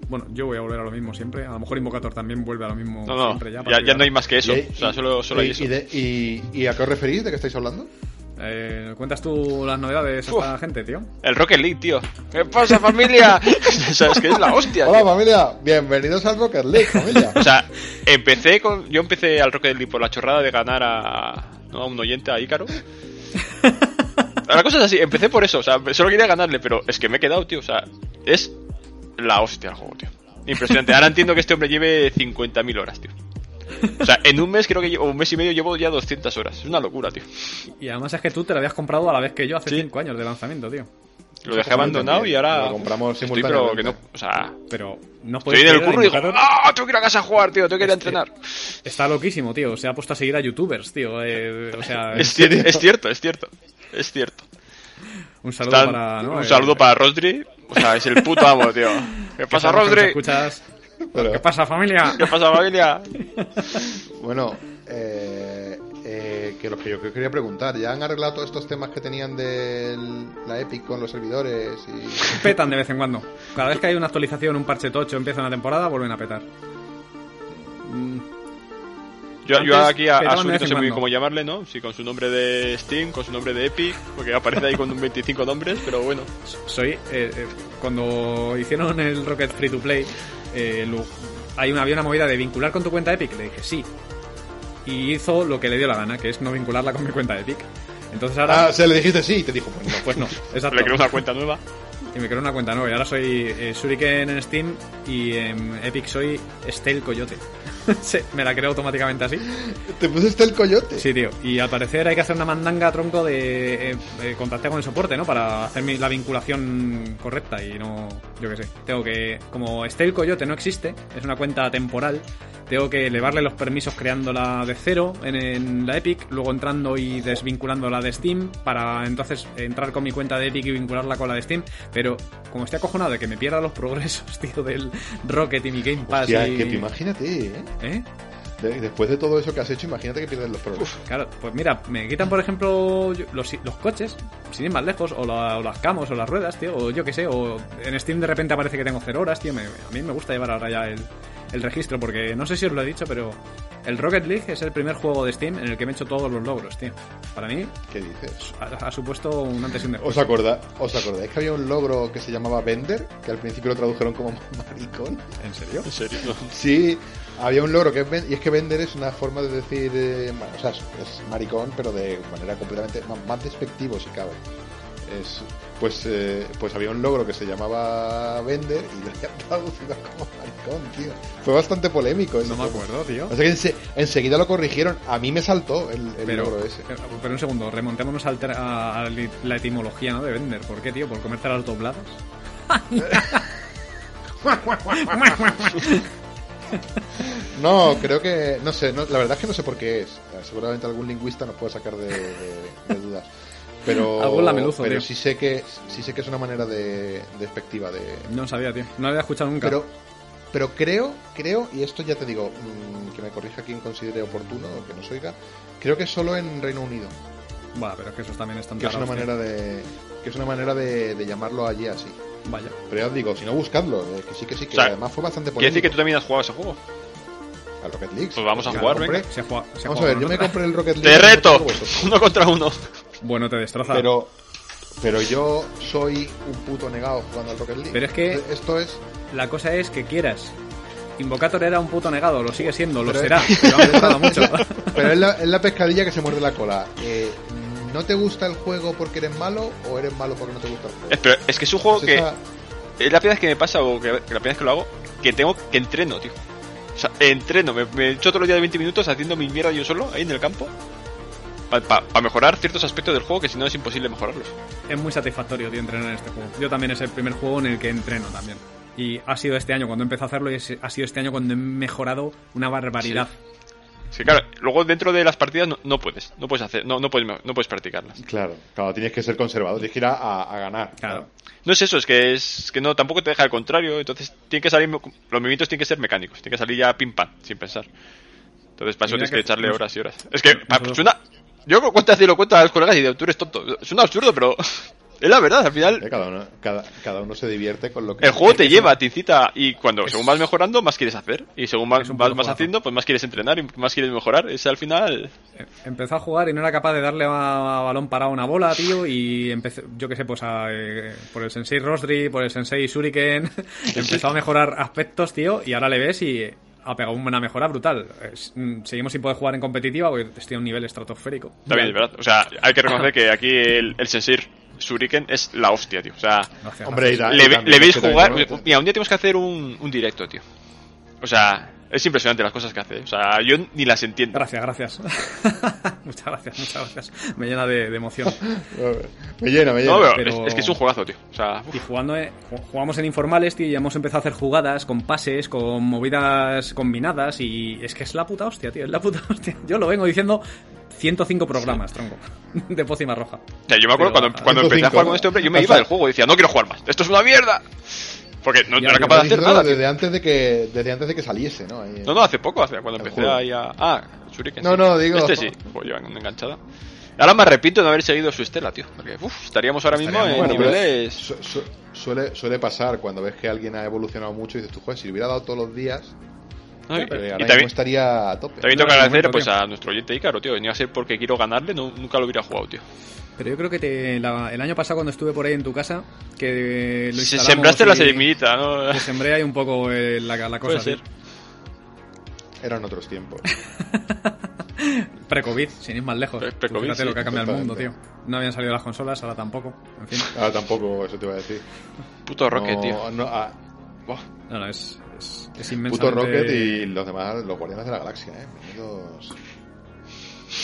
[SPEAKER 2] Bueno, yo voy a volver a lo mismo siempre. A lo mejor Invocator también vuelve a lo mismo
[SPEAKER 4] No, no,
[SPEAKER 2] siempre ya.
[SPEAKER 4] ya,
[SPEAKER 2] para
[SPEAKER 4] ya no hay
[SPEAKER 2] olvidar.
[SPEAKER 4] más que eso.
[SPEAKER 5] Y-
[SPEAKER 4] o sea, solo, solo hay
[SPEAKER 5] y-
[SPEAKER 4] eso.
[SPEAKER 5] y de- y- ¿Y a qué os referís? ¿De qué estáis hablando?
[SPEAKER 2] Eh, ¿Cuentas tú las novedades a
[SPEAKER 4] Uf.
[SPEAKER 2] esta gente, tío?
[SPEAKER 4] El Rocket League, tío. ¿Qué pasa, familia? o sea, es que es la hostia.
[SPEAKER 5] Hola
[SPEAKER 4] tío.
[SPEAKER 5] familia, bienvenidos al Rocket League, familia.
[SPEAKER 4] O sea, empecé con. Yo empecé al Rocket League por la chorrada de ganar a. ¿no? a un oyente, a Ícaro. La cosa es así, empecé por eso, o sea, solo quería ganarle, pero es que me he quedado, tío, o sea, es la hostia el juego, tío. Impresionante. Ahora entiendo que este hombre lleve 50.000 horas, tío. O sea, en un mes creo que llevo, un mes y medio llevo ya 200 horas. Es una locura, tío.
[SPEAKER 2] Y además es que tú te la habías comprado a la vez que yo hace
[SPEAKER 4] Sí.
[SPEAKER 2] 5 años de lanzamiento, tío.
[SPEAKER 4] Lo dejé abandonado y ahora
[SPEAKER 5] Lo compramos
[SPEAKER 4] estoy, pero
[SPEAKER 5] simultáneamente. Pues
[SPEAKER 4] que no, o sea,
[SPEAKER 2] Pero no puedes
[SPEAKER 4] estoy en el
[SPEAKER 2] creer,
[SPEAKER 4] curro y digo,
[SPEAKER 2] Invocator
[SPEAKER 4] ¡ah! tengo que ir a casa a jugar, tío, tengo que ir a entrenar.
[SPEAKER 2] Está loquísimo, tío. Se ha puesto a seguir a youtubers, tío. Eh, o sea,
[SPEAKER 4] Es, cier- es cierto, es cierto, es cierto.
[SPEAKER 2] un saludo
[SPEAKER 4] Tan-
[SPEAKER 2] para. ¿no?
[SPEAKER 4] un
[SPEAKER 2] Eh,
[SPEAKER 4] saludo para Rodri. O sea, es el puto amo, tío. ¿Qué
[SPEAKER 2] sabemos que
[SPEAKER 4] pasa,
[SPEAKER 2] nos
[SPEAKER 4] Rodri? ¿Qué
[SPEAKER 2] escuchas.
[SPEAKER 5] Pero-
[SPEAKER 2] ¿Qué pasa, familia?
[SPEAKER 4] pasa, familia?
[SPEAKER 5] Bueno, eh, eh, que lo que yo que quería preguntar, ¿ya han arreglado todos estos temas que tenían de la Epic con los servidores? Y...
[SPEAKER 2] Petan de vez en cuando. Cada vez que hay una actualización, un parche tocho, empieza una temporada, vuelven a petar. Mm,
[SPEAKER 4] Yo, yo
[SPEAKER 2] Antes
[SPEAKER 4] aquí a, a
[SPEAKER 2] petaban
[SPEAKER 4] Sony
[SPEAKER 2] de vez
[SPEAKER 4] no
[SPEAKER 2] en
[SPEAKER 4] sé muy bien
[SPEAKER 2] cuando.
[SPEAKER 4] cómo llamarle, ¿no? Si con su nombre de Steam, con su nombre de Epic, porque aparece ahí con un 25 nombres, pero bueno.
[SPEAKER 2] Soy. eh, eh, cuando hicieron el Rocket Free to Play, eh, lo- hay una, había una movida de vincular con tu cuenta Epic. Le dije sí. Y hizo lo que le dio la gana, que es no vincularla con mi cuenta Epic. Entonces ahora.
[SPEAKER 5] Ah, se le dijiste sí y te dijo, pues no.
[SPEAKER 2] Pues no, exacto.
[SPEAKER 4] Le creo una cuenta nueva.
[SPEAKER 2] Y me creó una cuenta nueva. Y ahora soy eh, Shuriken en Steam y en Epic soy Estel Coyote. Sí, me la creo automáticamente así.
[SPEAKER 5] Te pusiste el coyote.
[SPEAKER 2] Sí, tío. Y al parecer hay que hacer una mandanga tronco de eh, eh, contactar con el soporte, ¿no? Para hacer mi- la vinculación correcta y no. Yo qué sé. Tengo que. Como Estel Coyote no existe, es una cuenta temporal. Tengo que elevarle los permisos creándola de cero en, en la Epic, luego entrando y desvinculándola de Steam, para entonces entrar con mi cuenta de Epic y vincularla con la de Steam. Pero como estoy acojonado de que me pierda los progresos, tío, del Rocket y mi Game Pass.
[SPEAKER 5] Hostia,
[SPEAKER 2] y-
[SPEAKER 5] que te- imagínate, ¿eh?
[SPEAKER 2] ¿Eh?
[SPEAKER 5] De- después de todo eso que has hecho, imagínate que pierdes los problemas.
[SPEAKER 2] Claro, pues mira, me quitan, por ejemplo, yo- los, los coches, sin ir más lejos, o, la- o las camos, o las ruedas, tío, o yo qué sé, o en Steam de repente aparece que tengo cero horas, tío, me- a mí me gusta llevar ahora ya el, el registro, porque no sé si os lo he dicho, pero el Rocket League es el primer juego de Steam en el que me he hecho todos los logros, tío. Para mí
[SPEAKER 5] ¿Qué dices?
[SPEAKER 2] ha, ha supuesto un antes y un después.
[SPEAKER 5] ¿Os, acorda- ¿Os acordáis que había un logro que se llamaba Bender? Que al principio lo tradujeron como maricón.
[SPEAKER 2] ¿En serio?
[SPEAKER 4] En serio, no.
[SPEAKER 5] Sí, había un logro que es ben- y es que vender es una forma de decir, eh, bueno, o sea, es, es maricón, pero de manera completamente ma- más, despectivo si cabe. Es, pues, eh, pues había un logro que se llamaba vender y lo habían traducido como maricón, tío. Fue bastante polémico eso.
[SPEAKER 2] No me acuerdo, tío.
[SPEAKER 5] O sea que ense- enseguida lo corrigieron. A mí me saltó el, el
[SPEAKER 2] Pero,
[SPEAKER 5] logro ese.
[SPEAKER 2] pero- pero un segundo, remontémonos al ter- a, a li- la etimología ¿no? de vender. ¿Por qué, tío? ¿Por comerte las dobladas?
[SPEAKER 5] No, creo que. No sé, no- la verdad es que no sé por qué es. Eh, Seguramente algún lingüista nos puede sacar de, de- de dudas. Pero,
[SPEAKER 2] Algún lameluzo,
[SPEAKER 5] pero
[SPEAKER 2] tío.
[SPEAKER 5] sí sé que sí sé que es una manera de, despectiva de.
[SPEAKER 2] No sabía, tío. No lo había escuchado nunca.
[SPEAKER 5] Pero, pero creo, creo, y esto ya te digo, mm, que me corrija quien considere oportuno o que nos oiga, creo que solo en Reino Unido.
[SPEAKER 2] Bueno, pero es que esos también están
[SPEAKER 5] Que es una
[SPEAKER 2] tarados, ¿eh?
[SPEAKER 5] manera de, que es una manera de, de llamarlo allí así.
[SPEAKER 2] Vaya.
[SPEAKER 5] Pero ya os digo, si no buscadlo, eh, que sí que sí, que
[SPEAKER 4] O sea,
[SPEAKER 5] además fue bastante
[SPEAKER 4] Quiere decir
[SPEAKER 5] polémico.
[SPEAKER 4] que tú también has jugado ese juego.
[SPEAKER 5] Al Rocket League.
[SPEAKER 4] Pues vamos a
[SPEAKER 5] Yo me
[SPEAKER 4] jugar,
[SPEAKER 5] compré-
[SPEAKER 4] venga.
[SPEAKER 2] Se juega, se
[SPEAKER 5] Vamos a
[SPEAKER 2] juega
[SPEAKER 5] ver,
[SPEAKER 2] con
[SPEAKER 5] yo me
[SPEAKER 2] otra.
[SPEAKER 5] compré el Rocket League.
[SPEAKER 4] ¡Te reto!
[SPEAKER 5] como vosotros.
[SPEAKER 4] Uno contra uno.
[SPEAKER 2] Bueno, te destroza.
[SPEAKER 5] Pero, pero yo soy un puto negado jugando al Rocket League.
[SPEAKER 2] Pero es que-
[SPEAKER 5] Esto es.
[SPEAKER 2] La cosa es que quieras. Invocator era un puto negado, lo sigue siendo, lo
[SPEAKER 5] Pero-
[SPEAKER 2] será. Pero ha mejorado mucho.
[SPEAKER 5] Pero es la, es la pescadilla que se muerde la cola. Eh, ¿No te gusta el juego porque eres malo o eres malo porque no te gusta el juego?
[SPEAKER 4] Eh, pero es que es un juego
[SPEAKER 5] Es
[SPEAKER 4] que.
[SPEAKER 5] esa-
[SPEAKER 4] Es la primera vez que me pasa, o que, que la primera vez que lo hago, que tengo que entreno, tío. O sea, entreno, me, me echo todos los días 20 minutos haciendo mi mierda yo solo, ahí en el campo, para mejorar ciertos aspectos del juego que si no es imposible mejorarlos.
[SPEAKER 2] es muy satisfactorio, tío, entrenar en este juego. Yo también es el primer juego en el que entreno también. Y ha sido este año cuando empecé a hacerlo y es- ha sido este año cuando he mejorado una barbaridad.
[SPEAKER 4] Es que claro, luego dentro de las partidas no, no puedes, no puedes hacer, no, no puedes, no puedes practicarlas.
[SPEAKER 5] Claro, claro, tienes que ser conservador, tienes que ir a, a- a ganar.
[SPEAKER 2] Claro.
[SPEAKER 4] No es eso, es que es que no, tampoco te deja al contrario, entonces tiene que salir, los movimientos tienen que ser mecánicos, tiene que salir ya pim pam, sin pensar. Entonces para eso
[SPEAKER 2] Mira
[SPEAKER 4] tienes que,
[SPEAKER 2] que-
[SPEAKER 4] echarle
[SPEAKER 2] nos-
[SPEAKER 4] horas y horas. Es que pa-
[SPEAKER 2] nosotros-
[SPEAKER 4] suena, yo lo cuentas y lo cuentas a los colegas y digo, tú eres tonto. Es un absurdo, pero es la verdad, al
[SPEAKER 5] Eh,
[SPEAKER 4] final
[SPEAKER 5] Cada uno, cada, cada uno se divierte con lo que.
[SPEAKER 4] el juego te lleva, te incita y cuando según vas mejorando más quieres hacer y según más
[SPEAKER 2] es un
[SPEAKER 4] vas,
[SPEAKER 2] puto
[SPEAKER 4] vas
[SPEAKER 2] juegazo.
[SPEAKER 4] haciendo pues más quieres entrenar y más quieres mejorar. Es al final
[SPEAKER 2] Empecé a jugar y no era capaz de darle a, a balón parado una bola, tío, y empecé, yo qué sé, pues a, eh, por el Sensei Rostri, por el Sensei Shuriken, empezó a mejorar aspectos, tío, y ahora le ves y ha pegado una mejora brutal. Es- mm, seguimos sin poder jugar en competitiva porque estoy a un nivel estratosférico.
[SPEAKER 4] también es verdad. O sea, hay que reconocer que aquí el, el Sensir Shuriken es la hostia, tío. O sea,
[SPEAKER 2] Gracias,
[SPEAKER 5] Hombre, y da-
[SPEAKER 4] le,
[SPEAKER 5] y
[SPEAKER 4] ve-
[SPEAKER 5] también
[SPEAKER 4] le veis
[SPEAKER 5] es que
[SPEAKER 4] jugar.
[SPEAKER 5] también, ¿no?
[SPEAKER 4] Mira, un día tenemos que hacer un, un directo, tío. O sea, es impresionante las cosas que hace. O sea, yo ni las entiendo.
[SPEAKER 2] Gracias, gracias. muchas gracias, muchas gracias. Me llena de, de emoción.
[SPEAKER 5] eh, Me llena, me llena.
[SPEAKER 4] No, pero
[SPEAKER 2] pero-
[SPEAKER 4] es, es que es un juegazo, tío. O sea, uf.
[SPEAKER 2] Y jugando, eh, ju- jugamos en informales, tío, y hemos empezado a hacer jugadas con pases, con movidas combinadas, y es que es la puta hostia, tío, es la puta hostia. Yo lo vengo diciendo 105 programas, tronco, de pócima roja.
[SPEAKER 4] O sea, yo me acuerdo
[SPEAKER 2] Pero-
[SPEAKER 4] cuando, cuando empecé a
[SPEAKER 5] 105,
[SPEAKER 4] jugar con este hombre, yo me
[SPEAKER 5] ¿no?
[SPEAKER 4] iba del juego y decía, no quiero jugar más. Esto es una mierda. Porque no,
[SPEAKER 2] Ya,
[SPEAKER 4] no era
[SPEAKER 2] ya,
[SPEAKER 4] capaz de hacer
[SPEAKER 5] Diciéndolo
[SPEAKER 4] nada. tío.
[SPEAKER 5] desde antes de que desde antes de que saliese, ¿no? Ahí- eh,
[SPEAKER 4] No, no, hace poco, hace cuando
[SPEAKER 5] El
[SPEAKER 4] empecé
[SPEAKER 5] juego.
[SPEAKER 4] ahí a. Ah, Shuriken.
[SPEAKER 5] No,
[SPEAKER 4] sí.
[SPEAKER 5] no, digo-
[SPEAKER 4] Este sí, pues llevan una enganchada. Ahora me arrepiento de no haber seguido su estela, tío. Porque, uff, estaríamos ahora mismo
[SPEAKER 5] Estaríamos-
[SPEAKER 4] en
[SPEAKER 5] bueno, pero
[SPEAKER 4] niveles.
[SPEAKER 5] su- su- suele, suele pasar cuando ves que alguien ha evolucionado mucho y dices, tú, joder, si le hubiera dado todos los días,
[SPEAKER 4] No, y-
[SPEAKER 5] eh, ahora
[SPEAKER 4] y
[SPEAKER 5] mismo
[SPEAKER 4] también,
[SPEAKER 5] estaría a tope.
[SPEAKER 4] También
[SPEAKER 2] No,
[SPEAKER 4] tengo que
[SPEAKER 2] de
[SPEAKER 4] agradecer
[SPEAKER 2] momento,
[SPEAKER 4] pues,
[SPEAKER 2] tío.
[SPEAKER 4] a nuestro oyente Ícaro, tío. Venía a ser porque quiero ganarle, no- nunca lo hubiera jugado, tío.
[SPEAKER 2] Pero yo creo que te- la- el año pasado cuando estuve por ahí en tu casa, que lo
[SPEAKER 4] Se-
[SPEAKER 2] instalamos
[SPEAKER 4] Sembraste
[SPEAKER 2] y-
[SPEAKER 4] la semillita, ¿no?
[SPEAKER 2] que sembré ahí un poco eh, la, la
[SPEAKER 4] Puede
[SPEAKER 2] cosa,
[SPEAKER 4] ser.
[SPEAKER 2] tío.
[SPEAKER 5] Eran otros tiempos.
[SPEAKER 2] Pre-COVID, sin ir más lejos.
[SPEAKER 4] Pre- pre-COVID,
[SPEAKER 2] Fíjate
[SPEAKER 4] sí,
[SPEAKER 2] lo que ha cambiado el mundo, tío.
[SPEAKER 5] totalmente.
[SPEAKER 2] No habían salido las consolas, ahora tampoco. En fin.
[SPEAKER 5] Ahora Ah, tampoco, eso te iba a decir.
[SPEAKER 4] Puto Rocket,
[SPEAKER 5] No,
[SPEAKER 4] tío.
[SPEAKER 5] no, ah, buah,
[SPEAKER 2] No, no, es, es, es
[SPEAKER 5] puto
[SPEAKER 2] inmensamente...
[SPEAKER 5] Rocket y los demás, los Guardianes de la Galaxia, ¿eh? Menudos-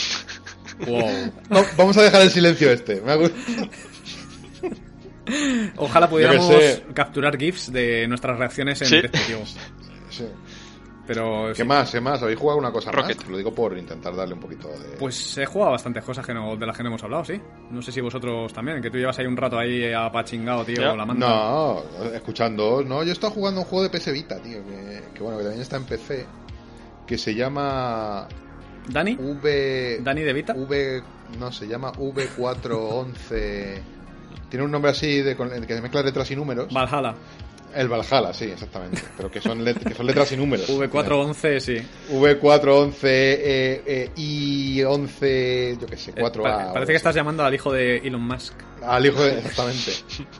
[SPEAKER 2] Wow.
[SPEAKER 5] No, vamos a dejar el silencio este. Me ha gustado.
[SPEAKER 2] Ojalá pudiéramos
[SPEAKER 5] Yo que sé.
[SPEAKER 2] capturar GIFs de nuestras reacciones en
[SPEAKER 4] Sí.
[SPEAKER 2] directivo.
[SPEAKER 5] Sí.
[SPEAKER 2] Pero
[SPEAKER 5] ¿Qué
[SPEAKER 2] sí,
[SPEAKER 5] más? ¿Qué más? ¿Habéis jugado una cosa
[SPEAKER 4] Rocket.
[SPEAKER 5] más? Lo digo por intentar darle un poquito de...
[SPEAKER 2] pues he jugado bastantes cosas que no, de las que no hemos hablado, sí. No sé si vosotros también, que tú llevas ahí un rato ahí apachingado, tío,
[SPEAKER 4] Ya.
[SPEAKER 2] con la manda.
[SPEAKER 5] No, escuchando, no, yo he estado jugando un juego de PS Vita, tío, que, que bueno, que también está en PC, que se llama
[SPEAKER 2] ¿Dani?
[SPEAKER 5] V
[SPEAKER 2] ¿Dani de Vita?
[SPEAKER 5] V no se llama V411. Tiene un nombre así de con- que se mezcla letras y números.
[SPEAKER 2] Valhalla.
[SPEAKER 5] El Valhalla, sí, exactamente, pero que son let- que son letras y números.
[SPEAKER 2] V411, sí.
[SPEAKER 5] V411 eh, eh, I11, yo qué sé,
[SPEAKER 2] Eh,
[SPEAKER 5] 4A.
[SPEAKER 2] pare-
[SPEAKER 5] o algo
[SPEAKER 2] parece que
[SPEAKER 5] así.
[SPEAKER 2] estás llamando al hijo de Elon Musk.
[SPEAKER 5] Al hijo de... Exactamente.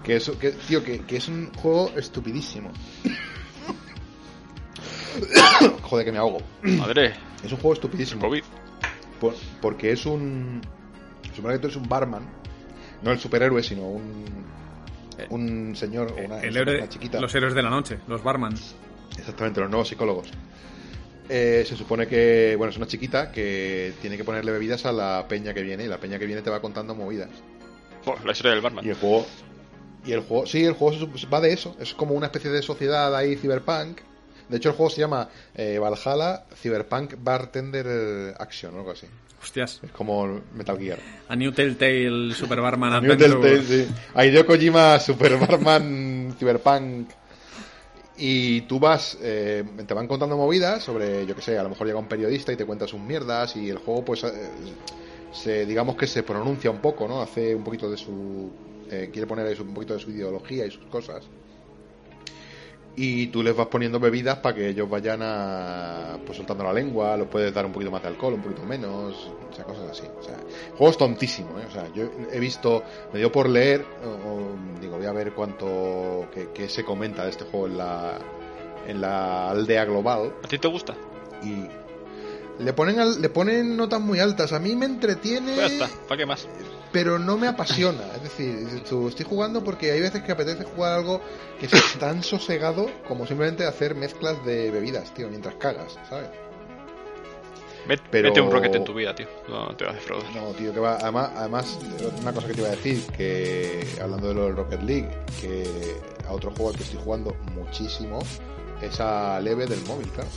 [SPEAKER 5] Que es, que, tío, que, que es un juego estupidísimo. Joder, que me ahogo.
[SPEAKER 4] Madre,
[SPEAKER 5] Es un juego
[SPEAKER 4] el
[SPEAKER 5] estupidísimo.
[SPEAKER 4] COVID.
[SPEAKER 5] por- porque es un... Supongo que tú eres un barman. No el superhéroe, sino un... Un señor o una,
[SPEAKER 2] Eh. El
[SPEAKER 5] una
[SPEAKER 2] héroe-
[SPEAKER 5] chiquita.
[SPEAKER 2] los héroes de la noche, los barman.
[SPEAKER 5] Exactamente, los nuevos psicólogos. Eh, se supone que, bueno, es una chiquita que tiene que ponerle bebidas a la peña que viene y la peña que viene te va contando movidas.
[SPEAKER 4] Jo, la historia del
[SPEAKER 5] Y
[SPEAKER 4] barman.
[SPEAKER 5] el juego. Y el juego. Sí, el juego se- va de eso. Es como una especie de sociedad ahí cyberpunk. De hecho, el juego se llama eh, Valhalla Cyberpunk Bartender Action o algo así.
[SPEAKER 2] Hostias.
[SPEAKER 5] Es como Metal Gear.
[SPEAKER 2] A New Telltale Super Barman
[SPEAKER 5] New
[SPEAKER 2] Adventure.
[SPEAKER 5] Telltale, sí. Hideo Kojima Super Barman Cyberpunk. Y tú vas, eh, te van contando movidas sobre, yo que sé, a lo mejor llega un periodista y te cuenta sus mierdas y el juego pues eh, se digamos que se pronuncia un poco, ¿no? Hace un poquito de su eh, quiere poner ahí un poquito de su ideología y sus cosas. Y tú les vas poniendo bebidas para que ellos vayan a, pues soltando la lengua, los puedes dar un poquito más de alcohol, un poquito menos, o sea, cosas así. O sea, el juego es tontísimo, ¿eh? O sea, yo he visto, me dio por leer, o- o, digo, voy a ver cuánto, qué, qué se comenta de este juego en la, en la aldea global,
[SPEAKER 4] ¿A ti te gusta?
[SPEAKER 5] y le ponen al- le ponen notas muy altas a mí me entretiene
[SPEAKER 4] Pues ya está, ¿para qué más?
[SPEAKER 5] pero no me apasiona es decir dices tú, estoy jugando porque hay veces que apetece jugar algo que es tan sosegado como simplemente hacer mezclas de bebidas tío mientras cagas sabes
[SPEAKER 4] Met-
[SPEAKER 5] Pero-
[SPEAKER 4] Mete un rocket en tu vida, tío. No te va a defraudar.
[SPEAKER 5] No, tío, que va. Además, además, una cosa que te iba a decir, que hablando de lo del Rocket League, que a otro juego al que estoy jugando muchísimo es a Leve del móvil, claro.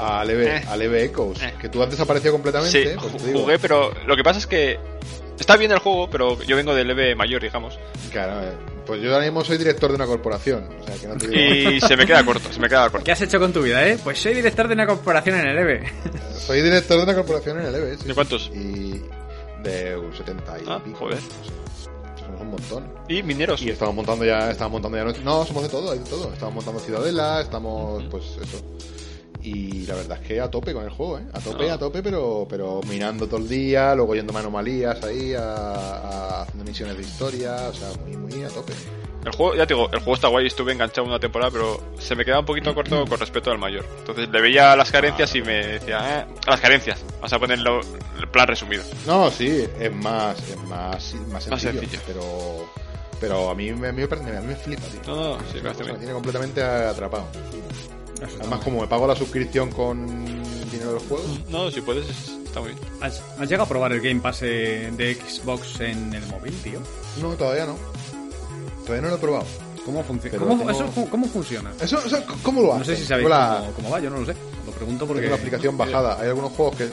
[SPEAKER 5] A Leve,
[SPEAKER 4] Eh.
[SPEAKER 5] a Leve Echoes,
[SPEAKER 4] Eh.
[SPEAKER 5] que tú has desaparecido completamente.
[SPEAKER 4] Sí,
[SPEAKER 5] pues
[SPEAKER 4] ju-
[SPEAKER 5] te digo,
[SPEAKER 4] jugué, pero lo que pasa es que está bien el juego, pero yo vengo del leve mayor, digamos.
[SPEAKER 5] Claro, eh, pues yo ahora mismo soy director de una corporación, o sea que no te digo.
[SPEAKER 4] Y se me queda corto, se me queda corto.
[SPEAKER 2] ¿Qué has hecho con tu vida, eh? Pues soy director de una corporación en el E EVE.
[SPEAKER 5] Soy director de una corporación en el EBS.
[SPEAKER 4] ¿De cuántos?
[SPEAKER 5] Y de un 70 y
[SPEAKER 4] Ah,
[SPEAKER 5] pico.
[SPEAKER 4] joder.
[SPEAKER 5] Somos un montón.
[SPEAKER 4] Y mineros.
[SPEAKER 5] Y estamos montando ya, estamos montando ya nuestro- No, somos de todo, hay de todo. Estamos montando Ciudadela, estamos, pues eso. Y la verdad es que a tope con el juego, ¿eh? A tope,
[SPEAKER 4] Ah.
[SPEAKER 5] a tope, pero, pero minando todo el día, luego yendo a anomalías ahí, a, a- haciendo misiones de historia, o sea, muy, muy a tope.
[SPEAKER 4] El juego, ya te digo, el juego está guay, estuve enganchado una temporada, pero se me queda un poquito corto con respecto al mayor. Entonces le veía las carencias y me decía, "Ah, las carencias. Vas a ponerlo el plan resumido.
[SPEAKER 5] No, sí, es más, es más, más sencillo,
[SPEAKER 4] Más sencillo.
[SPEAKER 5] pero, pero a mí, me- a mí me parece- a mí me flipa, tío.
[SPEAKER 4] No, no, sí, me
[SPEAKER 5] O
[SPEAKER 4] hace
[SPEAKER 5] sea, me
[SPEAKER 4] bien.
[SPEAKER 5] tiene completamente atrapado. Además, como me pago la suscripción con dinero del juego,
[SPEAKER 4] No, si puedes, está muy bien.
[SPEAKER 2] ¿Has, has llegado a probar el Game Pass eh, de Xbox en el móvil, tío?
[SPEAKER 5] no, todavía no. Todavía no lo he probado.
[SPEAKER 2] ¿Cómo, funci-
[SPEAKER 5] Pero
[SPEAKER 2] ¿Cómo,
[SPEAKER 5] tengo-
[SPEAKER 2] eso fu- cómo funciona?
[SPEAKER 5] Eso, eso, ¿Cómo lo haces?
[SPEAKER 2] No sé si sabéis
[SPEAKER 5] Tengo la,
[SPEAKER 2] cómo, cómo va, yo no lo sé. Lo pregunto porque...
[SPEAKER 5] tengo la aplicación bajada. Hay algunos juegos que.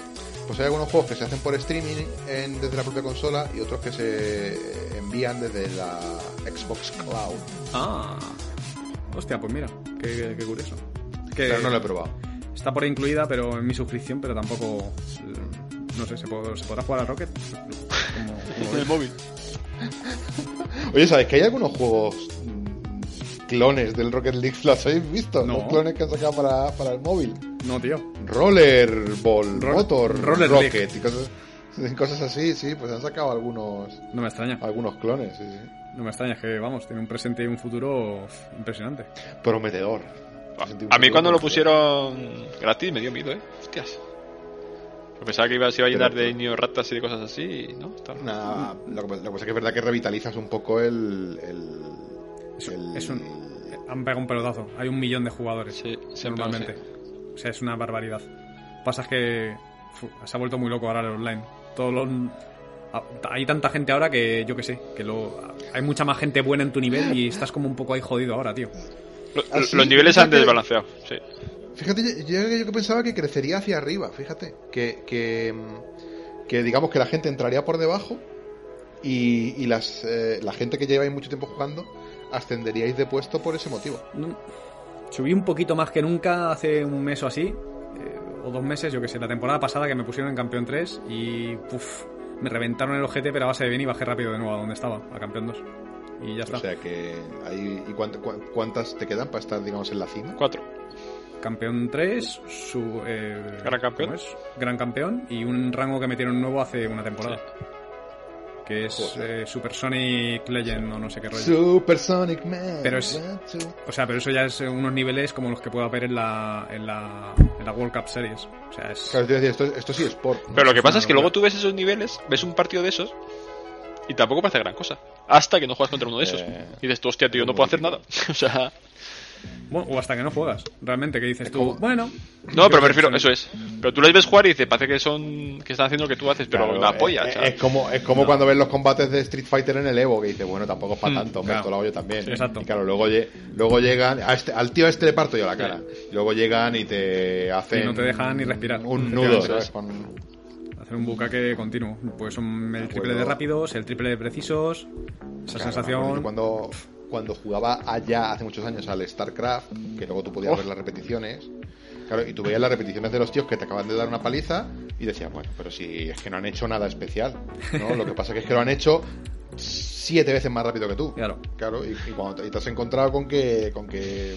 [SPEAKER 5] Pues hay algunos juegos que se hacen por streaming en- desde la propia consola y otros que se envían desde la Xbox Cloud.
[SPEAKER 2] Ah. Hostia, pues mira, qué, qué- qué curioso. Que
[SPEAKER 5] Pero no lo he probado.
[SPEAKER 2] Está por ahí incluida pero en mi suscripción, pero tampoco... eh, No sé, ¿se, po- se podrá jugar al Rocket? Como- como
[SPEAKER 4] En el
[SPEAKER 2] veis.
[SPEAKER 4] móvil.
[SPEAKER 5] Oye, ¿sabes que hay algunos juegos mm, clones del Rocket League? ¿Los habéis visto?
[SPEAKER 2] No.
[SPEAKER 5] Los clones que han sacado para, para el móvil.
[SPEAKER 2] No, tío.
[SPEAKER 5] Rollerball,
[SPEAKER 2] Ro-
[SPEAKER 5] Motor,
[SPEAKER 2] Roller
[SPEAKER 5] Rocket
[SPEAKER 2] League.
[SPEAKER 5] y cosas, cosas así, sí, pues han sacado algunos
[SPEAKER 2] No me extraña.
[SPEAKER 5] algunos clones, sí, sí.
[SPEAKER 2] No me extraña, es que vamos, tiene un presente y un futuro impresionante.
[SPEAKER 5] Prometedor. Sentí un
[SPEAKER 4] A mí
[SPEAKER 5] poco
[SPEAKER 4] cuando lo
[SPEAKER 5] prometedor.
[SPEAKER 4] pusieron gratis me dio miedo, eh. Hostias. Yo Pensaba que iba, se iba a llenar
[SPEAKER 5] Pero-
[SPEAKER 4] de niños ratas y de cosas así, y ¿no? Está-
[SPEAKER 5] Nah, lo, que, lo que pasa es que es verdad que revitalizas un poco el. el,
[SPEAKER 2] Es,
[SPEAKER 5] el-
[SPEAKER 2] es un... Han pegado un pelotazo. Hay un millón de jugadores.
[SPEAKER 4] Sí, siempre
[SPEAKER 2] normalmente. O sea, es una barbaridad. Pasa es que fu, se ha vuelto muy loco ahora el online. Todo lo- a- hay tanta gente ahora que yo que sé, que lo, hay mucha más gente buena en tu nivel y estás como un poco ahí jodido ahora, tío.
[SPEAKER 4] Lo-
[SPEAKER 5] Ah, sí,
[SPEAKER 4] los niveles
[SPEAKER 5] fíjate.
[SPEAKER 4] han desbalanceado, sí.
[SPEAKER 5] Fíjate, yo, yo- yo que pensaba que crecería hacia arriba, fíjate. Que, que, mm, que digamos que la gente entraría por debajo y, y las, eh, la gente que lleváis mucho tiempo jugando ascenderíais de puesto por ese motivo.
[SPEAKER 2] No- Subí un poquito más que nunca hace un mes o así, eh, o dos meses, yo que sé, la temporada pasada que me pusieron en campeón 3 y puf, me reventaron el ojete, pero a base de bien y bajé rápido de nuevo a donde estaba, a campeón 2. Y ya está.
[SPEAKER 5] O sea que. Ahí, ¿Y cuánt- cuán- cuántas te quedan para estar, digamos, en la cima?
[SPEAKER 4] Cuatro.
[SPEAKER 2] Campeón 3, su. eh,
[SPEAKER 4] Gran campeón.
[SPEAKER 2] ¿cómo es? Gran campeón y un rango que metieron nuevo hace una temporada. Que es
[SPEAKER 5] Joder.
[SPEAKER 2] eh, Super Sonic Legend o no sé qué rollo.
[SPEAKER 5] Super Sonic Man.
[SPEAKER 2] Pero es-
[SPEAKER 5] one, two.
[SPEAKER 2] o sea, pero eso ya es eh, unos niveles como los que puedo ver en la, en la, en la World Cup Series. O sea, es.
[SPEAKER 5] Claro, te iba a decir, esto, esto sí es sport. ¿no?
[SPEAKER 4] Pero lo que pasa es que
[SPEAKER 2] locura.
[SPEAKER 4] luego tú ves esos niveles, ves un partido de esos y tampoco parece gran cosa. Hasta que no juegas contra uno de esos.
[SPEAKER 5] Eh,
[SPEAKER 4] y dices tú, hostia, tío, no
[SPEAKER 5] muy
[SPEAKER 4] puedo hacer
[SPEAKER 5] típico.
[SPEAKER 4] nada. o sea,
[SPEAKER 2] Bueno, o hasta que no juegas. Realmente, que dices
[SPEAKER 5] Es
[SPEAKER 2] tú,
[SPEAKER 5] como-
[SPEAKER 2] bueno.
[SPEAKER 4] no, pero me refiero, eso es. Pero tú les ves jugar y dices, parece que son que están haciendo lo que tú haces, pero
[SPEAKER 5] Claro, eh,
[SPEAKER 4] una
[SPEAKER 5] es-
[SPEAKER 4] polla.
[SPEAKER 5] es,
[SPEAKER 4] o sea.
[SPEAKER 5] es como, es como cuando ves los combates de Street Fighter en el Evo, que dices, bueno, tampoco es para tanto, hombre,
[SPEAKER 2] Mm, claro.
[SPEAKER 5] esto lo hago yo también.
[SPEAKER 2] Exacto.
[SPEAKER 5] Y claro, luego, lle- luego llegan, a este- al tío este le parto yo la cara. Luego llegan y te hacen.
[SPEAKER 2] Y no te dejan ni respirar.
[SPEAKER 5] Un
[SPEAKER 2] Efectivamente,
[SPEAKER 5] nudo,
[SPEAKER 2] eso
[SPEAKER 5] ¿sabes?
[SPEAKER 2] es.
[SPEAKER 5] Con-
[SPEAKER 2] Hacer un bucaque continuo. Pues son el triple de
[SPEAKER 5] Bueno.
[SPEAKER 2] rápidos, el triple de precisos. Esa
[SPEAKER 5] Claro, me acuerdo
[SPEAKER 2] sensación.
[SPEAKER 5] que Cuando, cuando jugaba allá hace muchos años al StarCraft, que luego tú podías ver las repeticiones. Claro, y tú veías las repeticiones de los tíos que te acaban de dar una paliza, Y decía, bueno, pero si es que no han hecho nada especial, ¿no? Lo que pasa que es que lo han hecho siete veces más rápido que tú.
[SPEAKER 2] Claro.
[SPEAKER 5] Claro, y, y cuando te, y te has encontrado con que, con que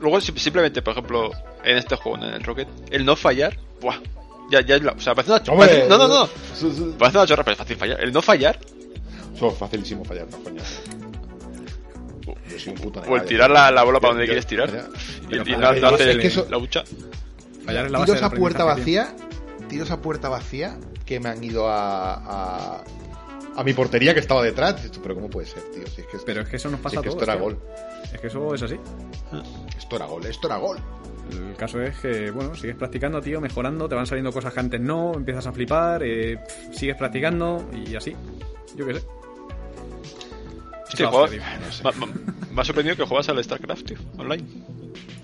[SPEAKER 4] Luego, si- simplemente, por ejemplo, en este juego, en el Rocket, el no fallar, ¡buah! Ya, ya es la. O sea, parece una chorra.
[SPEAKER 5] ¡Hombre!
[SPEAKER 4] No, no, no.
[SPEAKER 5] Su- su-
[SPEAKER 4] Parece una chorra, pero es fácil fallar. El no fallar,
[SPEAKER 5] Eso es facilísimo fallar, no coña. Yo soy un puto
[SPEAKER 4] o el
[SPEAKER 5] negado.
[SPEAKER 4] Pues tirar la, la bola para
[SPEAKER 5] Yo-
[SPEAKER 4] donde
[SPEAKER 5] yo-
[SPEAKER 4] quieres tirar.
[SPEAKER 5] mira,
[SPEAKER 4] Y,
[SPEAKER 2] Pero
[SPEAKER 4] y
[SPEAKER 2] para-
[SPEAKER 4] no, no hacer
[SPEAKER 5] es
[SPEAKER 4] el-
[SPEAKER 5] que eso-
[SPEAKER 4] la bucha.
[SPEAKER 2] Fallar es la base
[SPEAKER 5] Tiro
[SPEAKER 2] del
[SPEAKER 5] esa puerta
[SPEAKER 2] aprendizaje, tío.
[SPEAKER 5] vacía, tiro esa puerta vacía que me han ido a, a, a mi portería que estaba detrás. Dices tú, Pero ¿cómo puede ser, tío? Si es que, esto-
[SPEAKER 2] Pero es que eso nos
[SPEAKER 5] si
[SPEAKER 2] pasa
[SPEAKER 5] es que
[SPEAKER 2] a
[SPEAKER 5] esto
[SPEAKER 2] todos,
[SPEAKER 5] era
[SPEAKER 2] tío.
[SPEAKER 5] gol.
[SPEAKER 2] Es que eso es así.
[SPEAKER 5] Esto era gol, esto era gol.
[SPEAKER 2] El caso es que, bueno, sigues practicando, tío, mejorando, te van saliendo cosas que antes no, empiezas a flipar, eh, pf, sigues practicando y así. Yo qué sé.
[SPEAKER 4] Hostia,
[SPEAKER 2] Hostia,
[SPEAKER 4] juego-
[SPEAKER 2] tío.
[SPEAKER 4] ma- ma- Me ha sorprendido que juegas al StarCraft, tío, online.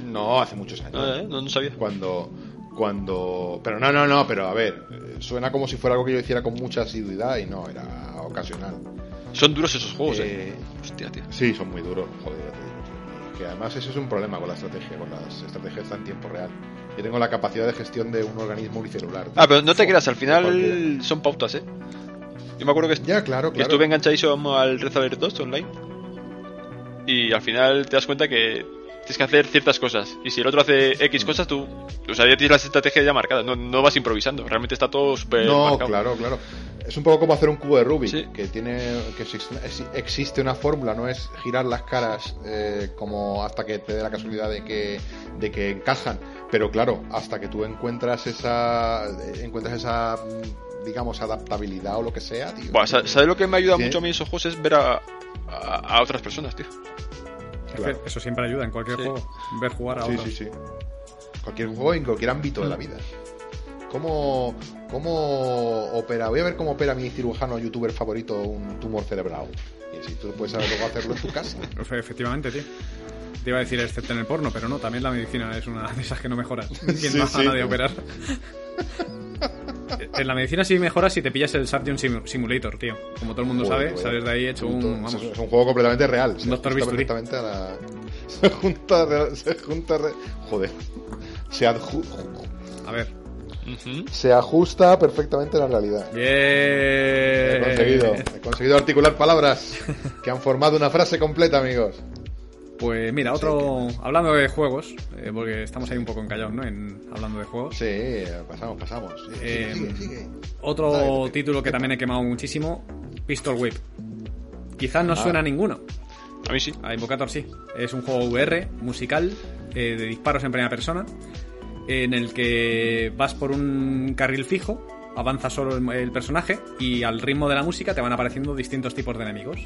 [SPEAKER 5] No, hace muchos años.
[SPEAKER 4] Ah, ¿eh? No, no sabía.
[SPEAKER 5] cuando cuando pero no no no pero a ver eh, suena como si fuera algo que yo hiciera con mucha asiduidad y no era ocasional
[SPEAKER 4] Son duros esos juegos, eh.
[SPEAKER 5] Eh,
[SPEAKER 4] Hostia, tío.
[SPEAKER 5] sí son muy duros joder ya te digo Y que además ese es un problema con la estrategia con las estrategias en tiempo real yo tengo la capacidad de gestión de un organismo unicelular
[SPEAKER 4] Ah, pero no te creas, al final
[SPEAKER 5] Cualquiera.
[SPEAKER 4] son pautas, eh. Yo me acuerdo que,
[SPEAKER 5] ya claro claro
[SPEAKER 4] que estuve enganchadísimo al Red Alert 2 online. Y al final te das cuenta que tienes que hacer ciertas cosas. Y si el otro hace X cosas, tú. O sea, ya tienes las estrategias ya marcadas. No, no vas improvisando. Realmente está todo súper.
[SPEAKER 5] no,
[SPEAKER 4] marcado.
[SPEAKER 5] claro, claro. Es un poco como hacer un cubo de Rubik,
[SPEAKER 4] Sí.
[SPEAKER 5] que tiene que existe- es- existe una fórmula, no es girar las caras eh, como hasta que te dé la casualidad de que, de que encajan. Pero claro, hasta que tú encuentras esa, eh, encuentras esa, mm, digamos, adaptabilidad o lo que sea, tío.
[SPEAKER 4] Buah, sa- ¿Sabes lo que me ayuda
[SPEAKER 5] Sí.
[SPEAKER 4] mucho a mí esos juegos? Es ver a, a, a otras personas, tío.
[SPEAKER 2] Es que
[SPEAKER 5] claro.
[SPEAKER 2] Eso siempre ayuda en cualquier
[SPEAKER 4] Sí.
[SPEAKER 2] juego. Ver jugar a
[SPEAKER 5] Sí,
[SPEAKER 2] otros. Mm.
[SPEAKER 5] sí, sí. Cualquier juego en cualquier ámbito de la vida. ¿Cómo, ¿Cómo opera? Voy a ver cómo opera mi cirujano youtuber favorito un tumor cerebral. Y si tú puedes saber luego hacerlo en tu casa.
[SPEAKER 2] Efe- Efectivamente, tío. Te iba a decir, excepto en el porno, pero no, también la medicina es una de esas que no mejoras. ¿Quién
[SPEAKER 5] Sí,
[SPEAKER 2] no
[SPEAKER 5] sí,
[SPEAKER 2] a nadie
[SPEAKER 5] pues.
[SPEAKER 2] a operar? en la medicina sí mejoras si te pillas el Sartion Sim- Simulator, tío. Como todo el mundo sabe,
[SPEAKER 5] Joder, vaya.
[SPEAKER 2] sales de ahí hecho
[SPEAKER 5] Punto.
[SPEAKER 2] un. Vamos,
[SPEAKER 5] Es, es un juego completamente real. Se
[SPEAKER 2] Doctor
[SPEAKER 5] ajusta
[SPEAKER 2] Bisturí.
[SPEAKER 5] perfectamente a la... Se junta... re- Se junta... re- Joder. Se, adju-
[SPEAKER 2] a ver.
[SPEAKER 4] Ujú.
[SPEAKER 5] se ajusta perfectamente a la realidad.
[SPEAKER 2] Eh.
[SPEAKER 5] He conseguido.
[SPEAKER 2] Bien.
[SPEAKER 5] He conseguido articular palabras que han formado una frase completa, amigos.
[SPEAKER 2] Pues mira, otro. Hablando de juegos, eh, porque estamos ahí un poco encallados, ¿no? En, hablando de juegos.
[SPEAKER 5] Sí, eh, pasamos, pasamos. Sí,
[SPEAKER 2] Eh,
[SPEAKER 5] sigue, sigue, sigue.
[SPEAKER 2] Otro
[SPEAKER 5] Dale, dale.
[SPEAKER 2] título que también he quemado muchísimo: Pistol Whip. Quizás no
[SPEAKER 5] Ah.
[SPEAKER 2] suena a ninguno,
[SPEAKER 4] A mí sí.
[SPEAKER 2] A Invocator sí. Es un juego VR, musical, eh, de disparos en primera persona, en el que vas por un carril fijo, avanza solo el, el personaje y al ritmo de la música te van apareciendo distintos tipos de enemigos.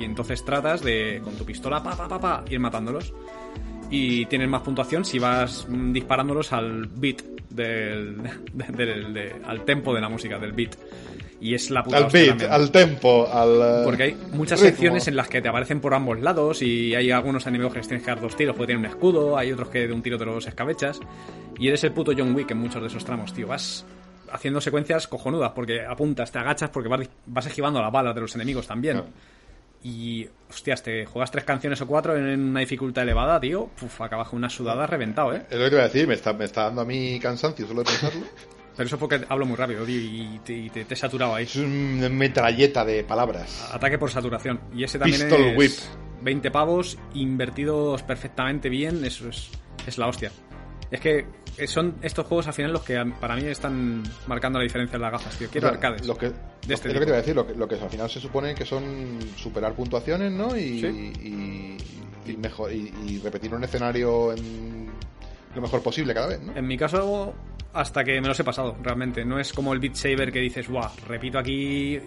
[SPEAKER 2] Y entonces tratas de, con tu pistola, pa, pa, pa, pa, ir matándolos. Y tienes más puntuación si vas mm, disparándolos al beat del, del- del- de- al tempo de la música, del beat. Y es la puta
[SPEAKER 5] Al
[SPEAKER 2] hostia
[SPEAKER 5] beat,
[SPEAKER 2] también.
[SPEAKER 5] al tempo, al... eh,
[SPEAKER 2] Porque hay muchas
[SPEAKER 5] ritmo.
[SPEAKER 2] secciones en las que te aparecen por ambos lados y hay algunos enemigos que les tienes que dar dos tiros porque tienen un escudo, hay otros que de un tiro te los escabechas y eres el puto John Wick en muchos de esos tramos, tío. Vas haciendo secuencias cojonudas porque apuntas, te agachas porque vas, vas esquivando las balas de los enemigos también.
[SPEAKER 5] Claro.
[SPEAKER 2] Y, hostias, te juegas tres canciones o cuatro en una dificultad elevada, tío. Puf, acabas con una sudada reventado, ¿eh?
[SPEAKER 5] Es lo que te iba a decir, me está, me está dando a mí cansancio solo de pensarlo.
[SPEAKER 2] Pero eso es porque hablo muy rápido, tío, y te, y te- te he saturado ahí.
[SPEAKER 5] Es una metralleta de palabras.
[SPEAKER 2] Ataque por saturación. Y ese también
[SPEAKER 5] Pistol
[SPEAKER 2] es
[SPEAKER 5] Whip.
[SPEAKER 2] 20 pavos invertidos perfectamente bien. Eso es, es la hostia. Es que eh, son estos juegos al final los que a- para mí están marcando la diferencia en las gafas, tío. Quiero
[SPEAKER 5] O sea,
[SPEAKER 2] arcades.
[SPEAKER 5] Lo que, lo-
[SPEAKER 2] este
[SPEAKER 5] es
[SPEAKER 2] tipo.
[SPEAKER 5] lo que te iba a decir, lo que, lo que al final se supone que son superar puntuaciones, ¿no? Y,
[SPEAKER 2] Sí.
[SPEAKER 5] y, y mejor, y, y repetir un escenario en lo mejor posible cada vez, ¿no?
[SPEAKER 2] En mi caso, hasta que me los he pasado, realmente. No es como el Beat Saber que dices, guau, repito aquí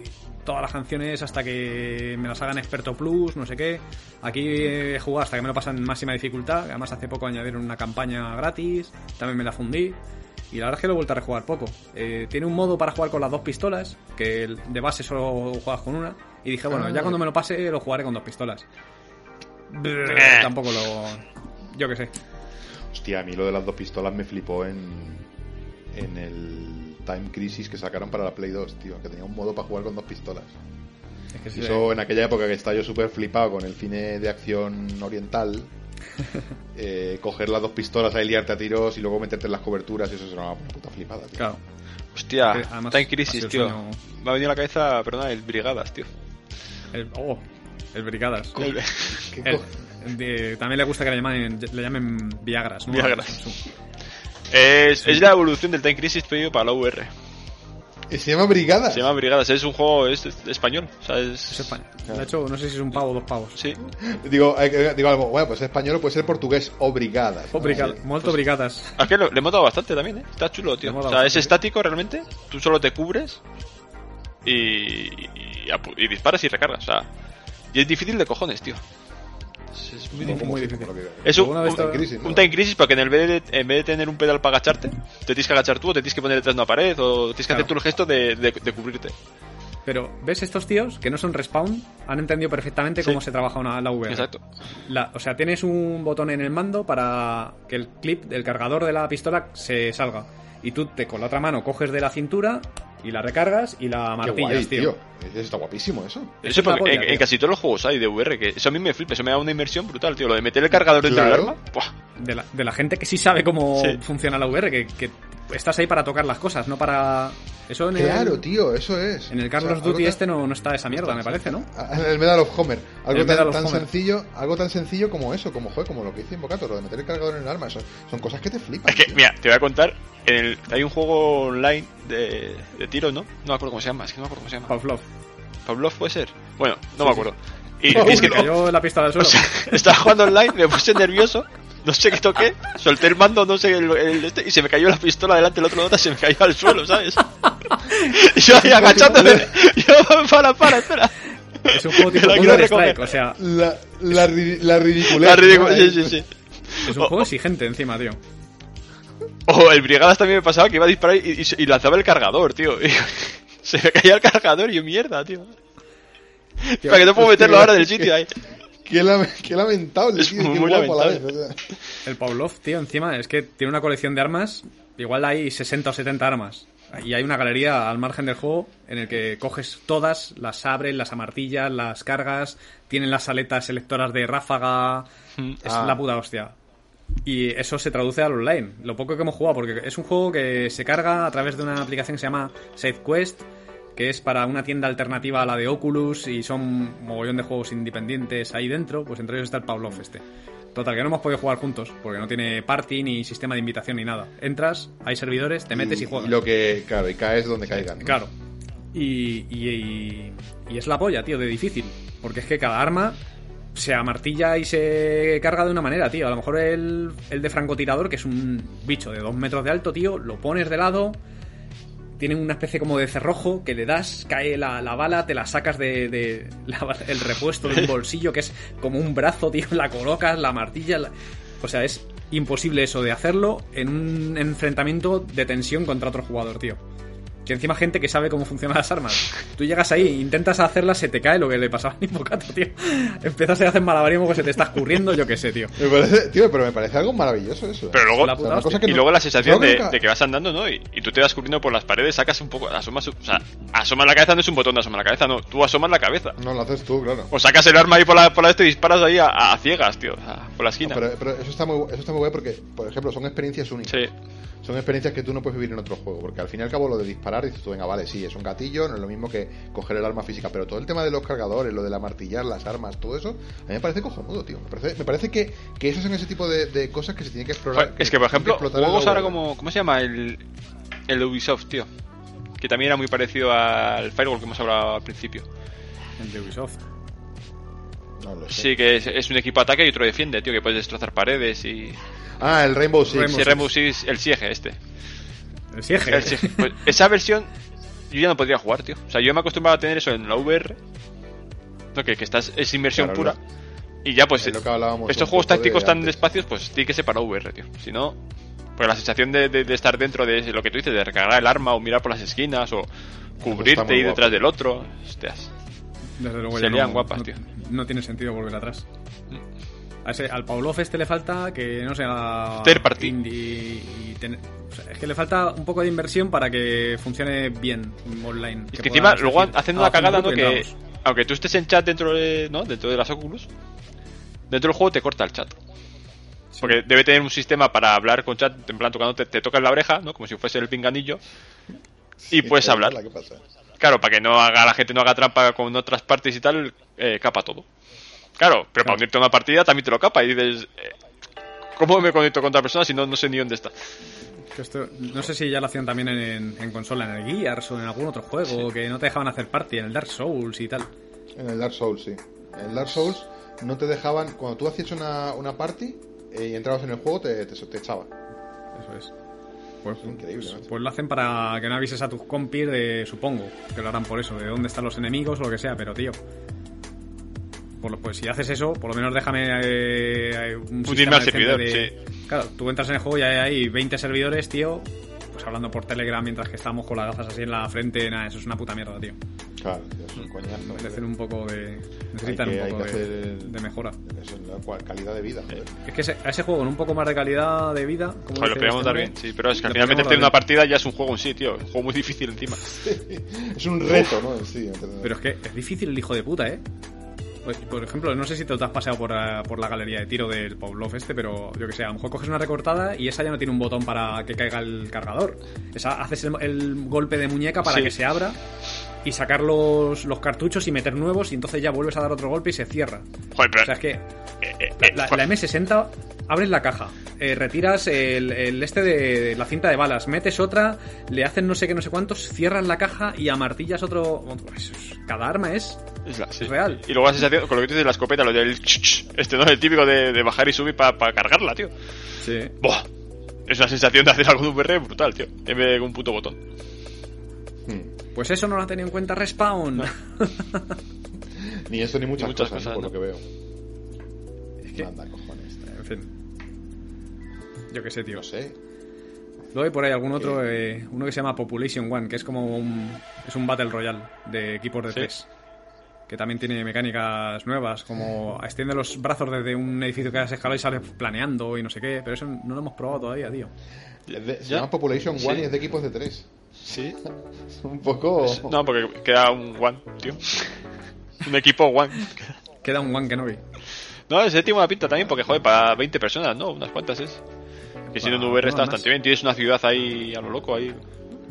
[SPEAKER 2] todas las canciones hasta que me las hagan experto plus, no sé qué. Aquí he jugado hasta que me lo pasan en máxima dificultad. Además, hace poco añadieron una campaña gratis, también me la fundí. Y la verdad es que lo he vuelto a rejugar poco. Eh, tiene un modo para jugar con las dos pistolas, que el- de base solo juegas con una. Y dije, bueno,
[SPEAKER 5] Ah.
[SPEAKER 2] ya cuando me lo pase lo jugaré con dos pistolas. Brr, Tampoco lo... Yo qué sé.
[SPEAKER 5] Hostia, a mí lo de las dos pistolas me flipó en, en el Time Crisis que sacaron para la Play 2, tío, que tenía un modo para jugar con dos pistolas.
[SPEAKER 2] Es que sí,
[SPEAKER 5] Y Eso en aquella época que estaba yo súper flipado con el cine de acción oriental, eh, coger las dos pistolas ahí, liarte a tiros y luego meterte en las coberturas, y eso era una puta flipada, tío.
[SPEAKER 2] Claro.
[SPEAKER 4] Hostia,
[SPEAKER 2] Eh, además,
[SPEAKER 4] está en Ah, crisis,
[SPEAKER 2] ha sido
[SPEAKER 4] tío.
[SPEAKER 2] el sueño-
[SPEAKER 4] Me ha venido a la cabeza, perdona, el Brigadas, tío.
[SPEAKER 2] El, oh, el Brigadas.
[SPEAKER 4] El-
[SPEAKER 5] ¿Qué
[SPEAKER 2] El-
[SPEAKER 5] co-
[SPEAKER 2] de- también le gusta que le llamen, le llamen Viagras, ¿no?
[SPEAKER 4] Viagras.
[SPEAKER 2] Su-
[SPEAKER 4] es, es la evolución del Time Crisis pedido para la VR.
[SPEAKER 5] Se llama Brigada.
[SPEAKER 4] Se llama Brigadas, es un juego es- es español. O sea, es-
[SPEAKER 2] Es español. De hecho, no sé si es un pavo o dos pavos.
[SPEAKER 4] Sí,
[SPEAKER 5] Digo, eh, digo algo, bueno, pues español o puede ser portugués o Brigadas.
[SPEAKER 2] Oh,
[SPEAKER 5] ¿no?
[SPEAKER 2] briga-
[SPEAKER 4] Pues,
[SPEAKER 5] Sí.
[SPEAKER 2] molto brigadas.
[SPEAKER 4] Es que lo- le he matado bastante también, ¿eh? Está chulo,
[SPEAKER 2] Le he
[SPEAKER 4] tío. O
[SPEAKER 2] matado
[SPEAKER 4] sea, es
[SPEAKER 2] bastante.
[SPEAKER 4] estático realmente. Tú solo te cubres y, y, apu- y disparas y recargas. O sea, y es difícil de cojones, tío. Es, es muy difícil.
[SPEAKER 2] muy difícil.
[SPEAKER 5] Por lo que-
[SPEAKER 4] Es un,
[SPEAKER 2] ¿Alguna vez
[SPEAKER 4] un-
[SPEAKER 2] te-
[SPEAKER 4] un time pues, crisis,
[SPEAKER 5] ¿no?
[SPEAKER 4] para que en, el vez de, en vez de tener un pedal para agacharte, te tienes que agachar tú o te tienes que poner detrás de una pared o tienes que
[SPEAKER 2] Claro.
[SPEAKER 4] hacer tú el gesto de, de- de cubrirte.
[SPEAKER 2] Pero, ¿ves estos tíos que no son respawn? Han entendido perfectamente
[SPEAKER 4] Sí.
[SPEAKER 2] cómo se trabaja una, la VR.
[SPEAKER 4] Exacto.
[SPEAKER 2] La- o sea, tienes un botón en el mando para que el clip del cargador de la pistola se salga. Y tú te, con la otra mano coges de la cintura y la recargas y la
[SPEAKER 5] Qué
[SPEAKER 2] martillas,
[SPEAKER 5] guay,
[SPEAKER 2] tío.
[SPEAKER 5] tío. Eso Está guapísimo eso.
[SPEAKER 2] Es
[SPEAKER 4] Eso
[SPEAKER 2] una
[SPEAKER 4] porque en,
[SPEAKER 2] polla,
[SPEAKER 4] en
[SPEAKER 2] tío.
[SPEAKER 4] casi todos los juegos hay de VR, que eso a mí me flipa, eso me da una inversión brutal, tío. Lo de meter el cargador dentro del
[SPEAKER 5] Claro.
[SPEAKER 4] arma, ¡buah!
[SPEAKER 2] De, la, de la gente que sí sabe cómo
[SPEAKER 4] Sí.
[SPEAKER 2] funciona la VR, que, que estás ahí para tocar las cosas, no para... Eso en
[SPEAKER 5] Claro,
[SPEAKER 2] el,
[SPEAKER 5] tío, eso es.
[SPEAKER 2] En el Carlos
[SPEAKER 5] O sea,
[SPEAKER 2] Duty
[SPEAKER 5] algo
[SPEAKER 2] este no, no está esa mierda, me parece, ¿no?
[SPEAKER 5] tan- Ah, En el Medal of Homer. Algo
[SPEAKER 2] El Medal
[SPEAKER 5] tan,
[SPEAKER 2] of
[SPEAKER 5] tan
[SPEAKER 2] Homer.
[SPEAKER 5] sencillo, algo tan sencillo como eso, como joder, como lo que hice Invocator, lo de meter el cargador en el arma. Son, son cosas que te flipan.
[SPEAKER 4] Es que,
[SPEAKER 5] tío.
[SPEAKER 4] mira, te voy a contar. En el, hay un juego online de, de tiros, ¿no? No me acuerdo cómo se llama, es que no me acuerdo cómo se llama.
[SPEAKER 2] Pavlov.
[SPEAKER 4] Pavlov puede ser. Bueno, no me acuerdo. Y
[SPEAKER 2] Uy,
[SPEAKER 4] es que
[SPEAKER 2] me cayó la pistola al
[SPEAKER 4] o
[SPEAKER 2] suelo.
[SPEAKER 4] sea, estaba jugando online, me puse nervioso, no sé qué toqué, solté el mando, no sé el, el este, y se me cayó la pistola delante del otro nota, se me cayó al suelo, ¿sabes? Y yo ahí agachándome, yo para, para, espera.
[SPEAKER 2] es un juego tipo
[SPEAKER 4] la quiero
[SPEAKER 2] Counter Strike,
[SPEAKER 4] recoger.
[SPEAKER 2] o sea,
[SPEAKER 5] La, la, ri- la ridiculez.
[SPEAKER 4] La
[SPEAKER 5] ¿no?
[SPEAKER 4] ridícula,
[SPEAKER 5] Ahí.
[SPEAKER 4] sí, sí, sí.
[SPEAKER 2] es un juego exigente encima, tío.
[SPEAKER 4] O el Brigadas también me pasaba que iba a disparar y, y- y lanzaba el cargador, tío. Y se me caía el cargador y yo, mierda, tío.
[SPEAKER 5] Tío,
[SPEAKER 4] Para que no puedo
[SPEAKER 5] es
[SPEAKER 4] meterlo
[SPEAKER 5] que-
[SPEAKER 4] ahora del sitio ahí.
[SPEAKER 5] Qué, lame- qué lamentable,
[SPEAKER 4] Es
[SPEAKER 5] tío, y qué
[SPEAKER 4] muy
[SPEAKER 5] guapo a la
[SPEAKER 4] lamentable.
[SPEAKER 5] vez, o sea.
[SPEAKER 2] El Pavlov, tío, encima es que tiene una colección de armas, igual hay 60 o 70 armas. Y hay una galería al margen del juego en el que coges todas, las abres, las amartillas, las cargas, tienen las aletas selectoras de ráfaga. Es
[SPEAKER 5] Ah.
[SPEAKER 2] la puta hostia. Y eso se traduce al online, lo poco que hemos jugado, porque es un juego que se carga a través de una aplicación que se llama SafeQuest, que es para una tienda alternativa a la de Oculus y son mogollón de juegos independientes ahí dentro, pues entre ellos está el Pavlov este. Total, que no hemos podido jugar juntos, porque no tiene party, ni sistema de invitación, ni nada. Entras, hay servidores, te metes y, juegas.
[SPEAKER 5] lo que, claro, y caes donde caigan. ¿no?
[SPEAKER 2] Claro. Y, y, y- y es la polla, tío, de difícil. Porque es que cada arma se amartilla y se carga de una manera, tío. A lo mejor el, el de francotirador, que es un bicho de dos metros de alto, tío, lo pones de lado. Tiene una especie como de cerrojo que le das, cae la, la bala, te la sacas de, de la bala- el repuesto de un bolsillo que es como un brazo, tío, la colocas, la martillas. la- O sea, es imposible eso de hacerlo en un enfrentamiento de tensión contra otro jugador, tío. Que encima gente que sabe cómo funcionan las armas. Tú llegas ahí, intentas hacerlas, se te cae lo que le pasaba a Invocator, tío. Empiezas a hacer malabarismo que se te está escurriendo, yo qué sé, tío.
[SPEAKER 5] Me parece, tío, pero me parece algo maravilloso eso. ¿eh?
[SPEAKER 4] Pero luego,
[SPEAKER 2] La
[SPEAKER 5] O sea, una cosa que
[SPEAKER 4] y
[SPEAKER 5] no-
[SPEAKER 4] luego la sensación
[SPEAKER 5] no,
[SPEAKER 4] de,
[SPEAKER 5] nunca-
[SPEAKER 4] de que vas andando, ¿no? Y, y tú te vas corriendo por las paredes, sacas un poco, asomas, o sea, asomas la cabeza no es un botón de asomar la cabeza, no, tú asomas la cabeza.
[SPEAKER 5] No, lo haces tú, claro.
[SPEAKER 4] O sacas el arma ahí por la, por la esto y disparas ahí a, a ciegas, tío, a- por la
[SPEAKER 5] No,
[SPEAKER 4] esquina.
[SPEAKER 5] pero, pero eso está muy gu- eso está muy guay porque, por ejemplo, son experiencias únicas.
[SPEAKER 4] Sí,
[SPEAKER 5] Son experiencias que tú no puedes vivir en otro juego, porque al fin y al cabo lo de disparar, dices tú, venga, vale, sí, es un gatillo, no es lo mismo que coger el arma física, pero todo el tema de los cargadores, lo de la martillar, las armas, todo eso, a mí me parece cojonudo, tío. Me parece, me parece que, que esos son ese tipo de, de cosas que se tienen que explorar.
[SPEAKER 4] Joder, es que por
[SPEAKER 5] se tienen
[SPEAKER 4] ejemplo,
[SPEAKER 5] explotar en
[SPEAKER 4] juegos
[SPEAKER 5] la
[SPEAKER 4] ahora
[SPEAKER 5] web.
[SPEAKER 4] como, ¿cómo se llama? El, el Ubisoft, tío. Que también era muy parecido al Firewall que hemos hablado al principio.
[SPEAKER 2] El de Ubisoft.
[SPEAKER 5] No lo sé.
[SPEAKER 4] Sí, que es, es un equipo ataque y otro defiende, tío, que puedes destrozar paredes y...
[SPEAKER 5] Ah, el Rainbow Six.
[SPEAKER 2] Rainbow
[SPEAKER 4] Sí, Rainbow Six, el Siege este.
[SPEAKER 2] El Siege.
[SPEAKER 4] El Siege. Pues esa versión yo ya no podría jugar, tío. O sea, yo me he acostumbrado a tener eso en la VR. No, que, que estás, es inversión
[SPEAKER 5] Claro,
[SPEAKER 4] pura.
[SPEAKER 5] ¿no?
[SPEAKER 4] Y ya pues...
[SPEAKER 5] Es lo que hablábamos
[SPEAKER 4] estos
[SPEAKER 5] un
[SPEAKER 4] juegos
[SPEAKER 5] poco de
[SPEAKER 4] tácticos tan
[SPEAKER 5] antes.
[SPEAKER 4] despacios, pues tiene que ser para VR, tío. Si no... Porque la sensación de, de- de estar dentro de lo que tú dices, de recargar el arma o mirar por las esquinas o
[SPEAKER 5] Pues muy
[SPEAKER 4] cubrirte y
[SPEAKER 5] guapo.
[SPEAKER 4] detrás del otro. Hostias.
[SPEAKER 2] Desde luego ya
[SPEAKER 4] Serían
[SPEAKER 2] no,
[SPEAKER 4] guapas,
[SPEAKER 2] no-
[SPEAKER 4] tío.
[SPEAKER 2] no tiene sentido volver atrás. A ese- al Pavlov este le falta que no sea
[SPEAKER 4] Third party.
[SPEAKER 2] indie y ten- o sea, es que le falta un poco de inversión para que funcione bien online.
[SPEAKER 4] Es que encima luego hacen
[SPEAKER 5] Ah,
[SPEAKER 2] Ah, haciendo
[SPEAKER 4] una cagada, ¿no? Que aunque tú estés en chat dentro de, ¿no? dentro de las Oculus, dentro del juego te corta el chat. Porque debe tener un sistema para hablar con chat, en plan tocando, te, te toca en la oreja, ¿no? Como si fuese el pinganillo. y puedes hablar.
[SPEAKER 5] ¿Qué pasa?
[SPEAKER 4] Claro, para que no haga la gente no haga trampa con otras partes y tal, eh, capa todo. Claro, pero para unirte a una partida también te lo capa y dices, eh, ¿cómo me conecto con otra persona si no, no sé ni dónde está?
[SPEAKER 2] Que esto- no sé si ya lo hacían también en, en consola, en el Gears o en algún otro juego, que no te dejaban hacer party, en el Dark Souls y tal.
[SPEAKER 5] En el Dark Souls, sí. En el Dark Souls no te dejaban. Cuando tú hacías una, una party eh, y entrabas en el juego, te, te, te echaban.
[SPEAKER 2] Eso es. Pues,
[SPEAKER 5] increíble,
[SPEAKER 2] pues-
[SPEAKER 5] macho.
[SPEAKER 2] pues lo hacen para que no avises a tus compis de, supongo, que lo harán por eso, de dónde están los enemigos o lo que sea, pero tío. Por lo- pues si haces eso, por lo menos déjame eh, eh, un
[SPEAKER 4] Unirme
[SPEAKER 2] sistema
[SPEAKER 4] al
[SPEAKER 2] decente
[SPEAKER 4] servidor,
[SPEAKER 2] Claro, tú entras en el juego y hay, hay 20 servidores, tío, pues hablando por Telegram mientras que estamos con las gafas así en la frente, nada, eso es una puta mierda, tío.
[SPEAKER 5] Claro, es Mm. un coñazo. eh.
[SPEAKER 2] Merecen un poco de... Necesitan
[SPEAKER 5] que- hay
[SPEAKER 2] un poco
[SPEAKER 5] que
[SPEAKER 2] de,
[SPEAKER 5] hacer-
[SPEAKER 2] de mejora.
[SPEAKER 5] Es la cual- calidad de
[SPEAKER 4] Eh,
[SPEAKER 5] vida, joder.
[SPEAKER 2] Es que ese- a ese juego con un poco más de calidad de vida... como
[SPEAKER 4] Joder, lo
[SPEAKER 2] dice
[SPEAKER 4] podríamos
[SPEAKER 2] este
[SPEAKER 4] dar bien,
[SPEAKER 2] hombre,
[SPEAKER 4] sí, pero es que al
[SPEAKER 2] lo
[SPEAKER 4] final
[SPEAKER 2] podríamos
[SPEAKER 4] meterte en
[SPEAKER 2] dar
[SPEAKER 4] una partida ya es un juego en sí, tío. Un juego muy difícil encima.
[SPEAKER 5] Es un reto, ¿no? En sí, entender.
[SPEAKER 2] Pero es que es difícil el hijo de puta, ¿eh? Pues, Por ejemplo, no sé si te lo has paseado por, ah, por la galería de tiro del Pavlov este, pero yo que sé, a lo mejor coges una recortada y esa ya no tiene un botón para que caiga el cargador. Esa haces el, el golpe de muñeca para
[SPEAKER 4] Sí.
[SPEAKER 2] que se abra y sacar los, los cartuchos y meter nuevos y entonces ya vuelves a dar otro golpe y se cierra.
[SPEAKER 4] Joder, pero.
[SPEAKER 2] O sea, es que
[SPEAKER 4] eh, eh, eh,
[SPEAKER 2] la,
[SPEAKER 4] joder,
[SPEAKER 2] la M60, abres la caja, eh, retiras el, el este de, de la cinta de balas, metes otra, le hacen no sé qué, no sé cuántos, cierras la caja y amartillas otro. otro- eso es- Cada arma es.
[SPEAKER 4] es la- sí.
[SPEAKER 2] real.
[SPEAKER 4] Y luego la sensación, con lo que tú dices de la escopeta, lo del. ch, ch, Este no es el típico de, de bajar y subir para cargarla, tío.
[SPEAKER 2] Sí.
[SPEAKER 4] Buah. Es una sensación de hacer algo de VR brutal, tío. En vez de un puto botón.
[SPEAKER 5] Hmm.
[SPEAKER 2] Pues eso no lo ha tenido en cuenta Respawn.
[SPEAKER 5] Ni esto ni muchas,
[SPEAKER 4] Muchas
[SPEAKER 5] cosas,
[SPEAKER 4] cosas,
[SPEAKER 5] por
[SPEAKER 4] ¿no?
[SPEAKER 5] lo que veo.
[SPEAKER 2] que-
[SPEAKER 5] Manda cojones.
[SPEAKER 2] en fin. Yo qué sé, tío.
[SPEAKER 5] No sé.
[SPEAKER 2] Luego hay por ahí algún otro, eh, uno que se llama Population One, que es como un, es un Battle Royale de equipos de
[SPEAKER 4] Sí.
[SPEAKER 2] tres. Que también tiene mecánicas nuevas, como extiende los brazos desde un edificio que has escalado y sales planeando y no sé qué. Pero eso no lo hemos probado todavía, tío.
[SPEAKER 5] Es de- se
[SPEAKER 4] Ya.
[SPEAKER 5] llama Population One
[SPEAKER 4] Sí.
[SPEAKER 5] y es de equipos de tres.
[SPEAKER 4] Sí.
[SPEAKER 5] Es un poco.
[SPEAKER 4] No, porque queda un one, tío. Un equipo one.
[SPEAKER 2] Queda un One Kenobi.
[SPEAKER 4] No, ese tiene buena pinta también, porque joder, para 20 personas, ¿no? Unas cuantas es. Que siendo un
[SPEAKER 2] Para-
[SPEAKER 4] VR
[SPEAKER 2] no,
[SPEAKER 4] está
[SPEAKER 2] más.
[SPEAKER 4] bastante bien. Tienes una ciudad ahí a lo loco, ahí.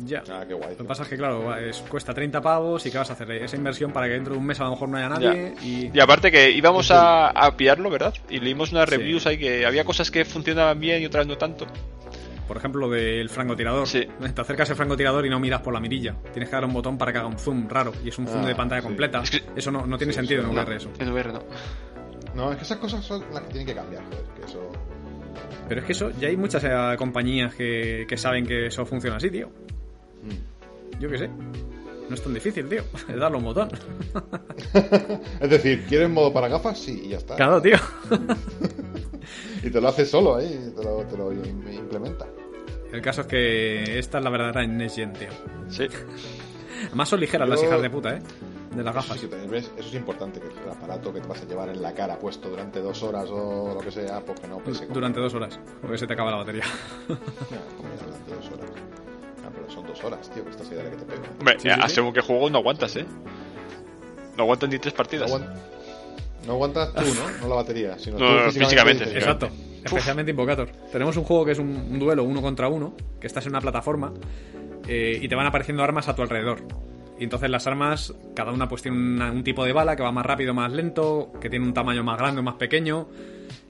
[SPEAKER 2] Ya.
[SPEAKER 5] Ah, qué guay.
[SPEAKER 2] Lo que pasa es que, claro, va- es- cuesta 30 pavos y ¿qué vas a hacer? Esa inversión para que dentro de un mes a lo mejor no haya nadie y...
[SPEAKER 4] Y aparte que íbamos a, a pillarlo, ¿verdad? Y leímos unas
[SPEAKER 2] Sí.
[SPEAKER 4] reviews ahí que había cosas que funcionaban bien y otras no tanto.
[SPEAKER 2] Por ejemplo, lo del francotirador.
[SPEAKER 4] Sí.
[SPEAKER 2] Te acercas al francotirador y no miras por la mirilla. Tienes que dar un botón para que haga un zoom raro. Y es un zoom
[SPEAKER 5] Ah,
[SPEAKER 2] de pantalla
[SPEAKER 5] sí.
[SPEAKER 2] completa.
[SPEAKER 4] Es que-
[SPEAKER 2] Eso no, no tiene
[SPEAKER 5] Sí,
[SPEAKER 2] sentido
[SPEAKER 5] sí,
[SPEAKER 2] en
[SPEAKER 5] no.
[SPEAKER 2] VR eso.
[SPEAKER 4] En VR no.
[SPEAKER 5] No, es que esas cosas son las que tienen que cambiar, joder. Que eso.
[SPEAKER 2] Pero es que eso, ya hay muchas eh, compañías que, que saben que eso funciona así, tío.
[SPEAKER 5] Mm.
[SPEAKER 2] Yo qué sé. No es tan difícil, tío. Es darle un botón.
[SPEAKER 5] Es decir, ¿quieres modo para gafas? Sí, y ya está.
[SPEAKER 2] Claro, tío.
[SPEAKER 5] Y te lo haces solo, ¿eh? Y Te lo, te lo im- implementa.
[SPEAKER 2] El caso es que esta es la verdadera Next Gen, tío.
[SPEAKER 4] Sí.
[SPEAKER 2] Además son ligeras
[SPEAKER 5] Yo-
[SPEAKER 2] las hijas de puta, ¿eh? De las
[SPEAKER 5] Eso,
[SPEAKER 2] gafas.
[SPEAKER 5] sí que tenés- ves, eso es importante, que el aparato que te vas a llevar en la cara puesto durante dos horas o lo que sea, pues que no pese como-
[SPEAKER 2] Durante dos horas. Porque se te acaba la batería.
[SPEAKER 5] Ah, como que durante dos horas. Ah, pero son dos horas, tío, que esta idea que te pega.
[SPEAKER 4] Hombre,
[SPEAKER 2] Sí, sí,
[SPEAKER 4] eh,
[SPEAKER 2] sí.
[SPEAKER 4] según que juego no aguantas, ¿eh? No aguantas ni tres
[SPEAKER 5] No,
[SPEAKER 4] partidas.
[SPEAKER 5] aguant- no aguantas tú, ¿no? No la batería, sino
[SPEAKER 4] No,
[SPEAKER 5] tú
[SPEAKER 4] físicamente,
[SPEAKER 5] dices,
[SPEAKER 4] físicamente.
[SPEAKER 2] Exacto. Especialmente Invocator. Tenemos un juego que es un, un duelo uno contra uno, que estás en una plataforma eh, y te van apareciendo armas a tu alrededor. Y entonces las armas, cada una pues tiene una- un tipo de bala que va más rápido, más lento, que tiene un tamaño más grande o más pequeño.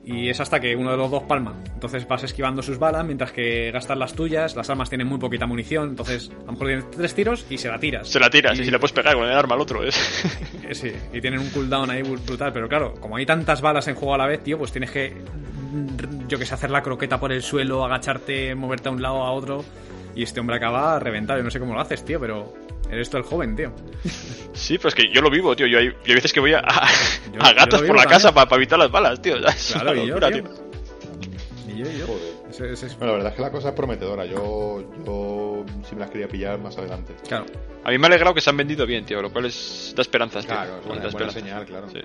[SPEAKER 2] Y es hasta que uno de los dos palma. Entonces vas esquivando sus balas mientras que gastas las tuyas. Las armas tienen muy poquita munición. Entonces a lo mejor tienes tres tiros y se la tiras.
[SPEAKER 4] Se la tiras y si la puedes pegar con el arma al otro, ¿eh?
[SPEAKER 2] Eh, Sí, y tienen un cooldown ahí brutal, pero claro, como hay tantas balas en juego a la vez, tío, pues tienes que, mm, yo que sé, hacer la croqueta por el suelo, agacharte, moverte a un lado a otro, y este hombre acaba reventado, yo no sé cómo lo haces, tío, pero eres tú el joven, tío.
[SPEAKER 4] Sí, pero es que yo lo vivo, tío. Yo hay, yo hay veces que voy a, a-
[SPEAKER 2] Yo-
[SPEAKER 4] a
[SPEAKER 2] yo
[SPEAKER 4] gatos
[SPEAKER 2] lo
[SPEAKER 4] por
[SPEAKER 2] vivo
[SPEAKER 4] la
[SPEAKER 2] también.
[SPEAKER 4] casa para evitar las balas, tío. Es
[SPEAKER 2] Claro,
[SPEAKER 4] una
[SPEAKER 2] y yo,
[SPEAKER 4] locura,
[SPEAKER 2] tío.
[SPEAKER 4] tío.
[SPEAKER 2] Y yo, y yo.
[SPEAKER 5] Joder.
[SPEAKER 2] Ese- ese es-
[SPEAKER 5] Bueno, la verdad es que la cosa es prometedora. Yo, yo sí me las quería pillar más adelante.
[SPEAKER 2] Claro,
[SPEAKER 4] A mí me ha alegrado que se han vendido bien, tío, lo cual es da esperanzas, tío.
[SPEAKER 5] Claro, es buena-
[SPEAKER 4] Da
[SPEAKER 5] buena
[SPEAKER 4] esperanzas.
[SPEAKER 5] señal, claro.
[SPEAKER 4] Sí.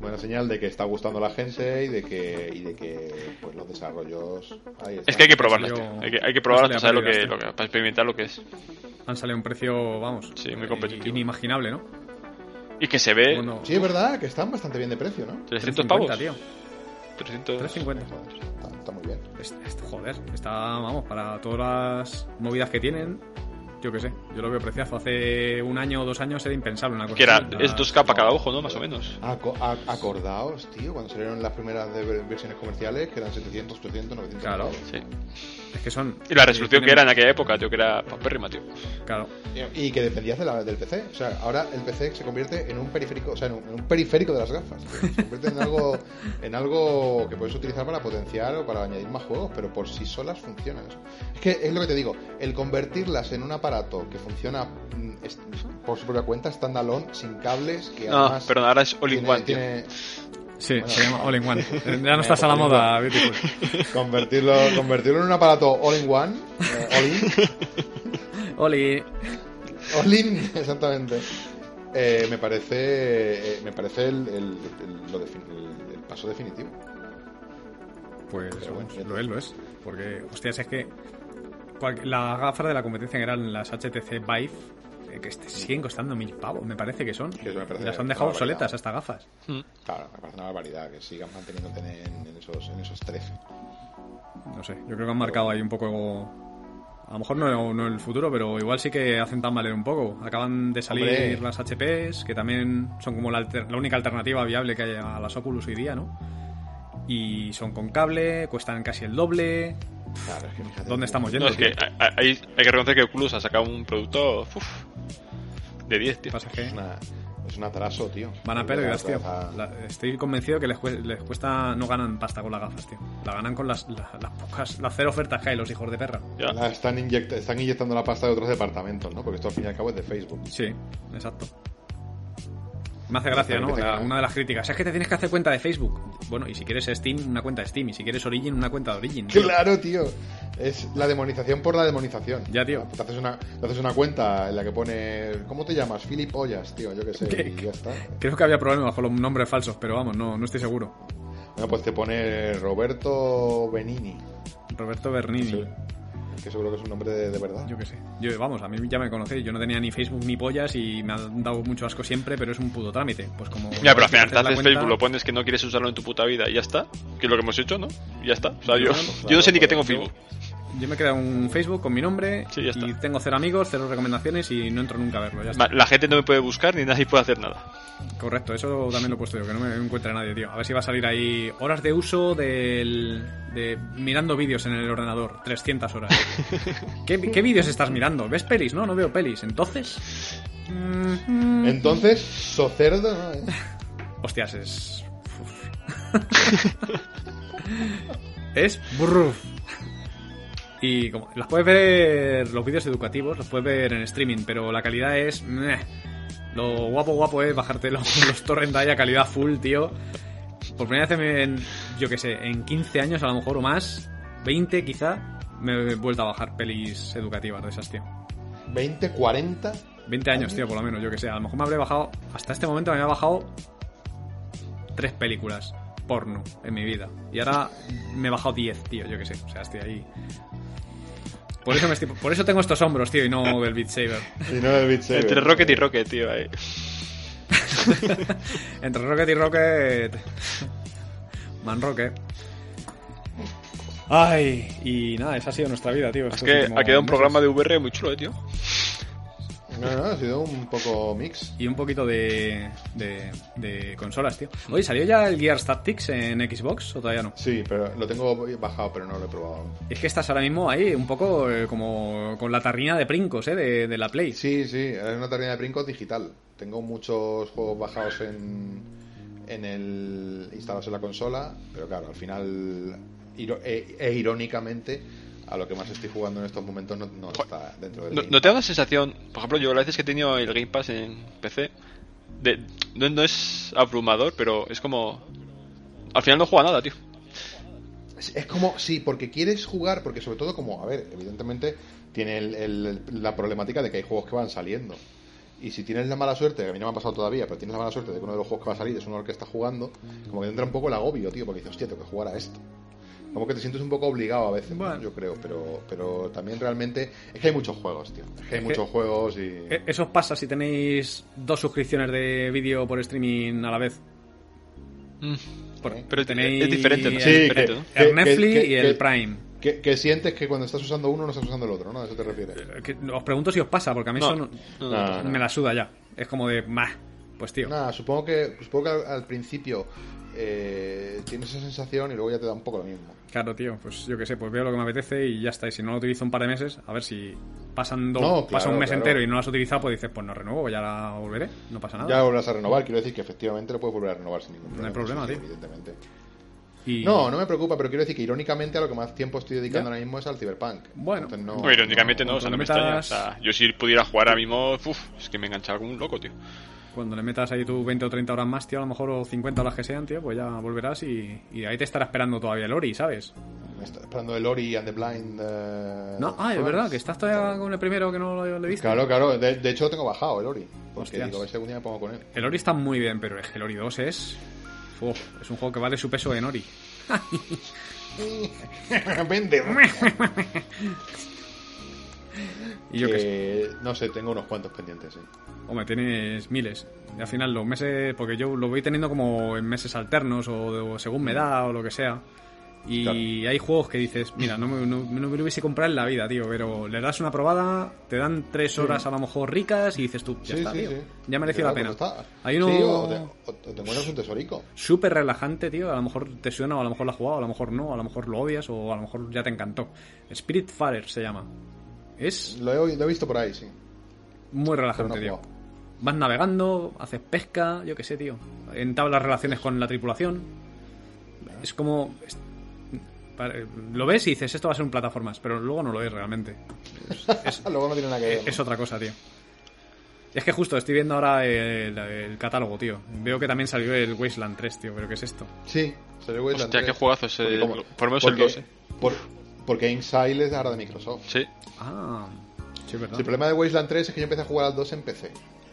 [SPEAKER 5] Buena señal de que está gustando a la gente y de que, y de que pues, los desarrollos. ahí
[SPEAKER 4] Es que hay que
[SPEAKER 5] están.
[SPEAKER 4] probarlas,
[SPEAKER 2] salió-
[SPEAKER 4] tío. Hay que, hay que
[SPEAKER 2] no salió
[SPEAKER 4] probarlas para saber lo
[SPEAKER 2] perdidas,
[SPEAKER 4] que,
[SPEAKER 2] tío.
[SPEAKER 4] lo que- para experimentar lo que es.
[SPEAKER 2] han salido a un precio, vamos,
[SPEAKER 4] Sí, muy
[SPEAKER 2] eh,
[SPEAKER 4] competitivo.
[SPEAKER 2] inimaginable, ¿no?
[SPEAKER 4] Y que se ve
[SPEAKER 2] Bueno,
[SPEAKER 5] Sí, es verdad que están bastante bien de precio, ¿no?
[SPEAKER 4] 300
[SPEAKER 2] 350,
[SPEAKER 4] pavos.
[SPEAKER 2] tío.
[SPEAKER 4] 300.
[SPEAKER 2] 350.
[SPEAKER 5] Joder, está, está muy bien.
[SPEAKER 2] Es- es- joder, está, vamos, para todas las movidas que tienen. Yo qué sé, yo lo veo preciazo. Hace un año o dos años era impensable una cosa.
[SPEAKER 4] Que era,
[SPEAKER 2] así.
[SPEAKER 4] es 2K para cada ojo, ¿no? Más o menos.
[SPEAKER 5] Aco- a- acordaos, tío, cuando salieron las primeras de- versiones comerciales, que eran 700, 800, 900.
[SPEAKER 2] Claro.
[SPEAKER 4] Sí.
[SPEAKER 2] Es que son. eh,
[SPEAKER 4] Y la resolución
[SPEAKER 2] tienen-
[SPEAKER 4] que era en aquella época, tío, que era papérrima, tío.
[SPEAKER 2] Claro.
[SPEAKER 5] Y que dependías de la, del PC. O sea, ahora el PC se convierte en un periférico, o sea, en un, en un periférico de las gafas. tío. Se convierte en algo, en algo que puedes utilizar para potenciar o para añadir más juegos, pero por sí solas funcionan. eso. Es que es lo que te digo, el convertirlas en un aparato que funciona mm, es- por su propia cuenta, standalone, sin cables, que
[SPEAKER 4] No,
[SPEAKER 5] además
[SPEAKER 4] perdón, ahora es Ah, all in
[SPEAKER 5] tiene-
[SPEAKER 4] one, tío.
[SPEAKER 5] tiene-
[SPEAKER 2] Sí,
[SPEAKER 5] Bueno.
[SPEAKER 2] se llama All in One. Ya no estás a la moda, Beautiful.
[SPEAKER 5] convertirlo, convertirlo en un aparato all in one, eh, all in,
[SPEAKER 2] Oli.
[SPEAKER 5] Olin, exactamente. Eh, me parece, eh, me parece el, el- el- lo defin- el- el paso definitivo.
[SPEAKER 2] Pues
[SPEAKER 5] Pero bueno,
[SPEAKER 2] lo es, lo es. Porque, hostias, es que cual- las gafas de la competencia que eran las HTC Vive, eh, que este- siguen costando mil pavos, me parece que son.
[SPEAKER 5] eso me parece
[SPEAKER 2] las han dejado
[SPEAKER 5] una barbaridad.
[SPEAKER 2] obsoletas hasta gafas.
[SPEAKER 5] Claro, me parece una barbaridad que sigan manteniéndote en, en esos, en esos 13.
[SPEAKER 2] No sé, yo creo que han marcado ahí un poco. A lo mejor no, no el futuro, pero igual sí que hacen tambalear un poco. Acaban de salir
[SPEAKER 5] Hombre.
[SPEAKER 2] las HPs, que también son como la, alter- la única alternativa viable que hay a las Oculus hoy día, ¿no? Y son con cable, cuestan casi el doble.
[SPEAKER 5] Claro, es que fíjate.
[SPEAKER 2] ¿Dónde estamos
[SPEAKER 4] No,
[SPEAKER 2] yendo?
[SPEAKER 4] es que
[SPEAKER 2] tío?
[SPEAKER 4] hay, hay- hay que reconocer que Oculus ha sacado un producto uf, de 10, tío.
[SPEAKER 2] Pasa que
[SPEAKER 5] Es, una- es un atraso, tío.
[SPEAKER 2] van a
[SPEAKER 5] Volver
[SPEAKER 2] pérdidas, tío.
[SPEAKER 5] atrás a-
[SPEAKER 2] La- estoy convencido que les, cue- les cuesta. No ganan pasta con las gafas, tío. La ganan con las, la- las pocas. Las cero ofertas que hay, los hijos de perra.
[SPEAKER 4] Ya.
[SPEAKER 5] la están, inyect- están inyectando la pasta de otros departamentos, ¿no? Porque esto al fin y al cabo es de Facebook.
[SPEAKER 2] Sí, exacto. Me hace gracia, ¿no?
[SPEAKER 5] Parece que
[SPEAKER 2] La-
[SPEAKER 5] no.
[SPEAKER 2] una de las críticas. Es que te tienes que hacer cuenta de Facebook. Bueno, y si quieres Steam, una cuenta de Steam. Y si quieres Origin, una cuenta de Origin. tío.
[SPEAKER 5] Claro, tío. Es la demonización por la demonización.
[SPEAKER 2] Ya, tío.
[SPEAKER 5] Te haces una, te haces una cuenta en la que pone. ¿Cómo te llamas? Philip Ollas, tío. Yo qué sé.
[SPEAKER 2] ¿Qué?
[SPEAKER 5] Y ya está.
[SPEAKER 2] Creo que había problemas con los nombres falsos, pero vamos, no, no estoy seguro.
[SPEAKER 5] Bueno, pues te pone Roberto Benini.
[SPEAKER 2] Roberto Bernini.
[SPEAKER 5] Sí. Que seguro que es un nombre de, de verdad.
[SPEAKER 2] Yo qué sé. Yo, vamos, a mí ya me conocéis. Yo no tenía ni Facebook ni pollas y me han dado mucho asco siempre, pero es un puto trámite. Pues como.
[SPEAKER 4] Ya, pero al final te
[SPEAKER 2] haces la
[SPEAKER 4] haces
[SPEAKER 2] cuenta-
[SPEAKER 4] Facebook, lo pones que no quieres usarlo en tu puta vida y ya está. Que es lo que hemos hecho, ¿no? Y ya está. O sea, yo,
[SPEAKER 5] Claro,
[SPEAKER 4] yo no sé ni que
[SPEAKER 5] claro,
[SPEAKER 4] tengo Facebook.
[SPEAKER 2] pues Yo me he creado un Facebook con mi nombre
[SPEAKER 4] Sí, ya está.
[SPEAKER 2] y tengo cero amigos, cero recomendaciones y no entro nunca a verlo. Ya está.
[SPEAKER 4] Ma- La gente no me puede buscar ni nadie puede hacer nada.
[SPEAKER 2] Correcto, eso también lo he puesto yo, que no me encuentre nadie, tío. A ver si va a salir ahí horas de uso del, de mirando vídeos en el ordenador, 300 horas. ¿Qué, qué vídeos estás mirando? ¿Ves pelis? No, no veo pelis. Entonces... mm, mm,
[SPEAKER 5] Entonces, Socerdo, ¿no? Eh,
[SPEAKER 2] Hostias, es... uf. es... bruf. Y como, las puedes ver, los vídeos educativos, los puedes ver en streaming, pero la calidad es... meh. Lo guapo guapo es bajarte los, los torrent ahí a calidad full, tío. Por primera vez en, yo que sé, en 15 años a lo mejor o más, 20 quizá, me he vuelto a bajar pelis educativas de esas, tío.
[SPEAKER 5] 20, 40.
[SPEAKER 2] 20 años, tío, por lo menos, yo que sé. A lo mejor me habré bajado, hasta este momento me había bajado tres películas porno en mi vida. Y ahora me he bajado 10, tío, yo que sé. O sea, estoy ahí. Por eso, me estoy- por eso tengo estos hombros, tío, y no el Beat Saber.
[SPEAKER 5] Y no el Beat Saber.
[SPEAKER 4] Entre Rocket y Rocket, tío. ahí.
[SPEAKER 2] Pues Entre Rocket y Rocket. Man Rocket. Ay, y nada, esa ha sido nuestra vida, tío.
[SPEAKER 4] Es que ha quedado un programa de VR muy chulo, eh, tío.
[SPEAKER 5] No, no, ha sido un poco mix.
[SPEAKER 2] Y un poquito de, de, de consolas, tío. Oye, ¿salió ya el Gears Tactics en Xbox o todavía no?
[SPEAKER 5] Sí, pero lo tengo bajado, pero no lo he probado. aún.
[SPEAKER 2] Es que estás ahora mismo ahí un poco eh, como con la tarrina de princos, ¿eh? De, de la Play.
[SPEAKER 5] Sí, sí, es una tarjeta de brincos digital. Tengo muchos juegos bajados en, en el instalados en la consola, pero claro, al final iro- e, e irónicamente a lo que más estoy jugando en estos momentos no, no está dentro
[SPEAKER 4] Pues,
[SPEAKER 5] del
[SPEAKER 4] ¿No,
[SPEAKER 5] game.
[SPEAKER 4] no te da la sensación, por ejemplo, yo las veces que he tenido el Game Pass en PC, de, no, no es abrumador, pero es como... Al final no juega nada, tío.
[SPEAKER 5] Es es como, sí, porque quieres jugar, porque sobre todo como, a ver, evidentemente tiene el- el- la problemática de que hay juegos que van saliendo. Y si tienes la mala suerte, que a mí no me ha pasado todavía, pero tienes la mala suerte de que uno de los juegos que va a salir es uno al que está jugando,
[SPEAKER 2] Mm.
[SPEAKER 5] como que te entra un poco el agobio, tío, porque dices, hostia, tengo que jugar a esto. Como que te sientes un poco obligado a veces, ¿no?
[SPEAKER 2] Bueno.
[SPEAKER 5] yo creo, pero, pero también realmente es que hay muchos juegos, tío. Es que hay
[SPEAKER 2] Es que-
[SPEAKER 5] muchos juegos y...
[SPEAKER 2] E- Eso os pasa si tenéis dos suscripciones de vídeo por streaming a la vez.
[SPEAKER 4] Mm.
[SPEAKER 2] Por-
[SPEAKER 4] Pero
[SPEAKER 2] tenéis
[SPEAKER 5] Mm.
[SPEAKER 4] es diferente, ¿no?
[SPEAKER 2] el-
[SPEAKER 4] Es
[SPEAKER 5] Sí,
[SPEAKER 4] diferente,
[SPEAKER 5] que-
[SPEAKER 4] ¿no?
[SPEAKER 2] El
[SPEAKER 5] que-
[SPEAKER 2] Netflix
[SPEAKER 5] que-
[SPEAKER 2] y el
[SPEAKER 5] que-
[SPEAKER 2] Prime.
[SPEAKER 5] que, que sientes que cuando estás usando uno no estás usando el otro, ¿no? A eso te refieres.
[SPEAKER 2] Que- os pregunto si os pasa, porque a mí
[SPEAKER 4] No,
[SPEAKER 2] eso
[SPEAKER 4] no,
[SPEAKER 2] no-
[SPEAKER 5] no, no.
[SPEAKER 2] me la suda ya. Es como de, más pues tío.
[SPEAKER 5] Nada, supongo que, supongo que al, al principio eh, tienes esa sensación y luego ya te da un poco lo mismo.
[SPEAKER 2] Claro, tío, pues yo qué sé, pues veo lo que me apetece y ya está. Y si no lo utilizo un par de meses, a ver si pasando,
[SPEAKER 5] No,
[SPEAKER 2] pasa
[SPEAKER 5] claro,
[SPEAKER 2] un mes
[SPEAKER 5] claro.
[SPEAKER 2] entero y no lo has utilizado, pues dices, pues no renuevo, ya la volveré, no pasa nada.
[SPEAKER 5] Ya lo volverás a renovar, quiero decir que efectivamente lo puedes volver a renovar sin ningún
[SPEAKER 2] Ah. No
[SPEAKER 5] problema.
[SPEAKER 2] hay problema,
[SPEAKER 5] sí, sí,
[SPEAKER 2] tío.
[SPEAKER 5] Evidentemente.
[SPEAKER 2] Y-
[SPEAKER 5] No, no me preocupa, pero quiero decir que irónicamente a lo que más tiempo estoy dedicando
[SPEAKER 2] Ya.
[SPEAKER 5] ahora mismo es al Cyberpunk.
[SPEAKER 2] Bueno.
[SPEAKER 5] Entonces
[SPEAKER 4] No, irónicamente no, o sea, no me extraña. O
[SPEAKER 2] metas-
[SPEAKER 4] sea, yo si pudiera jugar ahora mismo, uff, es que me enganchaba como un loco, tío.
[SPEAKER 2] Cuando le metas ahí tus 20 o 30 horas más, tío, a lo mejor o 50 horas que sean, tío, pues ya volverás y, y ahí te estará esperando todavía el Ori, ¿sabes?
[SPEAKER 5] Me está esperando el Ori and the Blind. eh,
[SPEAKER 2] No, ah, es
[SPEAKER 5] Forest.
[SPEAKER 2] verdad, que estás todavía con el primero que no lo, lo he visto.
[SPEAKER 5] Claro, claro, de, de hecho lo tengo bajado el Ori. Porque
[SPEAKER 2] Hostias.
[SPEAKER 5] digo, a ver si algún día me pongo con él.
[SPEAKER 2] El Ori está muy bien, pero es que el Ori 2 es. Uf, es un juego que vale su peso en Ori.
[SPEAKER 5] Vende.
[SPEAKER 2] Y yo que sé.
[SPEAKER 5] Que, eh, no sé, tengo unos cuantos pendientes, sí.
[SPEAKER 2] Hombre, tienes miles. Y al final los meses, porque yo lo voy teniendo como en meses alternos o, o según me da o lo que sea. Y
[SPEAKER 5] Claro.
[SPEAKER 2] hay juegos que dices, mira, no me, no, no me lo hubiese comprado en la vida, tío, pero le das una probada, te dan tres horas a lo mejor ricas y dices tú, ya
[SPEAKER 5] Sí,
[SPEAKER 2] está,
[SPEAKER 5] sí,
[SPEAKER 2] tío,
[SPEAKER 5] sí.
[SPEAKER 2] ya mereció
[SPEAKER 5] Ya,
[SPEAKER 2] la
[SPEAKER 5] pues
[SPEAKER 2] pena.
[SPEAKER 5] está.
[SPEAKER 2] Hay uno
[SPEAKER 5] Sí, o te, o te- o te encuentras un tesorico.
[SPEAKER 2] súper relajante, tío, a lo mejor te suena o a lo mejor lo has jugado, a lo mejor no, a lo mejor lo odias o a lo mejor ya te encantó. Spiritfarer se llama. Es
[SPEAKER 5] Lo he, oí- lo he visto por ahí, sí.
[SPEAKER 2] Muy relajante,
[SPEAKER 5] Pero no
[SPEAKER 2] tío.
[SPEAKER 5] jugado.
[SPEAKER 2] Vas navegando, haces pesca, yo qué sé, tío. Entablas relaciones con la tripulación. Es como. es- pare- Lo ves y dices, esto va a ser un plataformas, pero luego no lo es realmente.
[SPEAKER 5] Ah, Luego no tiene nada que
[SPEAKER 4] Eh,
[SPEAKER 5] ver.
[SPEAKER 2] Es, es otra cosa, tío. Y es que justo estoy viendo ahora el, el catálogo, tío. Veo que también salió el Wasteland 3, tío, pero ¿qué es esto?
[SPEAKER 5] Sí, se lo voy a
[SPEAKER 4] Hostia,
[SPEAKER 5] plantear.
[SPEAKER 4] qué juegazo ese,
[SPEAKER 5] Pues Porque como-
[SPEAKER 4] lo- por lo menos el
[SPEAKER 5] porque-
[SPEAKER 4] dos, eh.
[SPEAKER 5] por- porque Inside es ahora de Microsoft.
[SPEAKER 4] Sí.
[SPEAKER 2] Ah, sí, verdad.
[SPEAKER 5] Sí, el problema de Wasteland 3 es que yo empecé a jugar al 2 en PC.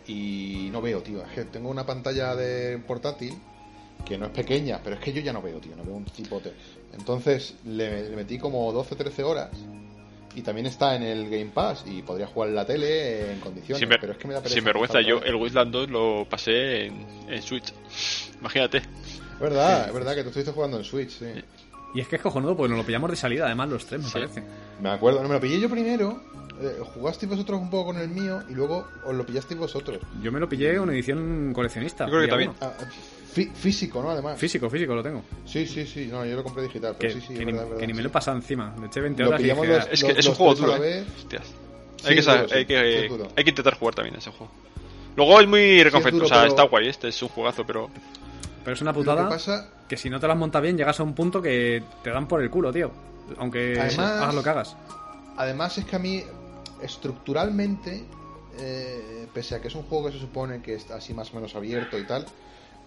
[SPEAKER 5] Y no veo, tío. Es que tengo una pantalla de portátil que no es pequeña, pero es que yo ya no veo, tío. No veo un chipote. Entonces le, le metí como 12, 13 horas. Y también está en el Game Pass. Y podría jugar en la tele en condiciones.
[SPEAKER 4] Sin, ver-
[SPEAKER 5] pero es que me da pereza.
[SPEAKER 4] sin vergüenza, yo
[SPEAKER 5] jugar.
[SPEAKER 4] el Wasteland 2 lo pasé en, en Switch. Imagínate.
[SPEAKER 5] Es verdad, es verdad que tú estuviste jugando en Switch, sí.
[SPEAKER 2] Y es que es cojonudo porque nos lo pillamos de salida, además, los tres, me
[SPEAKER 4] Sí.
[SPEAKER 2] parece.
[SPEAKER 5] Me acuerdo, no, me lo pillé yo primero. eh, jugasteis vosotros un poco con el mío y luego os lo pillasteis vosotros.
[SPEAKER 2] Yo me lo pillé en una edición coleccionista.
[SPEAKER 4] Yo creo que
[SPEAKER 2] día
[SPEAKER 4] también.
[SPEAKER 2] uno.
[SPEAKER 5] Ah, fí- físico, ¿no? Además.
[SPEAKER 2] Físico, físico, lo tengo.
[SPEAKER 5] Sí, sí, sí. No, yo lo compré digital,
[SPEAKER 2] que,
[SPEAKER 5] pero sí, sí,
[SPEAKER 2] que
[SPEAKER 5] es
[SPEAKER 2] ni,
[SPEAKER 5] verdad, es verdad.
[SPEAKER 2] que ni me lo he pasado encima. Le eché 20
[SPEAKER 5] Lo
[SPEAKER 2] horas y dije,
[SPEAKER 5] pillamos los-
[SPEAKER 2] "Ah,
[SPEAKER 4] Es
[SPEAKER 5] Los-
[SPEAKER 4] que es un
[SPEAKER 5] los
[SPEAKER 4] juego
[SPEAKER 5] tres a
[SPEAKER 4] duro,
[SPEAKER 5] la
[SPEAKER 4] eh.
[SPEAKER 5] vez.
[SPEAKER 4] Hostias.
[SPEAKER 5] Sí,
[SPEAKER 4] hay, que saber-
[SPEAKER 5] duro, sí,
[SPEAKER 4] hay,
[SPEAKER 5] es duro.
[SPEAKER 4] que, hay que intentar jugar también a ese juego. Luego es muy reconfecto,
[SPEAKER 5] duro,
[SPEAKER 4] o sea,
[SPEAKER 5] pero-
[SPEAKER 4] está guay este, es un juegazo, pero
[SPEAKER 2] Pero es una
[SPEAKER 5] Lo que
[SPEAKER 2] putada
[SPEAKER 5] pasa,
[SPEAKER 2] que si no te las montas bien, llegas a un punto que te dan por el culo, tío. Aunque
[SPEAKER 5] Además-
[SPEAKER 2] hagas lo que hagas.
[SPEAKER 5] además, es que a mí, estructuralmente, eh, pese a que es un juego que se supone que es así más o menos abierto y tal,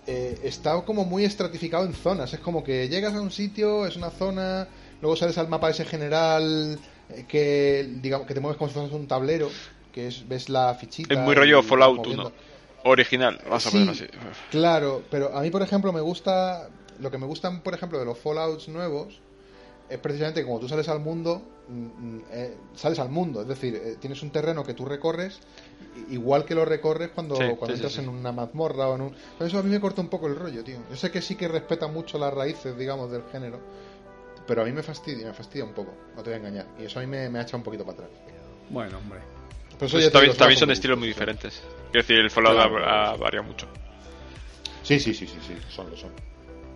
[SPEAKER 5] eh, está como muy estratificado en zonas. Es como que llegas a un sitio, es una zona, luego sales al mapa ese general eh, que, digamos, que te mueves como si fueras un tablero, que es, ves la fichita.
[SPEAKER 4] es muy rollo
[SPEAKER 5] y vas
[SPEAKER 4] Fallout
[SPEAKER 5] moviendo.
[SPEAKER 4] 1. Original, vas a
[SPEAKER 5] Sí,
[SPEAKER 4] ponerlo así. Pues
[SPEAKER 5] Claro, pero a mí, por ejemplo, me gusta. Lo que me gustan, por ejemplo, de los Fallouts nuevos es precisamente que cuando tú sales al mundo, mm, mm, eh, sales al mundo. Es decir, eh, tienes un terreno que tú recorres, i- igual que lo recorres cuando,
[SPEAKER 4] Sí,
[SPEAKER 5] cuando
[SPEAKER 4] sí, sí,
[SPEAKER 5] entras
[SPEAKER 4] sí.
[SPEAKER 5] en una mazmorra o en un. Por eso a mí me corta un poco el rollo, tío. Yo sé que sí que respeta mucho las raíces, digamos, del género, pero a mí me fastidia, me fastidia un poco, no te voy a engañar. Y eso a mí me, me ha echado un poquito para atrás.
[SPEAKER 2] Bueno, hombre.
[SPEAKER 5] Por eso
[SPEAKER 4] Pues
[SPEAKER 5] ya te
[SPEAKER 4] también
[SPEAKER 5] digo,
[SPEAKER 4] también
[SPEAKER 5] son
[SPEAKER 4] son estilos muy
[SPEAKER 5] gustos,
[SPEAKER 4] diferentes. Quiero decir, el Fallout
[SPEAKER 5] Claro.
[SPEAKER 4] ha, ha variado mucho.
[SPEAKER 5] Sí, sí, sí, sí, sí, son, lo son,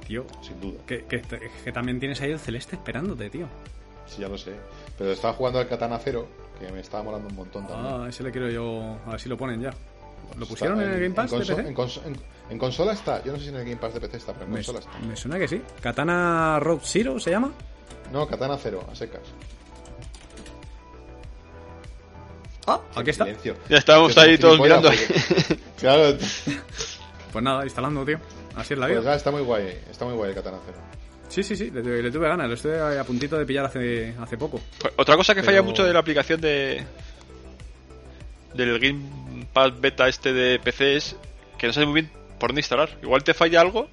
[SPEAKER 2] Tío,
[SPEAKER 5] sin duda.
[SPEAKER 2] que, que, que también tienes ahí el celeste esperándote, tío.
[SPEAKER 5] Sí, ya lo sé. Pero estaba jugando al Katana Cero, que me estaba molando un montón también.
[SPEAKER 2] Ah, ese le quiero yo. A ver si lo ponen ya. ¿Lo
[SPEAKER 5] Está
[SPEAKER 2] pusieron en el Game Pass de
[SPEAKER 5] conso-
[SPEAKER 2] PC?
[SPEAKER 5] En, conso- en- en consola está. Yo no sé si en el Game Pass de PC está, pero en
[SPEAKER 2] Me,
[SPEAKER 5] consola está.
[SPEAKER 2] me suena que sí. Katana Road Zero se llama.
[SPEAKER 5] No, Katana Cero, a secas.
[SPEAKER 2] Ah, aquí está.
[SPEAKER 5] Silencio.
[SPEAKER 4] Ya estábamos
[SPEAKER 5] Yo soy
[SPEAKER 4] ahí todos
[SPEAKER 5] gilipollas,
[SPEAKER 4] mirando.
[SPEAKER 5] porque- Claro,
[SPEAKER 2] Pues nada, instalando, tío. Así es la
[SPEAKER 5] pues
[SPEAKER 2] vida.
[SPEAKER 5] nada, está muy guay. Está muy guay el Katana Cero.
[SPEAKER 2] Sí, sí, sí. Le, le tuve ganas. Lo estoy a puntito de pillar hace, hace poco.
[SPEAKER 4] Pues, Otra cosa que falla
[SPEAKER 5] Pero-
[SPEAKER 4] mucho de la aplicación de del Game Pass Beta este de PC es que no sabes muy bien por dónde instalar. Igual te falla algo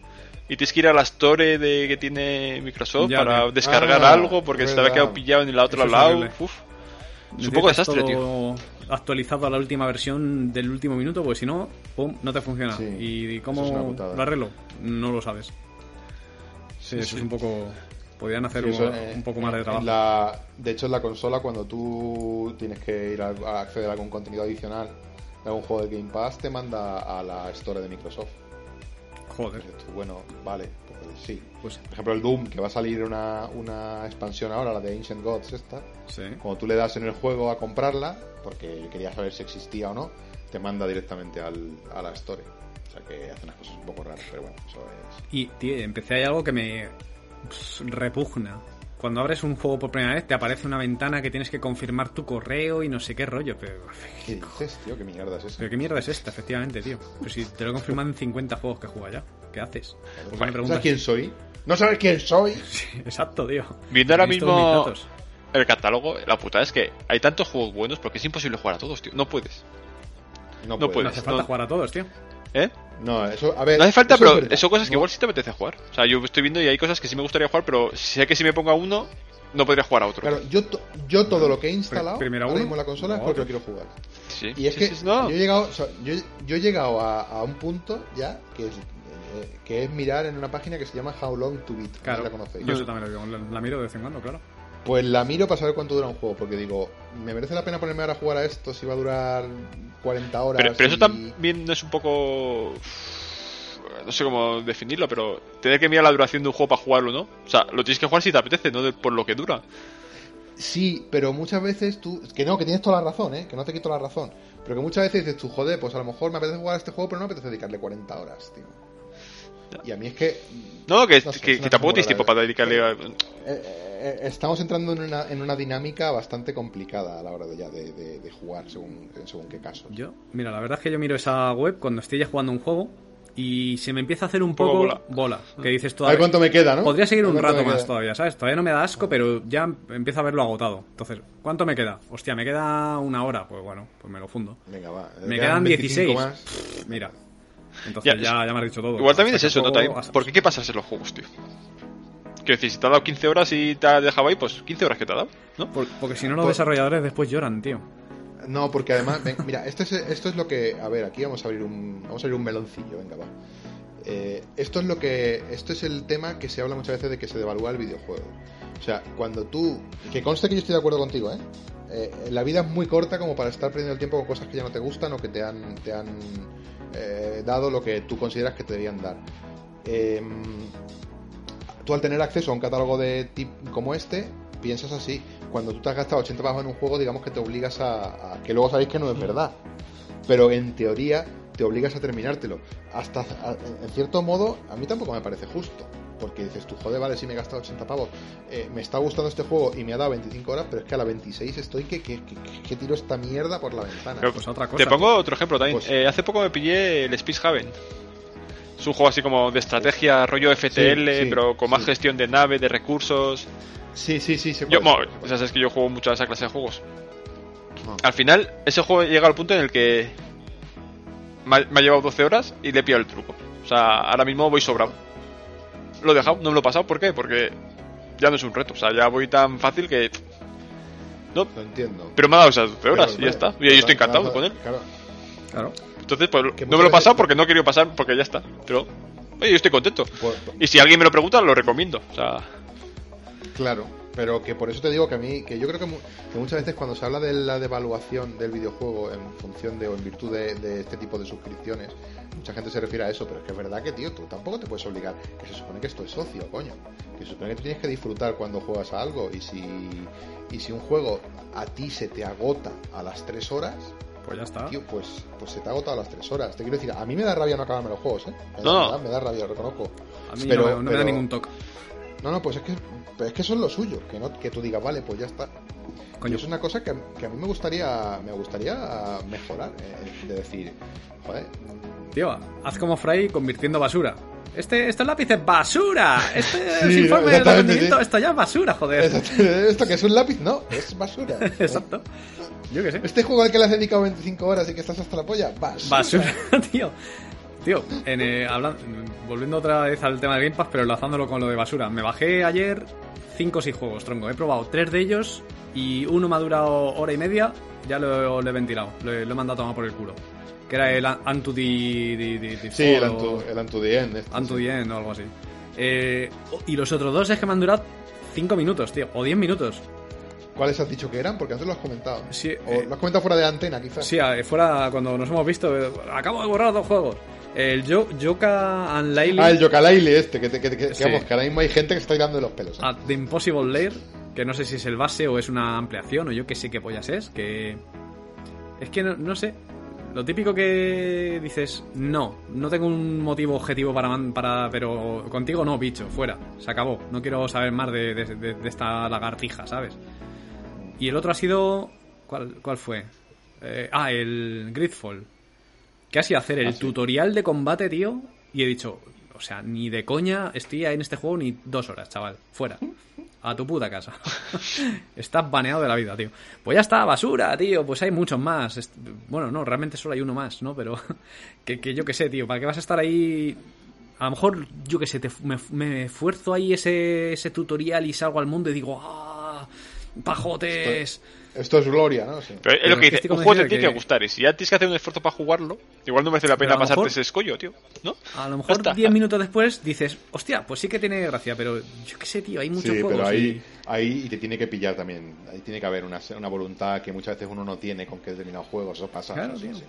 [SPEAKER 4] y tienes que ir a la store de que tiene Microsoft
[SPEAKER 2] Ya,
[SPEAKER 4] para
[SPEAKER 2] tío.
[SPEAKER 4] descargar
[SPEAKER 5] Ah,
[SPEAKER 4] algo porque se te había
[SPEAKER 5] verdad.
[SPEAKER 4] quedado pillado en la otra
[SPEAKER 2] Eso es
[SPEAKER 4] lado.
[SPEAKER 2] horrible.
[SPEAKER 4] Uf, es un poco
[SPEAKER 2] Necesitas
[SPEAKER 4] desastre, tío.
[SPEAKER 2] todo Actualizado a la última versión del último minuto, porque si no, pum, no te funciona.
[SPEAKER 5] Sí,
[SPEAKER 2] ¿Y
[SPEAKER 5] eso es una
[SPEAKER 2] cómo
[SPEAKER 5] putada.
[SPEAKER 2] lo arreglo? No lo sabes. Sí, eso
[SPEAKER 4] sí.
[SPEAKER 2] es un poco. Podrían hacer
[SPEAKER 5] Sí, eso
[SPEAKER 2] un,
[SPEAKER 5] en-
[SPEAKER 2] un poco más de
[SPEAKER 5] en
[SPEAKER 2] trabajo.
[SPEAKER 5] la- de hecho, en la consola, cuando tú tienes que ir a, a acceder a algún contenido adicional de algún juego de Game Pass, te manda a la Store de Microsoft.
[SPEAKER 2] Joder,
[SPEAKER 5] Entonces tú, bueno, vale, pues sí.
[SPEAKER 2] pues
[SPEAKER 5] Por ejemplo, el Doom, que va a salir una, una expansión ahora, la de Ancient Gods, esta.
[SPEAKER 2] sí.
[SPEAKER 5] Cuando tú le das en el juego a comprarla, porque yo quería saber si existía o no, te manda directamente al, a la Store. O sea que hacen las cosas un poco raras, pero bueno, eso es.
[SPEAKER 2] Y, tío, empecé hay algo que me pss, repugna. Cuando abres un juego por primera vez, te aparece una ventana que tienes que confirmar tu correo y no sé qué rollo. Pero,
[SPEAKER 5] ¿Qué dices, tío? ¿Qué mierda es eso?
[SPEAKER 2] pero qué mierda es esta, efectivamente, tío. Pero si te lo confirman en 50 juegos que juega ya, ¿qué haces? ¿Por qué Pues me
[SPEAKER 5] ¿No
[SPEAKER 2] preguntas?
[SPEAKER 5] sabes quién soy? ¿No sabes quién soy?
[SPEAKER 2] Sí, Exacto, tío.
[SPEAKER 4] Viendo ahora
[SPEAKER 2] Tenéis todos
[SPEAKER 4] mismo-
[SPEAKER 2] mis datos.
[SPEAKER 4] El catálogo, la puta es que hay tantos juegos buenos porque es imposible jugar a todos, tío. No puedes. Pues
[SPEAKER 5] No,
[SPEAKER 4] No
[SPEAKER 2] No
[SPEAKER 5] puedes.
[SPEAKER 2] hace falta
[SPEAKER 4] no-
[SPEAKER 2] jugar a todos, tío.
[SPEAKER 4] ¿eh?
[SPEAKER 5] No, eso, a ver.
[SPEAKER 4] No hace falta,
[SPEAKER 5] eso es
[SPEAKER 4] pero
[SPEAKER 5] verdad.
[SPEAKER 4] son cosas que
[SPEAKER 5] No,
[SPEAKER 4] igual sí te apetece jugar. O sea, yo estoy viendo y hay cosas que sí me gustaría jugar, pero sé que si me pongo a uno, no podría jugar a otro.
[SPEAKER 5] Claro, yo, to- yo todo lo que he instalado
[SPEAKER 2] primero
[SPEAKER 5] ahora
[SPEAKER 2] uno.
[SPEAKER 5] mismo en la consola
[SPEAKER 2] No,
[SPEAKER 5] es porque lo
[SPEAKER 2] otro.
[SPEAKER 5] quiero jugar.
[SPEAKER 4] Sí,
[SPEAKER 5] Y es
[SPEAKER 4] sí,
[SPEAKER 5] que
[SPEAKER 4] sí, sí, no.
[SPEAKER 5] yo he llegado, o sea, yo, yo he llegado a, a un punto ya que es, eh, que es mirar en una página que se llama How Long to Beat. no sé si
[SPEAKER 2] Claro.
[SPEAKER 5] la conocéis.
[SPEAKER 2] Yo eso también lo digo. La, la miro de vez en cuando, claro.
[SPEAKER 5] Pues la miro para saber cuánto dura un juego, porque digo, ¿me merece la pena ponerme ahora a jugar a esto si va a durar 40 horas?
[SPEAKER 4] Pero, pero
[SPEAKER 5] y-
[SPEAKER 4] eso también no es un poco. No sé cómo definirlo, pero tener que mirar la duración de un juego para jugarlo, ¿no? O sea, lo tienes que jugar si te apetece, no de- por lo que dura.
[SPEAKER 5] Sí, pero muchas veces tú. Que no, que tienes toda la razón, ¿eh? Que no te quito la razón. Pero que muchas veces dices tú, joder, pues a lo mejor me apetece jugar a este juego, pero no me apetece dedicarle 40 horas, tío. Y a mí es que.
[SPEAKER 4] No, que,
[SPEAKER 5] No sé,
[SPEAKER 4] que-
[SPEAKER 5] es una
[SPEAKER 4] que tampoco
[SPEAKER 5] cosa
[SPEAKER 4] tienes
[SPEAKER 5] muy
[SPEAKER 4] tiempo
[SPEAKER 5] rara.
[SPEAKER 4] para dedicarle a.
[SPEAKER 5] eh, eh, estamos entrando en una, en una dinámica bastante complicada a la hora de, ya de, de- de jugar, según, según qué caso.
[SPEAKER 2] Yo, mira, la verdad es que yo miro esa web cuando estoy ya jugando un juego y se me empieza a hacer un
[SPEAKER 4] Poco
[SPEAKER 2] poco
[SPEAKER 4] bola.
[SPEAKER 2] bola. que dices
[SPEAKER 5] A ver
[SPEAKER 2] todavía.
[SPEAKER 5] cuánto me queda, ¿no?
[SPEAKER 2] Podría seguir
[SPEAKER 5] A ver
[SPEAKER 2] un
[SPEAKER 5] cuánto
[SPEAKER 2] rato
[SPEAKER 5] me
[SPEAKER 2] más
[SPEAKER 5] queda.
[SPEAKER 2] todavía, ¿sabes? Todavía no me da asco, pero ya empiezo a verlo agotado. Entonces, ¿cuánto me queda? Hostia, me queda una hora. Pues bueno, pues me lo fundo.
[SPEAKER 5] Venga, va.
[SPEAKER 2] Me quedan
[SPEAKER 5] 25
[SPEAKER 2] 16.
[SPEAKER 5] más.
[SPEAKER 2] Mira. Entonces
[SPEAKER 4] Ya,
[SPEAKER 2] ya, ya, me has dicho todo.
[SPEAKER 4] Igual también es
[SPEAKER 2] Hasta que
[SPEAKER 4] eso, ¿no?
[SPEAKER 2] juego,
[SPEAKER 4] También,
[SPEAKER 2] hasta-
[SPEAKER 4] ¿Por qué qué pasa en los juegos, tío? Quiero decir, si te ha dado 15 horas y te ha dejado ahí, pues 15 horas que te ha dado, ¿no?
[SPEAKER 2] Por- porque si no, los
[SPEAKER 5] Por-
[SPEAKER 2] desarrolladores después lloran, tío.
[SPEAKER 5] No, porque además, ven, mira, esto es, esto es lo que, a ver, aquí vamos a abrir un, vamos a abrir un meloncillo, venga, va. Eh, esto es lo que, esto es el tema que se habla muchas veces de que se devalúa el videojuego. O sea, cuando tú, que conste que yo estoy de acuerdo contigo, ¿eh? Eh, la vida es muy corta como para estar perdiendo el tiempo con cosas que ya no te gustan o que te han, te han eh, dado lo que tú consideras que te deberían dar. Em, tú al tener acceso a un catálogo de tip como este, piensas así. Cuando tú te has gastado 80 pavos en un juego, digamos que te obligas a, a- que luego sabéis que no es verdad. Pero en teoría te obligas a terminártelo. Hasta a- en cierto modo, a mí tampoco me parece justo. Porque dices, tú joder, vale, si me he gastado 80 pavos, eh, me está gustando este juego y me ha dado 25 horas, pero es que a la 26 estoy que, que, que, que tiro esta mierda por la ventana.
[SPEAKER 4] Pero,
[SPEAKER 2] Pues otra cosa.
[SPEAKER 4] Te pongo otro ejemplo también.
[SPEAKER 5] Pues-
[SPEAKER 4] Eh, hace poco me pillé el Speedhaven. Es un juego así como de estrategia, rollo FTL,
[SPEAKER 5] Sí, sí,
[SPEAKER 4] pero con más
[SPEAKER 5] sí.
[SPEAKER 4] gestión de nave, de recursos.
[SPEAKER 5] Sí, sí, sí, se
[SPEAKER 4] Yo,
[SPEAKER 5] puede,
[SPEAKER 4] bueno,
[SPEAKER 5] se
[SPEAKER 4] ya
[SPEAKER 5] puede.
[SPEAKER 4] sabes que yo juego mucho a esa clase de juegos.
[SPEAKER 5] Ah.
[SPEAKER 4] Al final, ese juego llega al punto en el que me ha, me ha llevado 12 horas y le he pillado el truco. O sea, ahora mismo voy sobrado. Lo he dejado, no me lo he pasado. ¿Por qué? Porque ya no es un reto. O sea, ya voy tan fácil que. No,
[SPEAKER 5] Lo entiendo.
[SPEAKER 4] pero me ha dado esas 12 horas y
[SPEAKER 5] Pero,
[SPEAKER 4] ya está. Y
[SPEAKER 5] vale,
[SPEAKER 4] yo estoy
[SPEAKER 5] claro,
[SPEAKER 4] encantado con él.
[SPEAKER 5] Claro,
[SPEAKER 2] Claro.
[SPEAKER 4] Entonces, pues
[SPEAKER 5] Que
[SPEAKER 4] no me lo he
[SPEAKER 5] muchas
[SPEAKER 4] pasado
[SPEAKER 5] veces-
[SPEAKER 4] porque no he querido pasar, porque ya está. Pero, oye, yo estoy contento.
[SPEAKER 5] por-
[SPEAKER 4] Y si alguien me lo pregunta, lo recomiendo. O sea,
[SPEAKER 5] Claro, pero que por eso te digo que a mí, que yo creo que, mu- que muchas veces cuando se habla de la devaluación del videojuego en función de o en virtud de, de este tipo de suscripciones, mucha gente se refiere a eso, pero es que es verdad que, tío, tú tampoco te puedes obligar, que se supone que esto es socio, coño, que se supone que tú tienes que disfrutar cuando juegas a algo y si, y si un juego a ti se te agota a las 3 horas,
[SPEAKER 2] Pues ya está.
[SPEAKER 5] tío, pues, pues se te ha agotado a las 3 horas. Te quiero decir, a mí me da rabia no acabarme los juegos, ¿eh? Me da-
[SPEAKER 4] No.
[SPEAKER 5] me da- me da rabia, lo reconozco.
[SPEAKER 2] A mí
[SPEAKER 5] pero-
[SPEAKER 2] no, me- no me da
[SPEAKER 5] pero-
[SPEAKER 2] ningún toque.
[SPEAKER 5] No, no, pues es que, pues es que eso es lo suyo, que, no, que tú digas, vale, pues ya está. Y
[SPEAKER 2] Coño.
[SPEAKER 5] es una cosa que, que a mí me gustaría me gustaría mejorar, eh, de decir, joder,
[SPEAKER 2] Tío, haz como Fry convirtiendo basura. Este, este lápiz es basura. Este es
[SPEAKER 5] Sí,
[SPEAKER 2] informe de
[SPEAKER 5] exactamente,
[SPEAKER 2] rendimiento.
[SPEAKER 5] sí.
[SPEAKER 2] Esto ya es basura, joder.
[SPEAKER 5] esto que es un lápiz, no, es basura.
[SPEAKER 2] Exacto. Yo qué sé.
[SPEAKER 5] Este juego al que le has dedicado 25 horas y que estás hasta la polla, basura.
[SPEAKER 2] Basura, tío. Tío, en, eh, hablan- volviendo otra vez al tema de Game Pass, pero enlazándolo con lo de basura. Me bajé ayer 5 o 6 juegos, tronco. He probado 3 de ellos y uno me ha durado hora y media. Ya lo, lo he ventilado, lo, he- lo he mandado a tomar por el culo. Que era el Antu
[SPEAKER 5] Sí, el Antu, el Antu the End, este,
[SPEAKER 2] Antu
[SPEAKER 5] sí.
[SPEAKER 2] o algo así. Eh, y los otros dos es que me han durado 5 minutos, tío, o 10 minutos.
[SPEAKER 5] ¿Cuáles has dicho que eran? Porque antes lo has comentado.
[SPEAKER 2] Sí,
[SPEAKER 5] o
[SPEAKER 2] eh,
[SPEAKER 5] lo has comentado fuera de antena, quizás.
[SPEAKER 2] Sí, a- eh, fuera cuando nos hemos visto, eh, acabo de borrar dos juegos. El Yo- Yoka and Laili
[SPEAKER 5] Ah, el Yokalaile este, que, te- que, que- que,
[SPEAKER 2] Sí. Ah.
[SPEAKER 5] vamos, que ahora mismo hay gente que está tirando de los pelos. ¿eh?
[SPEAKER 2] at the Impossible Lair, que no sé si es el base o es una ampliación o yo que sé qué pollas es, que... Es que no, no sé. Lo típico que dices, no, no tengo un motivo objetivo para, man- para... Pero contigo no, bicho, fuera. Se acabó. No quiero saber más de, de- de- de esta lagartija, ¿sabes? Y el otro ha sido... ¿Cuál, cuál fue? Eh, ah, el Gridfall. Que ha sido hacer el
[SPEAKER 5] Ah, sí.
[SPEAKER 2] tutorial de combate, tío. Y he dicho, o sea, ni de coña estoy en este juego ni dos horas, chaval. Fuera. A tu puta casa. Estás baneado de la vida, tío. Pues ya está, basura, tío. Pues hay muchos más. Est- Bueno, no, realmente solo hay uno más, ¿no? Pero que, que yo qué sé, tío. ¿Para qué vas a estar ahí? A lo mejor, yo qué sé, te- me, me esfuerzo ahí ese, ese tutorial y salgo al mundo y digo, ¡ah! ¡Pajotes!
[SPEAKER 5] Esto es gloria, ¿no? Sí.
[SPEAKER 4] Pero es
[SPEAKER 2] Pero
[SPEAKER 4] lo que
[SPEAKER 2] es que
[SPEAKER 4] dice,
[SPEAKER 2] estoy
[SPEAKER 4] un juego
[SPEAKER 2] convencido
[SPEAKER 4] te tiene
[SPEAKER 2] que-
[SPEAKER 4] que gustar y si ya tienes que hacer un esfuerzo para jugarlo, igual no merece la
[SPEAKER 2] Pero
[SPEAKER 4] pena
[SPEAKER 2] a lo
[SPEAKER 4] pasarte
[SPEAKER 2] mejor-
[SPEAKER 4] ese escollo, tío, ¿no?
[SPEAKER 2] A lo
[SPEAKER 4] Ya
[SPEAKER 2] mejor
[SPEAKER 4] está.
[SPEAKER 2] 10 minutos después dices, hostia, pues sí que tiene gracia, pero yo qué sé, tío, hay muchos
[SPEAKER 5] Sí,
[SPEAKER 2] juegos.
[SPEAKER 5] pero
[SPEAKER 2] y-
[SPEAKER 5] ahí, ahí te tiene que pillar también. Ahí tiene que haber una, una voluntad que muchas veces uno no tiene con que determinados juegos. Eso pasa.
[SPEAKER 2] Claro,
[SPEAKER 5] no sé,
[SPEAKER 2] tío.
[SPEAKER 5] sí.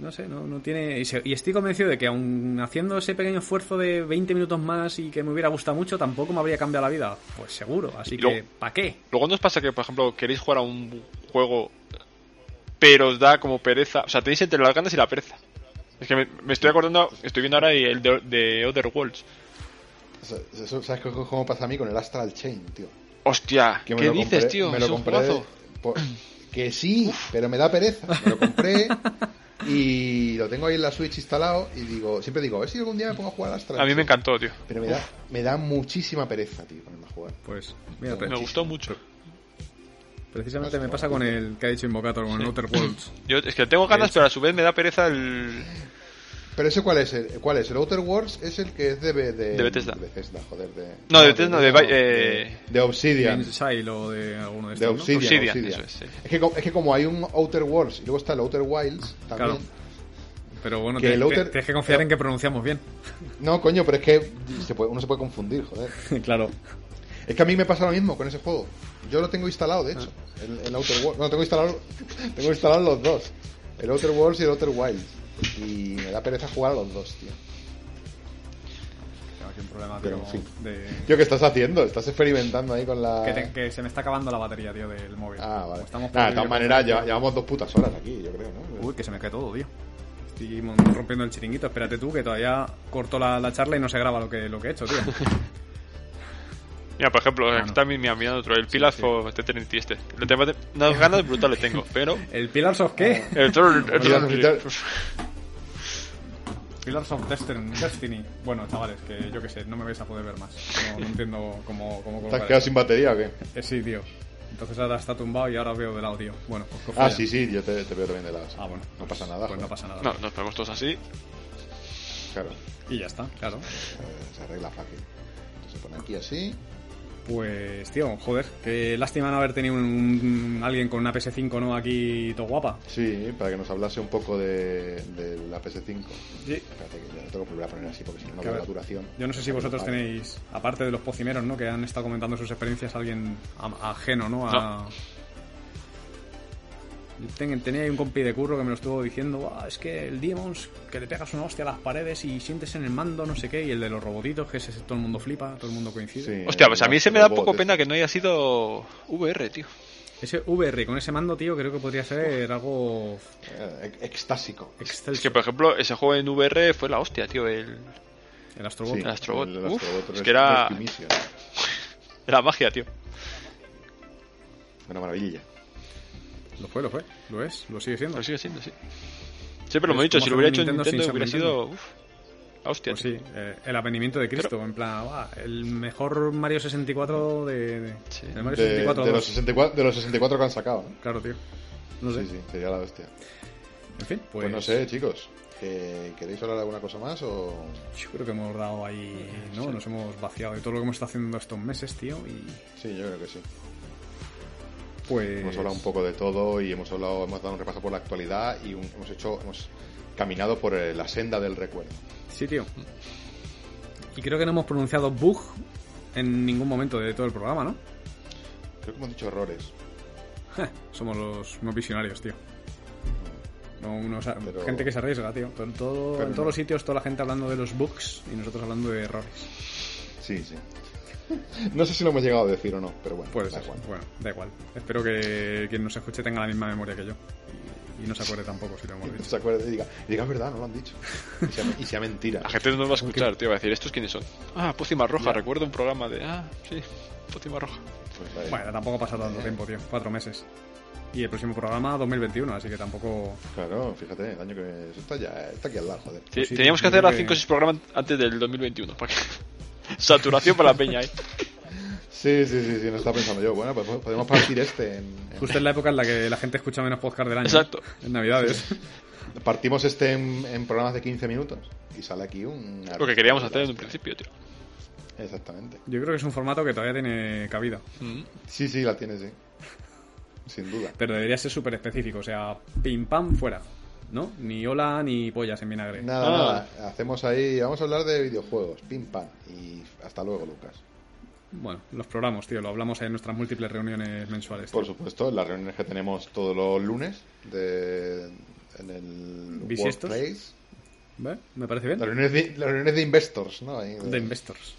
[SPEAKER 2] No sé, no, no tiene. Y, se- y estoy convencido de que, aun haciendo ese pequeño esfuerzo de 20 minutos más y que me hubiera gustado mucho, tampoco me habría cambiado la vida. Pues seguro, así
[SPEAKER 4] Y luego-
[SPEAKER 2] que, ¿para qué?
[SPEAKER 4] Luego nos pasa que, por ejemplo, queréis jugar a un juego, pero os da como pereza. O sea, tenéis entre las ganas y la pereza. Es que me, me estoy acordando, estoy viendo ahora y el de, de Other Worlds.
[SPEAKER 5] Eso- eso- ¿Sabes cómo cómo pasa a mí con el Astral Chain, tío?
[SPEAKER 4] Hostia,
[SPEAKER 5] Que
[SPEAKER 4] ¿qué
[SPEAKER 5] me lo
[SPEAKER 4] dices,
[SPEAKER 5] compré-
[SPEAKER 4] tío?
[SPEAKER 5] Me
[SPEAKER 4] es
[SPEAKER 5] lo
[SPEAKER 4] un
[SPEAKER 5] compré.
[SPEAKER 4] juegazo.
[SPEAKER 5] por- que sí, pero me da pereza. Me lo compré y lo tengo ahí en la Switch instalado. Y digo, siempre digo, a ver si algún día me pongo a jugar al Astral
[SPEAKER 4] A mí me
[SPEAKER 5] Chain".
[SPEAKER 4] encantó, tío.
[SPEAKER 5] Pero me da, me da muchísima pereza, tío, ponerme a jugar.
[SPEAKER 2] Pues, mírate.
[SPEAKER 4] Me gustó mucho.
[SPEAKER 2] Precisamente me pasa con el que ha dicho Invocator, con el Outer Worlds.
[SPEAKER 4] Yo, es que tengo ganas, pero a su vez me da pereza el.
[SPEAKER 5] Pero ese cuál es, el, cuál es, el Outer Worlds es el que es de, de,
[SPEAKER 4] De Bethesda.
[SPEAKER 5] joder, de,
[SPEAKER 4] No, de Bethesda, de Bay- eh,
[SPEAKER 5] de Obsidian.
[SPEAKER 2] Game Sile o de alguno de
[SPEAKER 5] De
[SPEAKER 2] estos. ¿no?
[SPEAKER 5] Obsidian,
[SPEAKER 4] Obsidian,
[SPEAKER 5] Obsidian.
[SPEAKER 4] eso es, sí.
[SPEAKER 5] que, co- es que como hay un Outer Worlds y luego está el Outer Wilds también.
[SPEAKER 2] Claro. Pero bueno,
[SPEAKER 5] Que
[SPEAKER 2] te-
[SPEAKER 5] el
[SPEAKER 2] te-
[SPEAKER 5] Outer-
[SPEAKER 2] tienes que confiar en que pronunciamos bien.
[SPEAKER 5] No, coño, pero es que se puede- uno se puede confundir, joder.
[SPEAKER 2] claro.
[SPEAKER 5] Es que a mí me pasa lo mismo con ese juego. Yo lo tengo instalado, de hecho.
[SPEAKER 2] Ah.
[SPEAKER 5] El, el Outer Worlds. No, tengo instalado, tengo instalados los dos. El Outer Worlds y el Outer Wilds. Y me da pereza jugar a los dos, tío.
[SPEAKER 2] Tengo aquí un problema,
[SPEAKER 5] Pero,
[SPEAKER 2] tío,
[SPEAKER 5] en fin.
[SPEAKER 2] de-
[SPEAKER 5] Tío, ¿qué estás haciendo? Estás experimentando ahí con la...
[SPEAKER 2] que, te- que se me está acabando la batería, tío, del móvil.
[SPEAKER 5] Ah, vale.
[SPEAKER 2] Como Estamos
[SPEAKER 5] Nada, de
[SPEAKER 2] por-
[SPEAKER 5] todas maneras, lleva- llevamos dos putas horas aquí, yo creo, ¿no?
[SPEAKER 2] Uy, que se me cae todo, tío. Estoy mon- rompiendo el chiringuito. Espérate tú, que todavía corto la, la charla y no se graba lo que, lo que he hecho, tío.
[SPEAKER 4] Mira, por ejemplo,
[SPEAKER 2] Ah,
[SPEAKER 4] aquí
[SPEAKER 2] no.
[SPEAKER 4] también mira, mirando otro, el Pilaf o este Trinity este. Le tengo unas ganas brutales tengo, pero.
[SPEAKER 2] ¿El Pillars of qué?
[SPEAKER 4] El otro- el otro-
[SPEAKER 5] Olvidar- olvidar- Ah.
[SPEAKER 2] Pillars of Destiny. Destiny. Bueno, chavales, que yo qué sé, no me vais a poder ver más. No, no entiendo cómo... cómo
[SPEAKER 5] ¿Te has
[SPEAKER 2] colocar
[SPEAKER 5] quedado
[SPEAKER 2] esto.
[SPEAKER 5] sin batería o qué? Ah,
[SPEAKER 2] Eh, sí, tío. Entonces ahora está tumbado y ahora veo del audio. Bueno, pues cojo
[SPEAKER 5] Ah,
[SPEAKER 2] ya.
[SPEAKER 5] sí, sí, yo te, te veo también de lado.
[SPEAKER 2] Ah, bueno.
[SPEAKER 5] No
[SPEAKER 2] pues-
[SPEAKER 5] pasa nada.
[SPEAKER 2] Pues
[SPEAKER 5] joder.
[SPEAKER 2] no pasa nada.
[SPEAKER 4] No, nos ponemos todos así.
[SPEAKER 5] Eh, Claro,
[SPEAKER 2] Y ya está, claro.
[SPEAKER 5] eh, se arregla fácil. Se pone aquí así.
[SPEAKER 2] Pues, tío, joder, qué lástima no haber tenido un- un- alguien con una PS5 no aquí todo guapa.
[SPEAKER 5] Sí, para que nos hablase un poco de, de la PS5.
[SPEAKER 2] Sí.
[SPEAKER 5] Espérate, que yo tengo que volver a poner así porque si no, no
[SPEAKER 2] Claro.
[SPEAKER 5] veo la duración.
[SPEAKER 2] Yo no sé si vosotros
[SPEAKER 5] Vale.
[SPEAKER 2] tenéis, aparte de los pocineros, ¿no? Que han estado comentando sus experiencias, alguien a- ajeno, ¿no? A... Yo ten- tenía ahí un compi de curro que me lo estuvo diciendo, "Ah, es que el Demons, que le pegas una hostia a las paredes y sientes en el mando, no sé qué, y el de los robotitos, que ese todo el mundo flipa, todo el mundo coincide.
[SPEAKER 5] Sí,
[SPEAKER 4] Hostia, pues a mí
[SPEAKER 5] el
[SPEAKER 4] se me da un
[SPEAKER 5] robot
[SPEAKER 4] poco
[SPEAKER 5] este.
[SPEAKER 4] pena que no haya sido VR, tío.
[SPEAKER 2] Ese VR con ese mando, tío, creo que podría ser algo
[SPEAKER 5] Eh, extásico.
[SPEAKER 4] Es que,
[SPEAKER 2] excelso.
[SPEAKER 4] por ejemplo, ese juego en VR fue la hostia, tío. El...
[SPEAKER 2] El Astrobot.
[SPEAKER 5] Sí,
[SPEAKER 4] El Astrobot.
[SPEAKER 5] el
[SPEAKER 4] Uf,
[SPEAKER 5] Astrobot
[SPEAKER 4] es que era-
[SPEAKER 5] Rescue Mission.
[SPEAKER 4] La magia, tío.
[SPEAKER 5] Una maravilla.
[SPEAKER 2] Lo fue, lo fue. Lo es, lo sigue siendo.
[SPEAKER 4] Lo sigue siendo, Pues sí. Siempre
[SPEAKER 2] Es
[SPEAKER 4] lo hemos
[SPEAKER 2] Pues
[SPEAKER 4] dicho,
[SPEAKER 2] como
[SPEAKER 4] si lo hubiera
[SPEAKER 2] hacer
[SPEAKER 4] hecho
[SPEAKER 2] un
[SPEAKER 4] en
[SPEAKER 2] Nintendo sin
[SPEAKER 4] Nintendo
[SPEAKER 2] ser
[SPEAKER 4] hubiera sido. Uf, la hostia,
[SPEAKER 2] Pues
[SPEAKER 4] tío.
[SPEAKER 2] sí, eh, el avenimiento de Cristo, en plan, "Buah, el mejor Mario 64 de... de-
[SPEAKER 4] Sí.
[SPEAKER 2] el Mario
[SPEAKER 5] De,
[SPEAKER 2] 64
[SPEAKER 5] de
[SPEAKER 2] dos.
[SPEAKER 5] los 64, de los 64 que han sacado. ¿no?
[SPEAKER 2] Claro, tío. No sé.
[SPEAKER 5] Sí, sí, sería la hostia.
[SPEAKER 2] En fin, pues,
[SPEAKER 5] Pues, no sé, chicos. eh, ¿Queréis hablar de alguna cosa más o...?
[SPEAKER 2] Yo creo que hemos dado ahí, ¿no? Nos hemos vaciado de todo lo que hemos estado haciendo estos meses, tío, y
[SPEAKER 5] Sí, yo creo que sí.
[SPEAKER 2] pues...
[SPEAKER 5] Hemos hablado un poco de todo y hemos hablado, hemos dado un repaso por la actualidad y un- hemos hecho, hemos caminado por eh, la senda del recuerdo.
[SPEAKER 2] Sí, tío. Y creo que no hemos pronunciado bug en ningún momento de todo el programa, ¿no?
[SPEAKER 5] Creo que hemos dicho errores.
[SPEAKER 2] Somos los no visionarios, tío. No, unos-
[SPEAKER 5] Pero-
[SPEAKER 2] Gente que se arriesga, tío. Todo- todo-
[SPEAKER 5] Pero
[SPEAKER 2] en todos
[SPEAKER 5] no.
[SPEAKER 2] los sitios, toda la gente hablando de los bugs y nosotros hablando de errores.
[SPEAKER 5] Sí, sí. No sé si lo hemos llegado a decir o no, pero bueno.
[SPEAKER 2] Puede
[SPEAKER 5] da
[SPEAKER 2] ser.
[SPEAKER 5] igual.
[SPEAKER 2] Bueno, da igual. Espero que quien nos escuche tenga la misma memoria que yo. Y, y no se acuerde tampoco si lo hemos
[SPEAKER 5] No
[SPEAKER 2] dicho.
[SPEAKER 5] se acuerde y diga, y diga, es verdad, no lo han dicho. Y sea, y sea mentira.
[SPEAKER 4] La gente no nos va a escuchar, tío. Va a decir, ¿estos quiénes son? Ah, Pócima Roja. Recuerdo un programa de. Ah, sí, Pócima Roja.
[SPEAKER 5] Pues, vale.
[SPEAKER 2] Bueno, tampoco pasa tanto tiempo, tío. Cuatro meses. Y el próximo programa 2021, así que tampoco...
[SPEAKER 5] Claro, fíjate, el año que eso está ya está aquí al lado, joder.
[SPEAKER 4] Te-
[SPEAKER 2] sí,
[SPEAKER 4] Teníamos que
[SPEAKER 2] yo
[SPEAKER 4] hacer
[SPEAKER 2] creo
[SPEAKER 4] a
[SPEAKER 2] que-
[SPEAKER 4] 5 o 6 programas antes del 2021. Para que... Saturación para la peña ¿eh? ahí.
[SPEAKER 5] Sí, sí, sí, sí, no estaba pensando yo. Bueno, pues podemos partir este en, en-
[SPEAKER 2] Justo es la época en la que la gente escucha menos podcast del año.
[SPEAKER 4] Exacto.
[SPEAKER 2] ¿eh? En Navidades.
[SPEAKER 5] partimos este en, en programas de 15 minutos y sale aquí un
[SPEAKER 4] Lo que queríamos hacer en un principio, tío.
[SPEAKER 5] Exactamente.
[SPEAKER 2] Yo creo que es un formato que todavía tiene cabida.
[SPEAKER 4] Mm.
[SPEAKER 5] Sí, sí, la tienes, sí. Sin duda.
[SPEAKER 2] Pero debería ser súper específico, o sea, pim pam fuera. ¿No? Ni hola ni pollas en vinagre.
[SPEAKER 5] Nada,
[SPEAKER 4] Ah.
[SPEAKER 5] nada. Hacemos ahí, vamos a hablar de videojuegos, pim pam y hasta luego, Lucas.
[SPEAKER 2] Bueno, los programas, tío, lo hablamos ahí en nuestras múltiples reuniones mensuales. tío.
[SPEAKER 5] Por supuesto, en las reuniones que tenemos todos los lunes de, en el
[SPEAKER 2] ¿Bisiestos?
[SPEAKER 5] Workplace.
[SPEAKER 2] ¿Ve? ¿Me parece
[SPEAKER 5] Las
[SPEAKER 2] bien?
[SPEAKER 5] reuniones de, las reuniones de investors, ¿no? Ahí,
[SPEAKER 2] De Investors.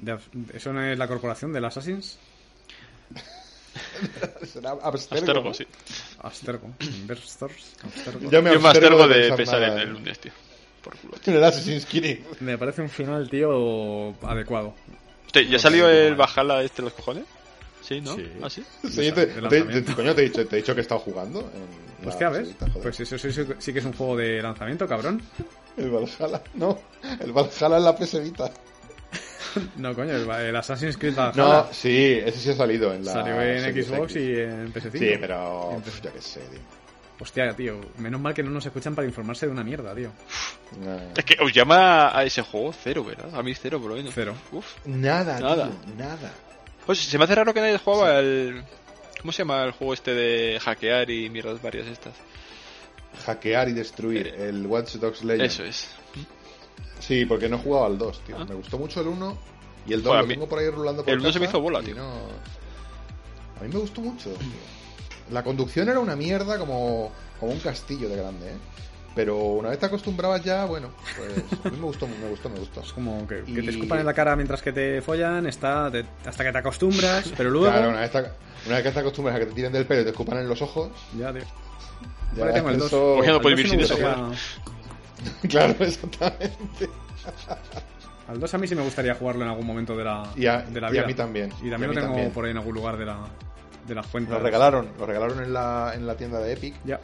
[SPEAKER 2] De abs- ¿Eso no es la corporación del Assassins?
[SPEAKER 5] Será abstergo,
[SPEAKER 4] Abstergo,
[SPEAKER 5] ¿no?
[SPEAKER 4] sí.
[SPEAKER 2] Abstergo. Investors. Abstergo.
[SPEAKER 5] Ya
[SPEAKER 4] Yo me abstergo de
[SPEAKER 5] pensar
[SPEAKER 4] pensar en
[SPEAKER 5] nada eh.
[SPEAKER 4] el lunes, tío. Por culo.
[SPEAKER 5] En el Assassin's Creed.
[SPEAKER 2] Me parece un final, tío, adecuado.
[SPEAKER 4] Hostia, ¿Ya salió el Bajala este de los cojones? Sí, ¿no?
[SPEAKER 2] Sí.
[SPEAKER 4] ¿Ah, sí?
[SPEAKER 5] Sí,
[SPEAKER 2] Exacto, de
[SPEAKER 5] te, te-
[SPEAKER 2] lanzamiento.
[SPEAKER 5] te- coño, te he dicho, te he dicho que he estado jugando. En
[SPEAKER 2] Pues
[SPEAKER 5] la
[SPEAKER 2] qué ves.
[SPEAKER 5] serie, joder.
[SPEAKER 2] Pues eso sí, sí- sí que es un juego de lanzamiento, cabrón.
[SPEAKER 5] El Valhalla, no. El Valhalla es la pesevita.
[SPEAKER 2] No, coño, el, el Assassin's Creed Valhalla
[SPEAKER 5] No, Ah, sí, ese sí ha salido en la.
[SPEAKER 2] salió en
[SPEAKER 5] Series
[SPEAKER 2] Xbox
[SPEAKER 5] X.
[SPEAKER 2] y en PS5.
[SPEAKER 5] Sí, pero.
[SPEAKER 2] Y en
[SPEAKER 5] uf, yo qué sé, tío.
[SPEAKER 2] Hostia, tío, menos mal que no nos escuchan para informarse de una mierda, tío.
[SPEAKER 5] Nah.
[SPEAKER 4] Es que os llama a ese juego cero, ¿verdad? A mí cero, por lo menos.
[SPEAKER 2] Cero.
[SPEAKER 4] Uf.
[SPEAKER 5] Nada,
[SPEAKER 4] Nada.
[SPEAKER 5] tío, nada.
[SPEAKER 4] Pues se me hace raro que nadie jugaba el. ¿Cómo se llama el juego este de hackear y mierdas varias estas?
[SPEAKER 5] Hackear y destruir
[SPEAKER 4] Eh,
[SPEAKER 5] el Watch Dogs Legends.
[SPEAKER 4] Eso es.
[SPEAKER 5] Sí, porque no he jugado al 2, tío.
[SPEAKER 4] Ah.
[SPEAKER 5] Me gustó mucho el 1 y el 2
[SPEAKER 4] Joder, a
[SPEAKER 5] lo
[SPEAKER 4] mí-
[SPEAKER 5] tengo por ahí rulando por
[SPEAKER 4] el uno se me
[SPEAKER 5] casa
[SPEAKER 4] hizo bola,
[SPEAKER 5] y
[SPEAKER 4] tío.
[SPEAKER 5] no- A mí me gustó mucho, tío. La conducción era una mierda como, como un castillo de grande, ¿eh? Pero una vez te acostumbrabas ya, bueno, pues a mí me gustó, me gustó, me gustó.
[SPEAKER 2] Es como que, que
[SPEAKER 5] Y-
[SPEAKER 2] te escupan en la cara mientras que te follan, está te- hasta que te acostumbras, pero luego.
[SPEAKER 5] Claro, una vez, te, una vez que te acostumbras a que te tiren del pelo y te escupan en los ojos,
[SPEAKER 2] Ya, tío.
[SPEAKER 5] ya
[SPEAKER 2] Ahora tengo el dos.
[SPEAKER 5] eso-
[SPEAKER 4] Por ejemplo, No puedes
[SPEAKER 2] Al
[SPEAKER 4] vivir
[SPEAKER 2] dos sí
[SPEAKER 4] sin
[SPEAKER 2] me
[SPEAKER 4] eso,
[SPEAKER 2] gustaría-
[SPEAKER 5] Claro, exactamente.
[SPEAKER 2] Al 2 a mí sí me gustaría jugarlo en algún momento de la,
[SPEAKER 5] Y a-
[SPEAKER 2] de la
[SPEAKER 5] y a
[SPEAKER 2] vida.
[SPEAKER 5] mí también.
[SPEAKER 2] Y
[SPEAKER 5] Y a
[SPEAKER 2] también
[SPEAKER 5] mí
[SPEAKER 2] lo tengo
[SPEAKER 5] también.
[SPEAKER 2] por ahí en algún lugar de la, de las cuentas.
[SPEAKER 5] Lo regalaron, lo regalaron en la, en la tienda de Epic
[SPEAKER 2] Ya.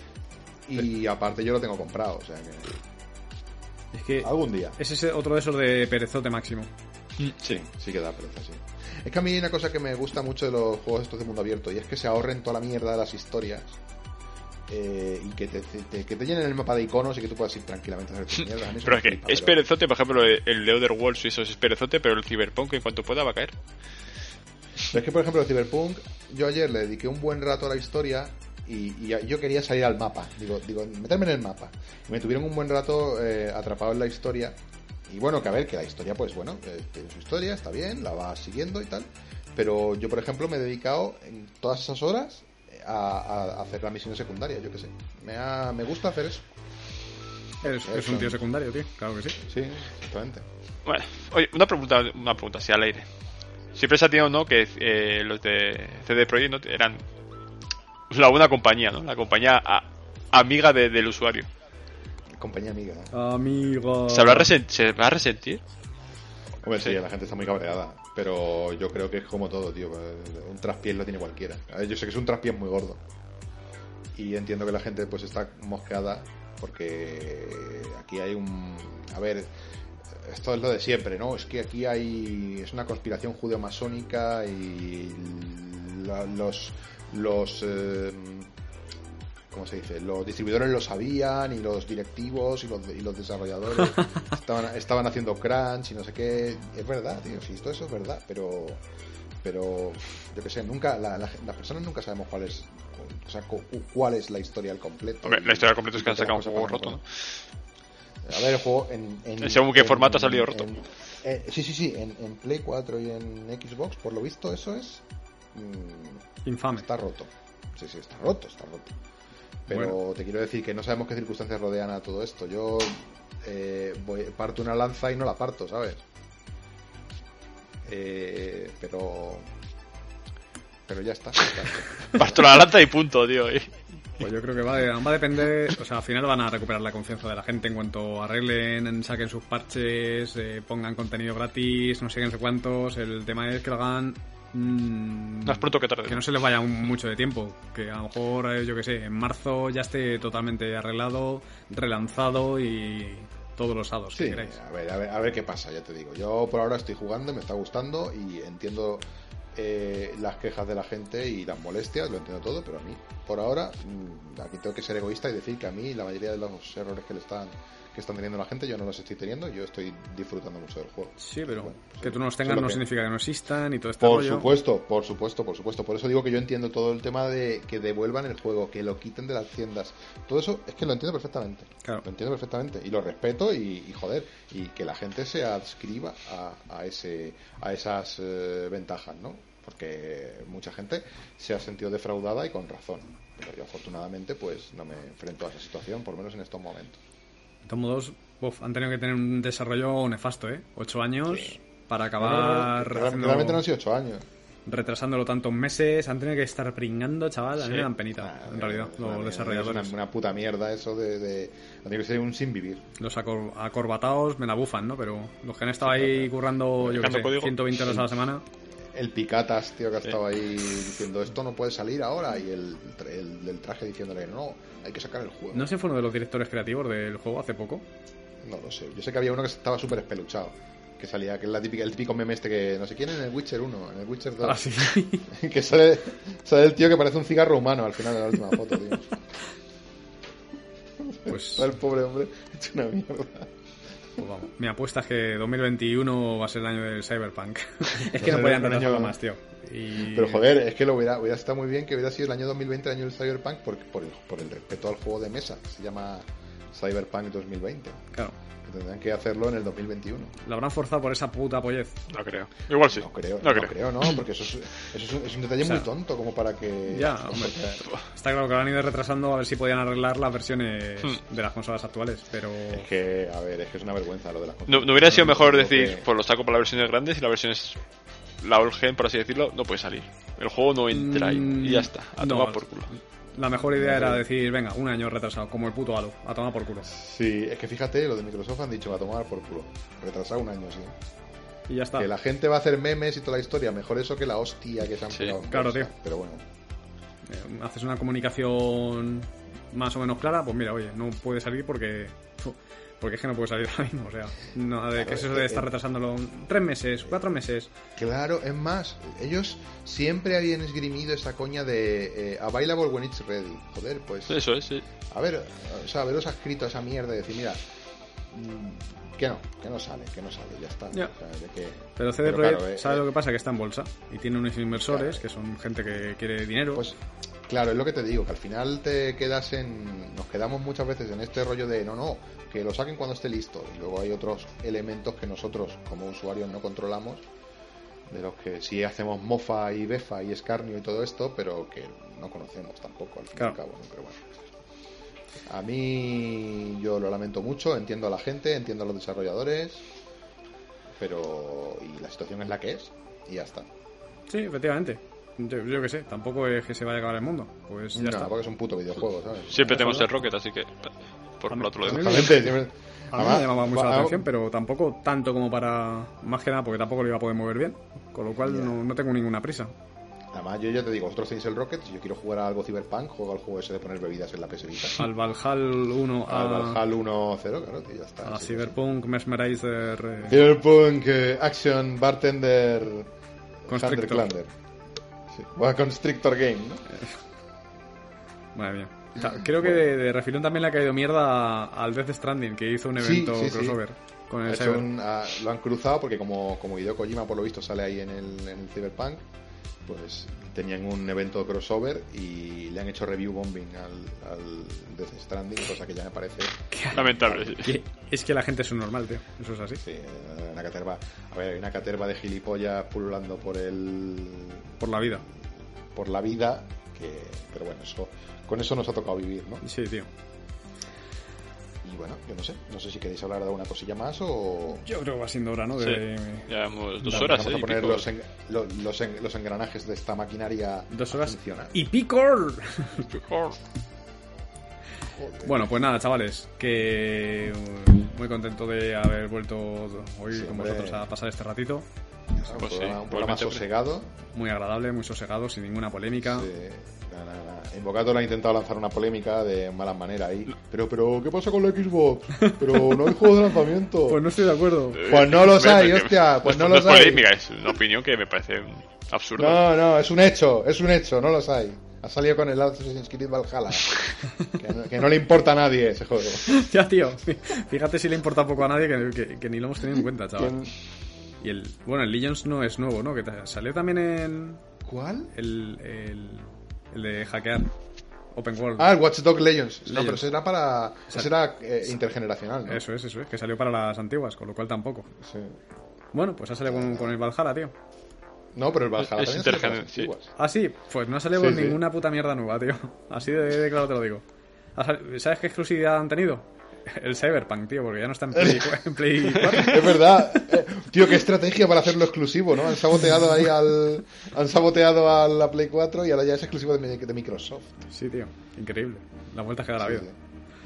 [SPEAKER 5] y aparte yo lo tengo comprado, o sea que
[SPEAKER 2] Es que
[SPEAKER 5] algún día.
[SPEAKER 2] es ese otro de esos de perezote máximo.
[SPEAKER 4] Sí.
[SPEAKER 5] Sí que da pereza, sí. Es que a mí hay una cosa que me gusta mucho de los juegos estos de mundo abierto y es que se ahorren toda la mierda de las historias eh, y que te, te- te- que te llenen el mapa de iconos y que tú puedas ir tranquilamente a hacer tus mierdas. A mí eso
[SPEAKER 4] Pero
[SPEAKER 5] me
[SPEAKER 4] es que
[SPEAKER 5] flipa,
[SPEAKER 4] es
[SPEAKER 5] pero-
[SPEAKER 4] perezote, por ejemplo, el de Other Worlds y eso es perezote, pero el Cyberpunk en cuanto pueda va a caer.
[SPEAKER 5] Pero es que, por ejemplo, el Cyberpunk, yo ayer le dediqué un buen rato a la historia y, y yo quería salir al mapa. Digo, digo, meterme en el mapa. Y me tuvieron un buen rato eh, atrapado en la historia. Y bueno, que a ver, que la historia, pues bueno, eh, tiene su historia, está bien, la vas siguiendo y tal. Pero yo, por ejemplo, me he dedicado en todas esas horas eh, a, a hacer la misión secundaria, yo qué sé. Me, ha- me gusta hacer eso.
[SPEAKER 2] Es, es un tío secundario, tío. Claro que sí.
[SPEAKER 5] Sí, exactamente.
[SPEAKER 4] Bueno, oye, una pregunta, una pregunta así al aire. Siempre se ha tenido, ¿no? Que eh, los de CD Projekt ¿no? eran la buena compañía, ¿no? La compañía a- amiga de- del usuario.
[SPEAKER 5] Compañía amiga.
[SPEAKER 2] Amigo.
[SPEAKER 4] ¿Se, habrá resen- ¿Se va a resentir?
[SPEAKER 5] Hombre, sí,
[SPEAKER 4] Sí.
[SPEAKER 5] la gente está muy cabreada. Pero yo creo que es como todo, tío. Un traspiés lo tiene cualquiera. A ver, Yo sé que es un traspiés muy gordo. Y entiendo que la gente pues está mosqueada porque aquí hay un... A ver, esto es lo de siempre, ¿no? Es que aquí hay... Es una conspiración judeo-masónica y la- los... los eh, ¿Cómo se dice? Los distribuidores lo sabían y los directivos y los, y los desarrolladores estaban, estaban haciendo crunch y no sé qué. Es verdad, tío, si esto eso es verdad, pero pero yo que sé, nunca la- la- las personas nunca sabemos cuál es o sea, cu- cuál es la historia al completo.
[SPEAKER 4] Hombre, la historia al completo es que han
[SPEAKER 5] Y otras
[SPEAKER 4] sacado un
[SPEAKER 5] cosas
[SPEAKER 4] juego
[SPEAKER 5] pasan
[SPEAKER 4] roto,
[SPEAKER 5] por ahí. A ver, el juego en, en
[SPEAKER 4] Según qué
[SPEAKER 5] en-
[SPEAKER 4] formato ha salido roto.
[SPEAKER 5] en- Eh, sí, sí, sí, en, en Play 4 y en Xbox, por lo visto, eso es. mm,
[SPEAKER 2] Infame.
[SPEAKER 5] está roto. Sí, sí, está roto, está roto. Pero te quiero decir que no sabemos qué circunstancias rodean a todo esto. Yo eh, voy- parto una lanza y no la parto, ¿sabes? Eh, pero. Pero ya está. ya está.
[SPEAKER 4] Parto la lata y punto, tío. y-
[SPEAKER 2] Pues yo creo que va, a- va a depender, o sea, al final van a recuperar la confianza de la gente en cuanto arreglen, saquen sus parches, eh, pongan contenido gratis, no sé qué, no sé cuántos. El tema es que lo hagan mm,
[SPEAKER 4] Más pronto que tarde.
[SPEAKER 2] que no se les vaya un- mucho de tiempo. Que a lo mejor, eh, yo que sé, en marzo ya esté totalmente arreglado, relanzado y todos los hados que
[SPEAKER 5] Sí,
[SPEAKER 2] queráis.
[SPEAKER 5] a ver, a ver, a ver qué pasa, ya te digo. Yo por ahora estoy jugando, me está gustando y entiendo eh, las quejas de la gente y las molestias, lo entiendo todo, pero a mí, por ahora, mm, aquí tengo que ser egoísta y decir que a mí la mayoría de los errores que le están que están teniendo la gente, yo no los estoy teniendo, yo estoy disfrutando mucho del juego.
[SPEAKER 2] Sí, pero
[SPEAKER 5] Bueno, pues
[SPEAKER 2] que
[SPEAKER 5] sí,
[SPEAKER 2] tú no los
[SPEAKER 5] eso es
[SPEAKER 2] tengas
[SPEAKER 5] lo
[SPEAKER 2] no
[SPEAKER 5] que-
[SPEAKER 2] significa que no existan y todo este
[SPEAKER 5] Por
[SPEAKER 2] rollo.
[SPEAKER 5] supuesto, por supuesto, por supuesto. Por eso digo que yo entiendo todo el tema de que devuelvan el juego, que lo quiten de las tiendas. Todo eso es que lo entiendo perfectamente.
[SPEAKER 2] Claro.
[SPEAKER 5] Lo entiendo perfectamente. Y lo respeto y, y joder. Y que la gente se adscriba a, a ese, a esas eh, ventajas, ¿no? Porque mucha gente se ha sentido defraudada y con razón. Pero yo afortunadamente pues no me enfrento a esa situación, por lo menos en estos momentos.
[SPEAKER 2] De todos modos, uf, han tenido que tener un desarrollo nefasto, ¿eh? Ocho años
[SPEAKER 5] Sí.
[SPEAKER 2] para acabar
[SPEAKER 5] No, no, no,
[SPEAKER 2] haciendo-
[SPEAKER 5] realmente no han sido ocho años.
[SPEAKER 2] retrasándolo tantos meses, han tenido que estar pringando, chaval. A mí
[SPEAKER 4] Sí.
[SPEAKER 2] me dan penita,
[SPEAKER 5] Ah,
[SPEAKER 2] en realidad,
[SPEAKER 5] es una
[SPEAKER 2] los
[SPEAKER 5] mierda,
[SPEAKER 2] desarrolladores.
[SPEAKER 5] Es una, una puta mierda eso de. de ha tenido que ser un sin vivir.
[SPEAKER 2] Los acor- acorbatados me la bufan, ¿no? Pero los que han estado ahí currando, yo qué
[SPEAKER 4] Dejando
[SPEAKER 2] sé,
[SPEAKER 4] código.
[SPEAKER 2] 120 horas a la semana.
[SPEAKER 5] El Picatas, tío, que ha estado ahí diciendo esto no puede salir ahora. Y el, tra- el del traje diciéndole no, hay que sacar el juego.
[SPEAKER 2] ¿No se fue uno de los directores creativos del juego hace poco?
[SPEAKER 5] No lo sé. Yo sé que había uno que estaba súper espeluchado. Que salía, que es la típica, el típico meme este que no sé quién en el Witcher 1, en el Witcher 2.
[SPEAKER 2] Ah, sí.
[SPEAKER 5] que sale, sale el tío que parece un cigarro humano al final de la última foto, tío.
[SPEAKER 2] Pues,
[SPEAKER 5] el pobre hombre hecho una mierda.
[SPEAKER 2] pues vamos. Mi apuesta es que 2021 va a ser el año del Cyberpunk. es que
[SPEAKER 5] ser
[SPEAKER 2] no podían
[SPEAKER 5] Pues el año-
[SPEAKER 2] retrasarlo más, tío. Y...
[SPEAKER 5] Pero joder, es que lo hubiera, hubiera estado muy bien que hubiera sido el año 2020 el año del Cyberpunk por, por, el, por el respeto al juego de mesa, que se llama Cyberpunk 2020.
[SPEAKER 2] Claro.
[SPEAKER 5] Que tendrán que hacerlo en el 2021.
[SPEAKER 2] Lo habrán forzado por esa puta pollez.
[SPEAKER 4] No creo. Igual sí.
[SPEAKER 5] No creo,
[SPEAKER 4] No
[SPEAKER 5] no,
[SPEAKER 4] creo.
[SPEAKER 5] creo, no, porque eso es, eso es, un, es un detalle
[SPEAKER 2] O sea,
[SPEAKER 5] muy tonto como para que...
[SPEAKER 2] Ya, hombre. Está claro que lo han ido retrasando a ver si podían arreglar las versiones
[SPEAKER 4] Hmm.
[SPEAKER 2] de las consolas actuales, pero...
[SPEAKER 5] Es que, a ver, es que es una vergüenza lo de las cosas.
[SPEAKER 4] No, no hubiera sido mejor
[SPEAKER 5] Creo
[SPEAKER 4] decir,
[SPEAKER 5] que-
[SPEAKER 4] pues lo saco para las versiones grandes y la versión es la old gen, por así decirlo, no puede salir. El juego no entra ahí.
[SPEAKER 2] Mm,
[SPEAKER 4] Y ya está. A
[SPEAKER 2] no.
[SPEAKER 4] tomar por culo.
[SPEAKER 2] La mejor idea era decir, venga, un año retrasado, como el puto Halo, a tomar por culo.
[SPEAKER 5] Sí, es que fíjate, lo de Microsoft han dicho, va a tomar por culo. Retrasado un año, sí.
[SPEAKER 2] Y ya está.
[SPEAKER 5] Que la gente va a hacer memes y toda la historia. Mejor eso que la hostia que se han
[SPEAKER 4] Sí,
[SPEAKER 5] pegado en
[SPEAKER 2] claro,
[SPEAKER 5] bolsa.
[SPEAKER 2] tío.
[SPEAKER 5] Pero bueno,
[SPEAKER 2] Eh, Haces una comunicación más o menos clara, pues mira, oye, no puede salir porque... Porque es que no puede salir ahora mismo, o sea... No, de,
[SPEAKER 5] Claro,
[SPEAKER 2] que eso
[SPEAKER 5] es
[SPEAKER 2] de
[SPEAKER 5] que-
[SPEAKER 2] estar retrasándolo tres meses, cuatro meses...
[SPEAKER 5] Claro, es más, ellos siempre habían esgrimido esa coña de eh, Available when it's ready. Joder, pues.
[SPEAKER 4] Eso es, sí.
[SPEAKER 5] A ver, o sea, haberos escrito esa mierda y decir, mira, mm, que no, que no sale, que no sale, ya está.
[SPEAKER 2] Ya.
[SPEAKER 5] O sea, de que-
[SPEAKER 2] Pero CD
[SPEAKER 5] claro,
[SPEAKER 2] Projekt,
[SPEAKER 5] eh,
[SPEAKER 2] ¿sabe
[SPEAKER 5] eh,
[SPEAKER 2] lo que pasa? Que está en bolsa y tiene unos inversores,
[SPEAKER 5] Claro. eh.
[SPEAKER 2] que son gente que quiere dinero.
[SPEAKER 5] Pues claro, es lo que te digo, que al final te quedas en. Nos quedamos muchas veces en este rollo de no, no, que lo saquen cuando esté listo. Y luego hay otros elementos que nosotros como usuarios no controlamos, de los que sí hacemos mofa y befa y escarnio y todo esto, pero que no conocemos tampoco al fin y
[SPEAKER 2] Claro.
[SPEAKER 5] al cabo. ¿no? Pero bueno. A mí yo lo lamento mucho, entiendo a la gente, entiendo a los desarrolladores, pero. Y la situación es la que es, y ya está.
[SPEAKER 2] Sí, efectivamente. Yo, yo qué sé, tampoco es que se vaya a acabar el mundo. Pues ya
[SPEAKER 5] No,
[SPEAKER 2] está.
[SPEAKER 5] porque es un puto videojuego, ¿sabes?
[SPEAKER 4] Siempre
[SPEAKER 5] Déjalo.
[SPEAKER 4] tenemos el Rocket, así que. pa- Por culo te lo dejo.
[SPEAKER 2] También-
[SPEAKER 5] Exactamente, siempre-
[SPEAKER 2] A mí
[SPEAKER 5] Además,
[SPEAKER 2] me llamaba mucho
[SPEAKER 5] va-
[SPEAKER 2] la atención, pero tampoco tanto como para. Más que nada, porque tampoco lo iba a poder mover bien. Con lo cual
[SPEAKER 5] Ya.
[SPEAKER 2] no, no tengo ninguna prisa.
[SPEAKER 5] Además, yo ya te digo, vosotros tenéis el Rocket, si yo quiero jugar a algo Cyberpunk, juego al juego ese de poner bebidas en la PS Vita.
[SPEAKER 2] Al Valhall 1, a,
[SPEAKER 5] Al Valhall 1-0, claro, tío, ya está.
[SPEAKER 2] a
[SPEAKER 5] Sí,
[SPEAKER 2] Cyberpunk, Mesmerizer. eh,
[SPEAKER 5] sí. Cyberpunk, eh, Action, Bartender,
[SPEAKER 2] Constrictor.
[SPEAKER 5] Hunter Clander. Sí. O a Constrictor Game, ¿no?
[SPEAKER 2] Madre mía. Ta- Creo que de, de refilón también le ha caído mierda al Death Stranding, que hizo un
[SPEAKER 5] Sí,
[SPEAKER 2] evento
[SPEAKER 5] sí, sí.
[SPEAKER 2] crossover con
[SPEAKER 5] Ha
[SPEAKER 2] el
[SPEAKER 5] hecho
[SPEAKER 2] Cyber.
[SPEAKER 5] un- ah, lo han cruzado porque como, como Hideo Kojima por lo visto sale ahí en el, en el Cyberpunk pues tenían un evento crossover y le han hecho review bombing al, al Death Stranding, cosa que ya me parece
[SPEAKER 4] Lamentable, sí.
[SPEAKER 2] Que- Es que la gente es un normal, tío. Eso es así.
[SPEAKER 5] sí, una caterva. A ver, hay una caterva de gilipollas pululando por el
[SPEAKER 2] Por la vida.
[SPEAKER 5] por la vida, que pero bueno, eso con eso nos ha tocado vivir, ¿no?
[SPEAKER 2] Sí, tío.
[SPEAKER 5] Y bueno, yo no sé, no sé si queréis hablar de alguna cosilla más o
[SPEAKER 2] Yo creo que va siendo hora, ¿no? De...
[SPEAKER 4] Sí, ya llevamos dos
[SPEAKER 2] Dale,
[SPEAKER 4] horas,
[SPEAKER 5] vamos
[SPEAKER 4] eh,
[SPEAKER 5] a
[SPEAKER 4] y
[SPEAKER 5] poner
[SPEAKER 4] pico.
[SPEAKER 5] los, en- lo- los, en- los engranajes de esta maquinaria
[SPEAKER 2] Dos horas
[SPEAKER 5] funciona.
[SPEAKER 2] y picor. Bueno, pues nada, chavales, que eh, muy contento de haber vuelto hoy
[SPEAKER 5] Sí,
[SPEAKER 2] con
[SPEAKER 5] hombre.
[SPEAKER 2] vosotros a pasar este ratito.
[SPEAKER 5] un
[SPEAKER 4] pues sí,
[SPEAKER 5] programa, un programa
[SPEAKER 4] igualmente.
[SPEAKER 5] sosegado.
[SPEAKER 2] Muy agradable, muy sosegado, sin ninguna polémica.
[SPEAKER 5] Sí, nada, nada, nada. Invocator ha intentado lanzar una polémica de mala manera ahí. Pero, pero, ¿qué pasa con la Xbox? Pero no hay juegos de lanzamiento.
[SPEAKER 2] Pues no estoy de acuerdo.
[SPEAKER 5] Pues no los
[SPEAKER 4] Hombre,
[SPEAKER 5] hay,
[SPEAKER 4] porque-
[SPEAKER 5] hostia, pues no
[SPEAKER 4] es-
[SPEAKER 5] los
[SPEAKER 4] es
[SPEAKER 5] hay.
[SPEAKER 4] polémica, es una opinión que me parece absurda.
[SPEAKER 5] No, no, es un hecho, es un hecho, no los hay. Ha salido con el Assassin's Creed Valhalla. que, no, que no le importa a nadie ese juego.
[SPEAKER 2] ya, tío. Fíjate si le importa poco a nadie que, que- que ni lo hemos tenido en cuenta, chaval.
[SPEAKER 5] ¿Quién-
[SPEAKER 2] Y el, bueno, el Legends no es nuevo, ¿no? Que ta- salió también en
[SPEAKER 5] ¿Cuál?
[SPEAKER 2] el, el, el de hackear Open World.
[SPEAKER 5] Ah, el Watch Dogs Legends. No,
[SPEAKER 2] Legends.
[SPEAKER 5] pero será para. Será eh, intergeneracional, ¿no?
[SPEAKER 2] Eso es, eso es, que salió para las antiguas, con lo cual tampoco.
[SPEAKER 5] Sí.
[SPEAKER 2] Bueno, pues ha salido con, con el Valhalla, tío.
[SPEAKER 5] No, pero el Valhalla
[SPEAKER 4] Es- es
[SPEAKER 5] también sale para las
[SPEAKER 4] intergener- sí.
[SPEAKER 5] antiguas.
[SPEAKER 2] Ah, sí, pues no ha salido
[SPEAKER 5] Sí,
[SPEAKER 2] con
[SPEAKER 5] sí.
[SPEAKER 2] ninguna puta mierda nueva, tío. Así de, de claro te lo digo. Ha sal- ¿Sabes qué exclusividad han tenido? El Cyberpunk, tío, porque ya no está en Play, en Play 4.
[SPEAKER 5] Es verdad. Eh, tío, qué estrategia para hacerlo exclusivo, ¿no? Han saboteado ahí al. Han saboteado a la Play 4 y ahora ya es exclusivo de, mi- de Microsoft.
[SPEAKER 2] Sí, tío, increíble. La vuelta que da la vida.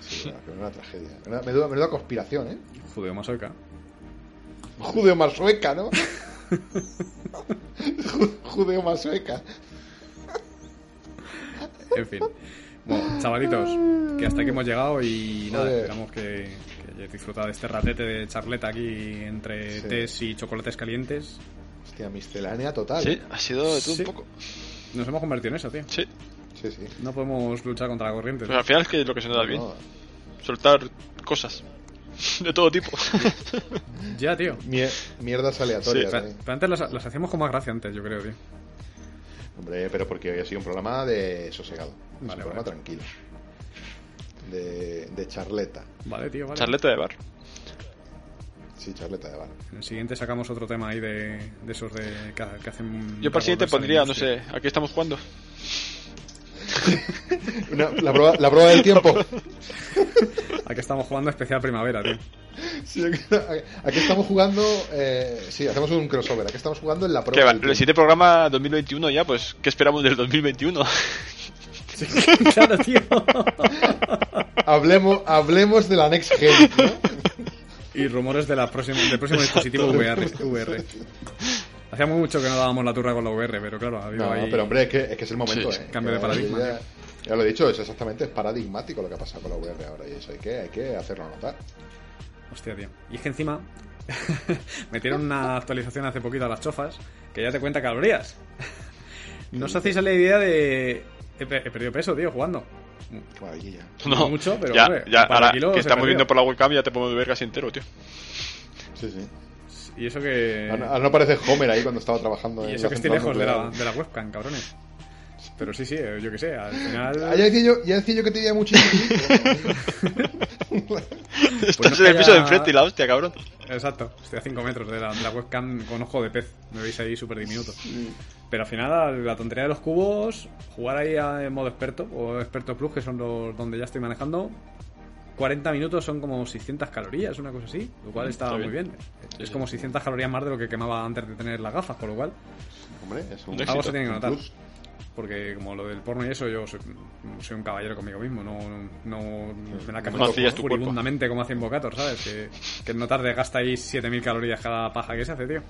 [SPEAKER 5] Sí, bueno, que menuda tragedia. Menuda, menuda- menuda conspiración, ¿eh?
[SPEAKER 2] Judeo masoca.
[SPEAKER 5] Judeo más sueca, ¿no? Judeo más sueca.
[SPEAKER 2] En fin. Bueno, chavalitos, que hasta aquí hemos llegado y nada,
[SPEAKER 5] Joder.
[SPEAKER 2] esperamos que, que hayáis disfrutado de este ratete de charleta aquí entre
[SPEAKER 5] Sí.
[SPEAKER 2] tés y chocolates calientes.
[SPEAKER 5] Hostia, miscelánea total.
[SPEAKER 4] Sí, ha sido de todo
[SPEAKER 2] Sí.
[SPEAKER 4] un poco.
[SPEAKER 2] Nos hemos convertido en eso, tío.
[SPEAKER 4] Sí.
[SPEAKER 5] sí. sí.
[SPEAKER 2] No podemos luchar contra la corriente.
[SPEAKER 4] Pues al final es que lo que se nos da bien.
[SPEAKER 5] No,
[SPEAKER 4] Soltar cosas. De todo tipo.
[SPEAKER 2] Ya, tío.
[SPEAKER 5] mie- mierdas aleatorias.
[SPEAKER 2] Pero,
[SPEAKER 5] ¿eh?
[SPEAKER 2] pero antes las, las hacíamos con más gracia antes, yo creo, tío.
[SPEAKER 5] Hombre, pero porque hoy ha sido un programa de sosegado. Es un
[SPEAKER 2] Vale,
[SPEAKER 5] programa
[SPEAKER 2] vale.
[SPEAKER 5] tranquilo. De, de charleta.
[SPEAKER 2] Vale, tío, vale.
[SPEAKER 4] Charleta de bar.
[SPEAKER 5] Sí, charleta de bar.
[SPEAKER 2] En el siguiente sacamos otro tema ahí de, de esos de, que, que hacen...
[SPEAKER 4] Yo para el
[SPEAKER 2] revolverse
[SPEAKER 4] siguiente pondría,
[SPEAKER 2] en
[SPEAKER 4] no
[SPEAKER 2] industria.
[SPEAKER 4] sé, aquí estamos jugando.
[SPEAKER 5] Una- la, prueba, la prueba del tiempo.
[SPEAKER 2] Aquí estamos jugando especial primavera, tío.
[SPEAKER 5] Sí, aquí- aquí estamos jugando. Eh, sí, hacemos un crossover. Aquí estamos jugando en la
[SPEAKER 4] Que
[SPEAKER 5] prueba.
[SPEAKER 4] va,
[SPEAKER 5] del
[SPEAKER 4] el
[SPEAKER 5] tiempo.
[SPEAKER 4] siguiente programa 2021 ya, pues, ¿qué esperamos del 2021?
[SPEAKER 2] claro, tío.
[SPEAKER 5] Hablemos, hablemos de la next gen. ¿no?
[SPEAKER 2] y rumores de la próxima, del próximo dispositivo VR. VR. Hacía muy mucho que no dábamos la turra con la VR, pero claro, ha habido
[SPEAKER 5] No,
[SPEAKER 2] ahí...
[SPEAKER 5] pero hombre, es que es, que es el momento.
[SPEAKER 4] Sí,
[SPEAKER 5] eh.
[SPEAKER 2] cambio de
[SPEAKER 5] Ya-
[SPEAKER 2] paradigma,
[SPEAKER 5] Ya, ya lo he dicho, es exactamente es paradigmático lo que ha pasado con la VR ahora y eso hay que, hay que hacerlo notar.
[SPEAKER 2] Hostia, tío. Y es que encima metieron una actualización hace poquito a las chofas que ya te cuenta calorías. No os hacéis a la idea de... He, pe- he perdido peso, tío, jugando.
[SPEAKER 5] Qué maravilla.
[SPEAKER 2] No mucho, pero,
[SPEAKER 4] ya,
[SPEAKER 2] hombre,
[SPEAKER 4] ya,
[SPEAKER 2] un par de
[SPEAKER 4] ahora
[SPEAKER 2] kilos
[SPEAKER 4] que
[SPEAKER 2] he
[SPEAKER 4] estamos
[SPEAKER 2] perdido.
[SPEAKER 4] viendo por la webcam ya te podemos ver casi entero, tío.
[SPEAKER 5] Sí, sí.
[SPEAKER 2] Y eso que...
[SPEAKER 5] Ahora, ahora no parece Homer ahí cuando estaba trabajando
[SPEAKER 2] Eh. Y
[SPEAKER 5] en
[SPEAKER 2] eso
[SPEAKER 5] la
[SPEAKER 2] que estoy
[SPEAKER 5] central
[SPEAKER 2] lejos de la,
[SPEAKER 5] nuclear.
[SPEAKER 2] de la webcam, cabrones. Pero sí, sí, eh, yo que sé, al final...
[SPEAKER 5] Ah, ya decía yo, ya decía yo que tenía muchísimo.
[SPEAKER 4] Estás
[SPEAKER 2] Pues no
[SPEAKER 4] en el piso de
[SPEAKER 2] haya-
[SPEAKER 4] enfrente y la hostia, cabrón.
[SPEAKER 2] Exacto, estoy a 5 metros de la, de la webcam con ojo de pez. Me veis ahí súper diminuto. Pero al final, la tontería de los cubos, jugar ahí a- en modo experto o experto plus, que son los donde ya estoy manejando, 40 minutos son como 600 calorías, una cosa así, lo cual está,
[SPEAKER 4] está
[SPEAKER 2] muy
[SPEAKER 4] bien.
[SPEAKER 2] bien. Es como 600 calorías más de lo que quemaba antes de tener las gafas, con lo cual
[SPEAKER 5] Hombre, es un,
[SPEAKER 4] Un
[SPEAKER 2] algo se tiene que
[SPEAKER 5] un
[SPEAKER 2] notar.
[SPEAKER 5] plus.
[SPEAKER 2] Porque como lo del porno y eso, yo soy, soy un caballero conmigo mismo, no, no me la
[SPEAKER 4] No
[SPEAKER 2] camino
[SPEAKER 4] hacías tu cuerpo.
[SPEAKER 2] furibundamente como hace Invocator, ¿sabes? Que, que no tarde gasta ahí 7000 calorías cada paja que se hace, tío.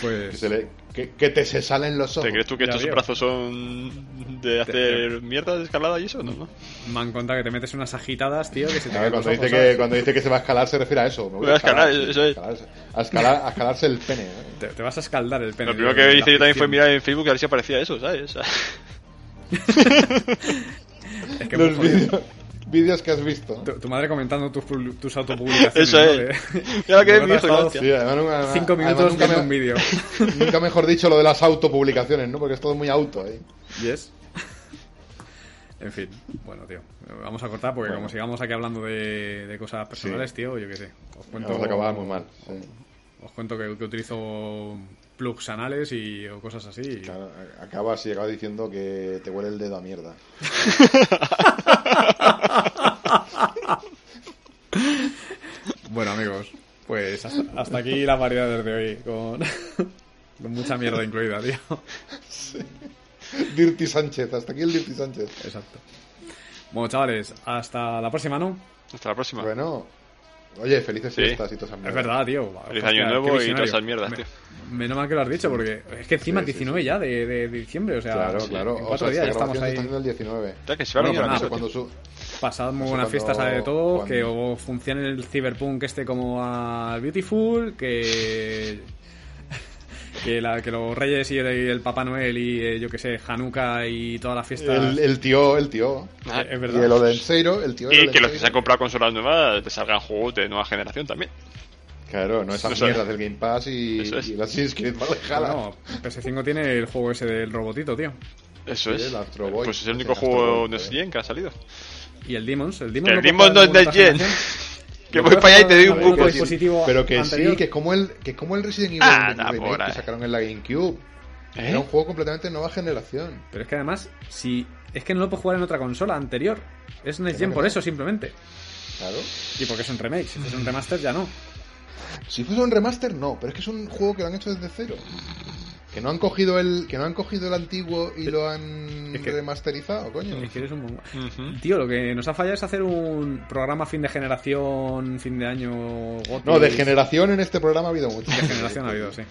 [SPEAKER 5] Que,
[SPEAKER 2] Pues...
[SPEAKER 5] se le- que- que te se salen los ojos.
[SPEAKER 4] ¿Te crees tú que
[SPEAKER 2] Ya
[SPEAKER 4] estos
[SPEAKER 2] veo.
[SPEAKER 4] brazos son de hacer mierda de escalada y eso? No, no.
[SPEAKER 2] Me han contado que te metes unas agitadas, tío, que se te
[SPEAKER 5] A
[SPEAKER 2] caen los
[SPEAKER 5] ver, cuando,
[SPEAKER 2] ojos,
[SPEAKER 5] dice que,
[SPEAKER 2] ¿sabes?
[SPEAKER 5] cuando dice que se va a escalar se refiere a eso. Me
[SPEAKER 4] Voy a escalar, eso es.
[SPEAKER 5] escalarse- a, escalar, a escalarse el pene. ¿eh?
[SPEAKER 2] Te, te vas a escaldar el pene.
[SPEAKER 4] Lo primero
[SPEAKER 2] tío,
[SPEAKER 4] que
[SPEAKER 2] de la
[SPEAKER 4] hice yo también fue
[SPEAKER 2] fricción.
[SPEAKER 4] mirar en Facebook a ver si aparecía eso, ¿sabes? O sea,
[SPEAKER 2] Es que es muy
[SPEAKER 5] los
[SPEAKER 2] jodido.
[SPEAKER 5] vídeos vídeos que has visto.
[SPEAKER 2] Tu, tu madre comentando tus, pul- tus autopublicaciones.
[SPEAKER 4] Eso
[SPEAKER 2] ¿no? eh.
[SPEAKER 4] es. Claro
[SPEAKER 2] Como
[SPEAKER 4] que es
[SPEAKER 2] no
[SPEAKER 4] mi
[SPEAKER 2] has estado
[SPEAKER 4] ignorancia.
[SPEAKER 5] Sí, además nunca-
[SPEAKER 2] Cinco
[SPEAKER 5] además
[SPEAKER 2] minutos
[SPEAKER 5] nunca
[SPEAKER 2] viendo
[SPEAKER 5] me-
[SPEAKER 2] un vídeo.
[SPEAKER 5] Nunca mejor dicho lo de las autopublicaciones, ¿no? Porque es todo muy auto, ¿eh?
[SPEAKER 2] Yes. En fin, bueno, tío. Vamos a cortar porque
[SPEAKER 5] Bueno.
[SPEAKER 2] como sigamos aquí hablando de, de cosas personales, tío, yo qué sé. Os cuento,
[SPEAKER 5] Vamos a acabar muy mal. sí.
[SPEAKER 2] Os cuento que, que utilizo plugs anales y o cosas así. y-
[SPEAKER 5] Claro, a- acabas y acabas diciendo que te huele el dedo a mierda.
[SPEAKER 2] Bueno, amigos, pues hasta, hasta aquí las variedades de hoy. Con, con mucha mierda incluida, tío.
[SPEAKER 5] Dirty Sánchez, hasta aquí el Dirty Sánchez.
[SPEAKER 2] Exacto. Bueno, chavales, hasta la próxima, ¿no?
[SPEAKER 4] Hasta la próxima.
[SPEAKER 5] Bueno, oye, felices
[SPEAKER 4] Sí.
[SPEAKER 5] fiestas y todas esas
[SPEAKER 2] Ah. Es
[SPEAKER 5] mierdas.
[SPEAKER 2] verdad, tío.
[SPEAKER 4] Feliz
[SPEAKER 2] Hostia,
[SPEAKER 4] año
[SPEAKER 2] qué
[SPEAKER 4] nuevo y todas
[SPEAKER 2] visionario.
[SPEAKER 4] esas mierdas,
[SPEAKER 2] Me-
[SPEAKER 4] tío.
[SPEAKER 2] Menos mal que lo has dicho, porque es que encima
[SPEAKER 5] Sí, sí,
[SPEAKER 2] 19 ya de, de diciembre, o sea,
[SPEAKER 5] Claro,
[SPEAKER 2] sí,
[SPEAKER 5] claro.
[SPEAKER 2] en
[SPEAKER 5] o
[SPEAKER 2] cuatro
[SPEAKER 5] sea,
[SPEAKER 2] días
[SPEAKER 5] esta
[SPEAKER 2] ya estamos
[SPEAKER 5] grabación se
[SPEAKER 2] ahí.
[SPEAKER 5] está haciendo el 19.
[SPEAKER 4] Ya que se va a
[SPEAKER 2] Bueno,
[SPEAKER 4] venir
[SPEAKER 5] Pero
[SPEAKER 2] nada,
[SPEAKER 5] no
[SPEAKER 4] a
[SPEAKER 5] sé
[SPEAKER 2] pues,
[SPEAKER 5] cuándo su-
[SPEAKER 2] Pasad muy
[SPEAKER 5] No sé
[SPEAKER 2] buena
[SPEAKER 5] cuándo-
[SPEAKER 2] fiesta, sabe de todo,
[SPEAKER 5] cuándo.
[SPEAKER 2] que o funcione el Cyberpunk este como al Beautiful, que que, la- que los Reyes y el, y el Papá Noel y eh, yo que sé, Hanukkah y todas las fiestas.
[SPEAKER 5] el, el tío, el tío.
[SPEAKER 4] Ah,
[SPEAKER 2] eh, es
[SPEAKER 5] Y
[SPEAKER 2] verdad.
[SPEAKER 5] el Odenseiro, el tío del
[SPEAKER 4] Y que los que
[SPEAKER 5] Odenseiro.
[SPEAKER 4] se han comprado consolas nuevas te salgan juegos de nueva generación también.
[SPEAKER 5] Claro, no esas
[SPEAKER 4] Eso es.
[SPEAKER 5] mierdas del Game Pass y,
[SPEAKER 4] Eso es.
[SPEAKER 5] y el Assassin's Creed Valhalla.
[SPEAKER 2] No, PS5 tiene el juego ese del robotito, tío.
[SPEAKER 4] Eso
[SPEAKER 5] Sí,
[SPEAKER 4] es.
[SPEAKER 5] el Astro Boy.
[SPEAKER 4] Pues es el
[SPEAKER 5] Ese
[SPEAKER 4] único
[SPEAKER 5] Astro
[SPEAKER 4] juego
[SPEAKER 5] Boy,
[SPEAKER 4] Next
[SPEAKER 5] joder.
[SPEAKER 4] Gen que ha salido.
[SPEAKER 2] Y el Demons, el Demons.
[SPEAKER 4] El
[SPEAKER 2] lo puedes
[SPEAKER 4] Demons
[SPEAKER 2] jugar
[SPEAKER 4] no es
[SPEAKER 2] en
[SPEAKER 4] Next
[SPEAKER 2] alguna
[SPEAKER 4] Gen.
[SPEAKER 2] otra
[SPEAKER 4] Que
[SPEAKER 2] Lo
[SPEAKER 4] voy
[SPEAKER 2] puedes
[SPEAKER 4] para allá y
[SPEAKER 2] jugar
[SPEAKER 4] te doy
[SPEAKER 2] en
[SPEAKER 4] un
[SPEAKER 2] algún
[SPEAKER 4] cuco.
[SPEAKER 2] otro
[SPEAKER 4] tío.
[SPEAKER 2] dispositivo
[SPEAKER 5] Pero que
[SPEAKER 2] anterior.
[SPEAKER 5] sí, que como el, que como el Resident Evil
[SPEAKER 4] Ah, da
[SPEAKER 5] remake
[SPEAKER 4] por ahí.
[SPEAKER 5] que sacaron en la GameCube.
[SPEAKER 4] ¿Eh?
[SPEAKER 5] Era un juego completamente nueva generación.
[SPEAKER 2] Pero es que además, si es que no lo puedes jugar en otra consola anterior. Es Next Gen
[SPEAKER 5] que
[SPEAKER 2] por
[SPEAKER 5] no.
[SPEAKER 2] eso, simplemente.
[SPEAKER 5] Claro.
[SPEAKER 2] Y porque es un remake. Si es un remaster, ya no.
[SPEAKER 5] Si fuese un remaster, no, pero es que es un juego que lo han hecho desde cero. Que no han cogido el, que no han cogido el antiguo y lo han
[SPEAKER 2] Es que-
[SPEAKER 5] remasterizado, coño.
[SPEAKER 2] Es que eres un buen-
[SPEAKER 4] Ujú.
[SPEAKER 2] Tío, lo que nos ha fallado es hacer un programa fin de generación, fin de año. Gotis.
[SPEAKER 5] No, de generación en este programa ha habido mucho.
[SPEAKER 2] De generación ha habido, sí.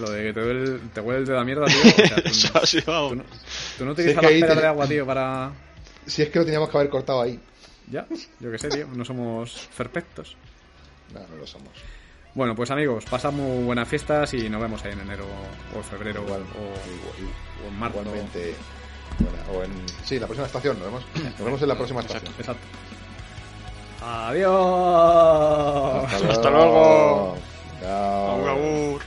[SPEAKER 2] Lo de que te huele, el- te huele el de la mierda, tío. o sea, tú,
[SPEAKER 4] Eso ha sido.
[SPEAKER 2] tú
[SPEAKER 4] vamos.
[SPEAKER 2] no, tú no
[SPEAKER 5] Si es
[SPEAKER 2] utilizas
[SPEAKER 5] que
[SPEAKER 2] las
[SPEAKER 5] ahí
[SPEAKER 2] peras
[SPEAKER 5] te-
[SPEAKER 2] de agua, tío, para.
[SPEAKER 5] Si es que lo teníamos que haber cortado ahí.
[SPEAKER 2] Ya, yo qué sé, tío. No somos perfectos.
[SPEAKER 5] No, no lo somos.
[SPEAKER 2] Bueno, pues amigos, pasad muy buenas fiestas y nos vemos ahí en enero o febrero
[SPEAKER 5] Igual,
[SPEAKER 2] o,
[SPEAKER 5] igual-
[SPEAKER 2] o en marzo.
[SPEAKER 5] Igualmente. Bueno, o en, sí, la próxima estación. Nos vemos, nos vemos en la próxima estación.
[SPEAKER 2] Exacto. Adiós.
[SPEAKER 4] Hasta luego.
[SPEAKER 5] Chao.
[SPEAKER 4] Agur, agur.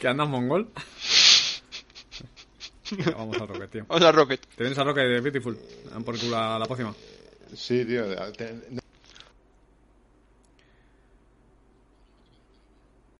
[SPEAKER 2] que andas mongol. Venga, Vamos al Rocket, tío.
[SPEAKER 4] Vamos a Rocket.
[SPEAKER 2] Te vienes al Rocket, Beautiful. Dan por culo a la pócima.
[SPEAKER 5] Sí, tío. te-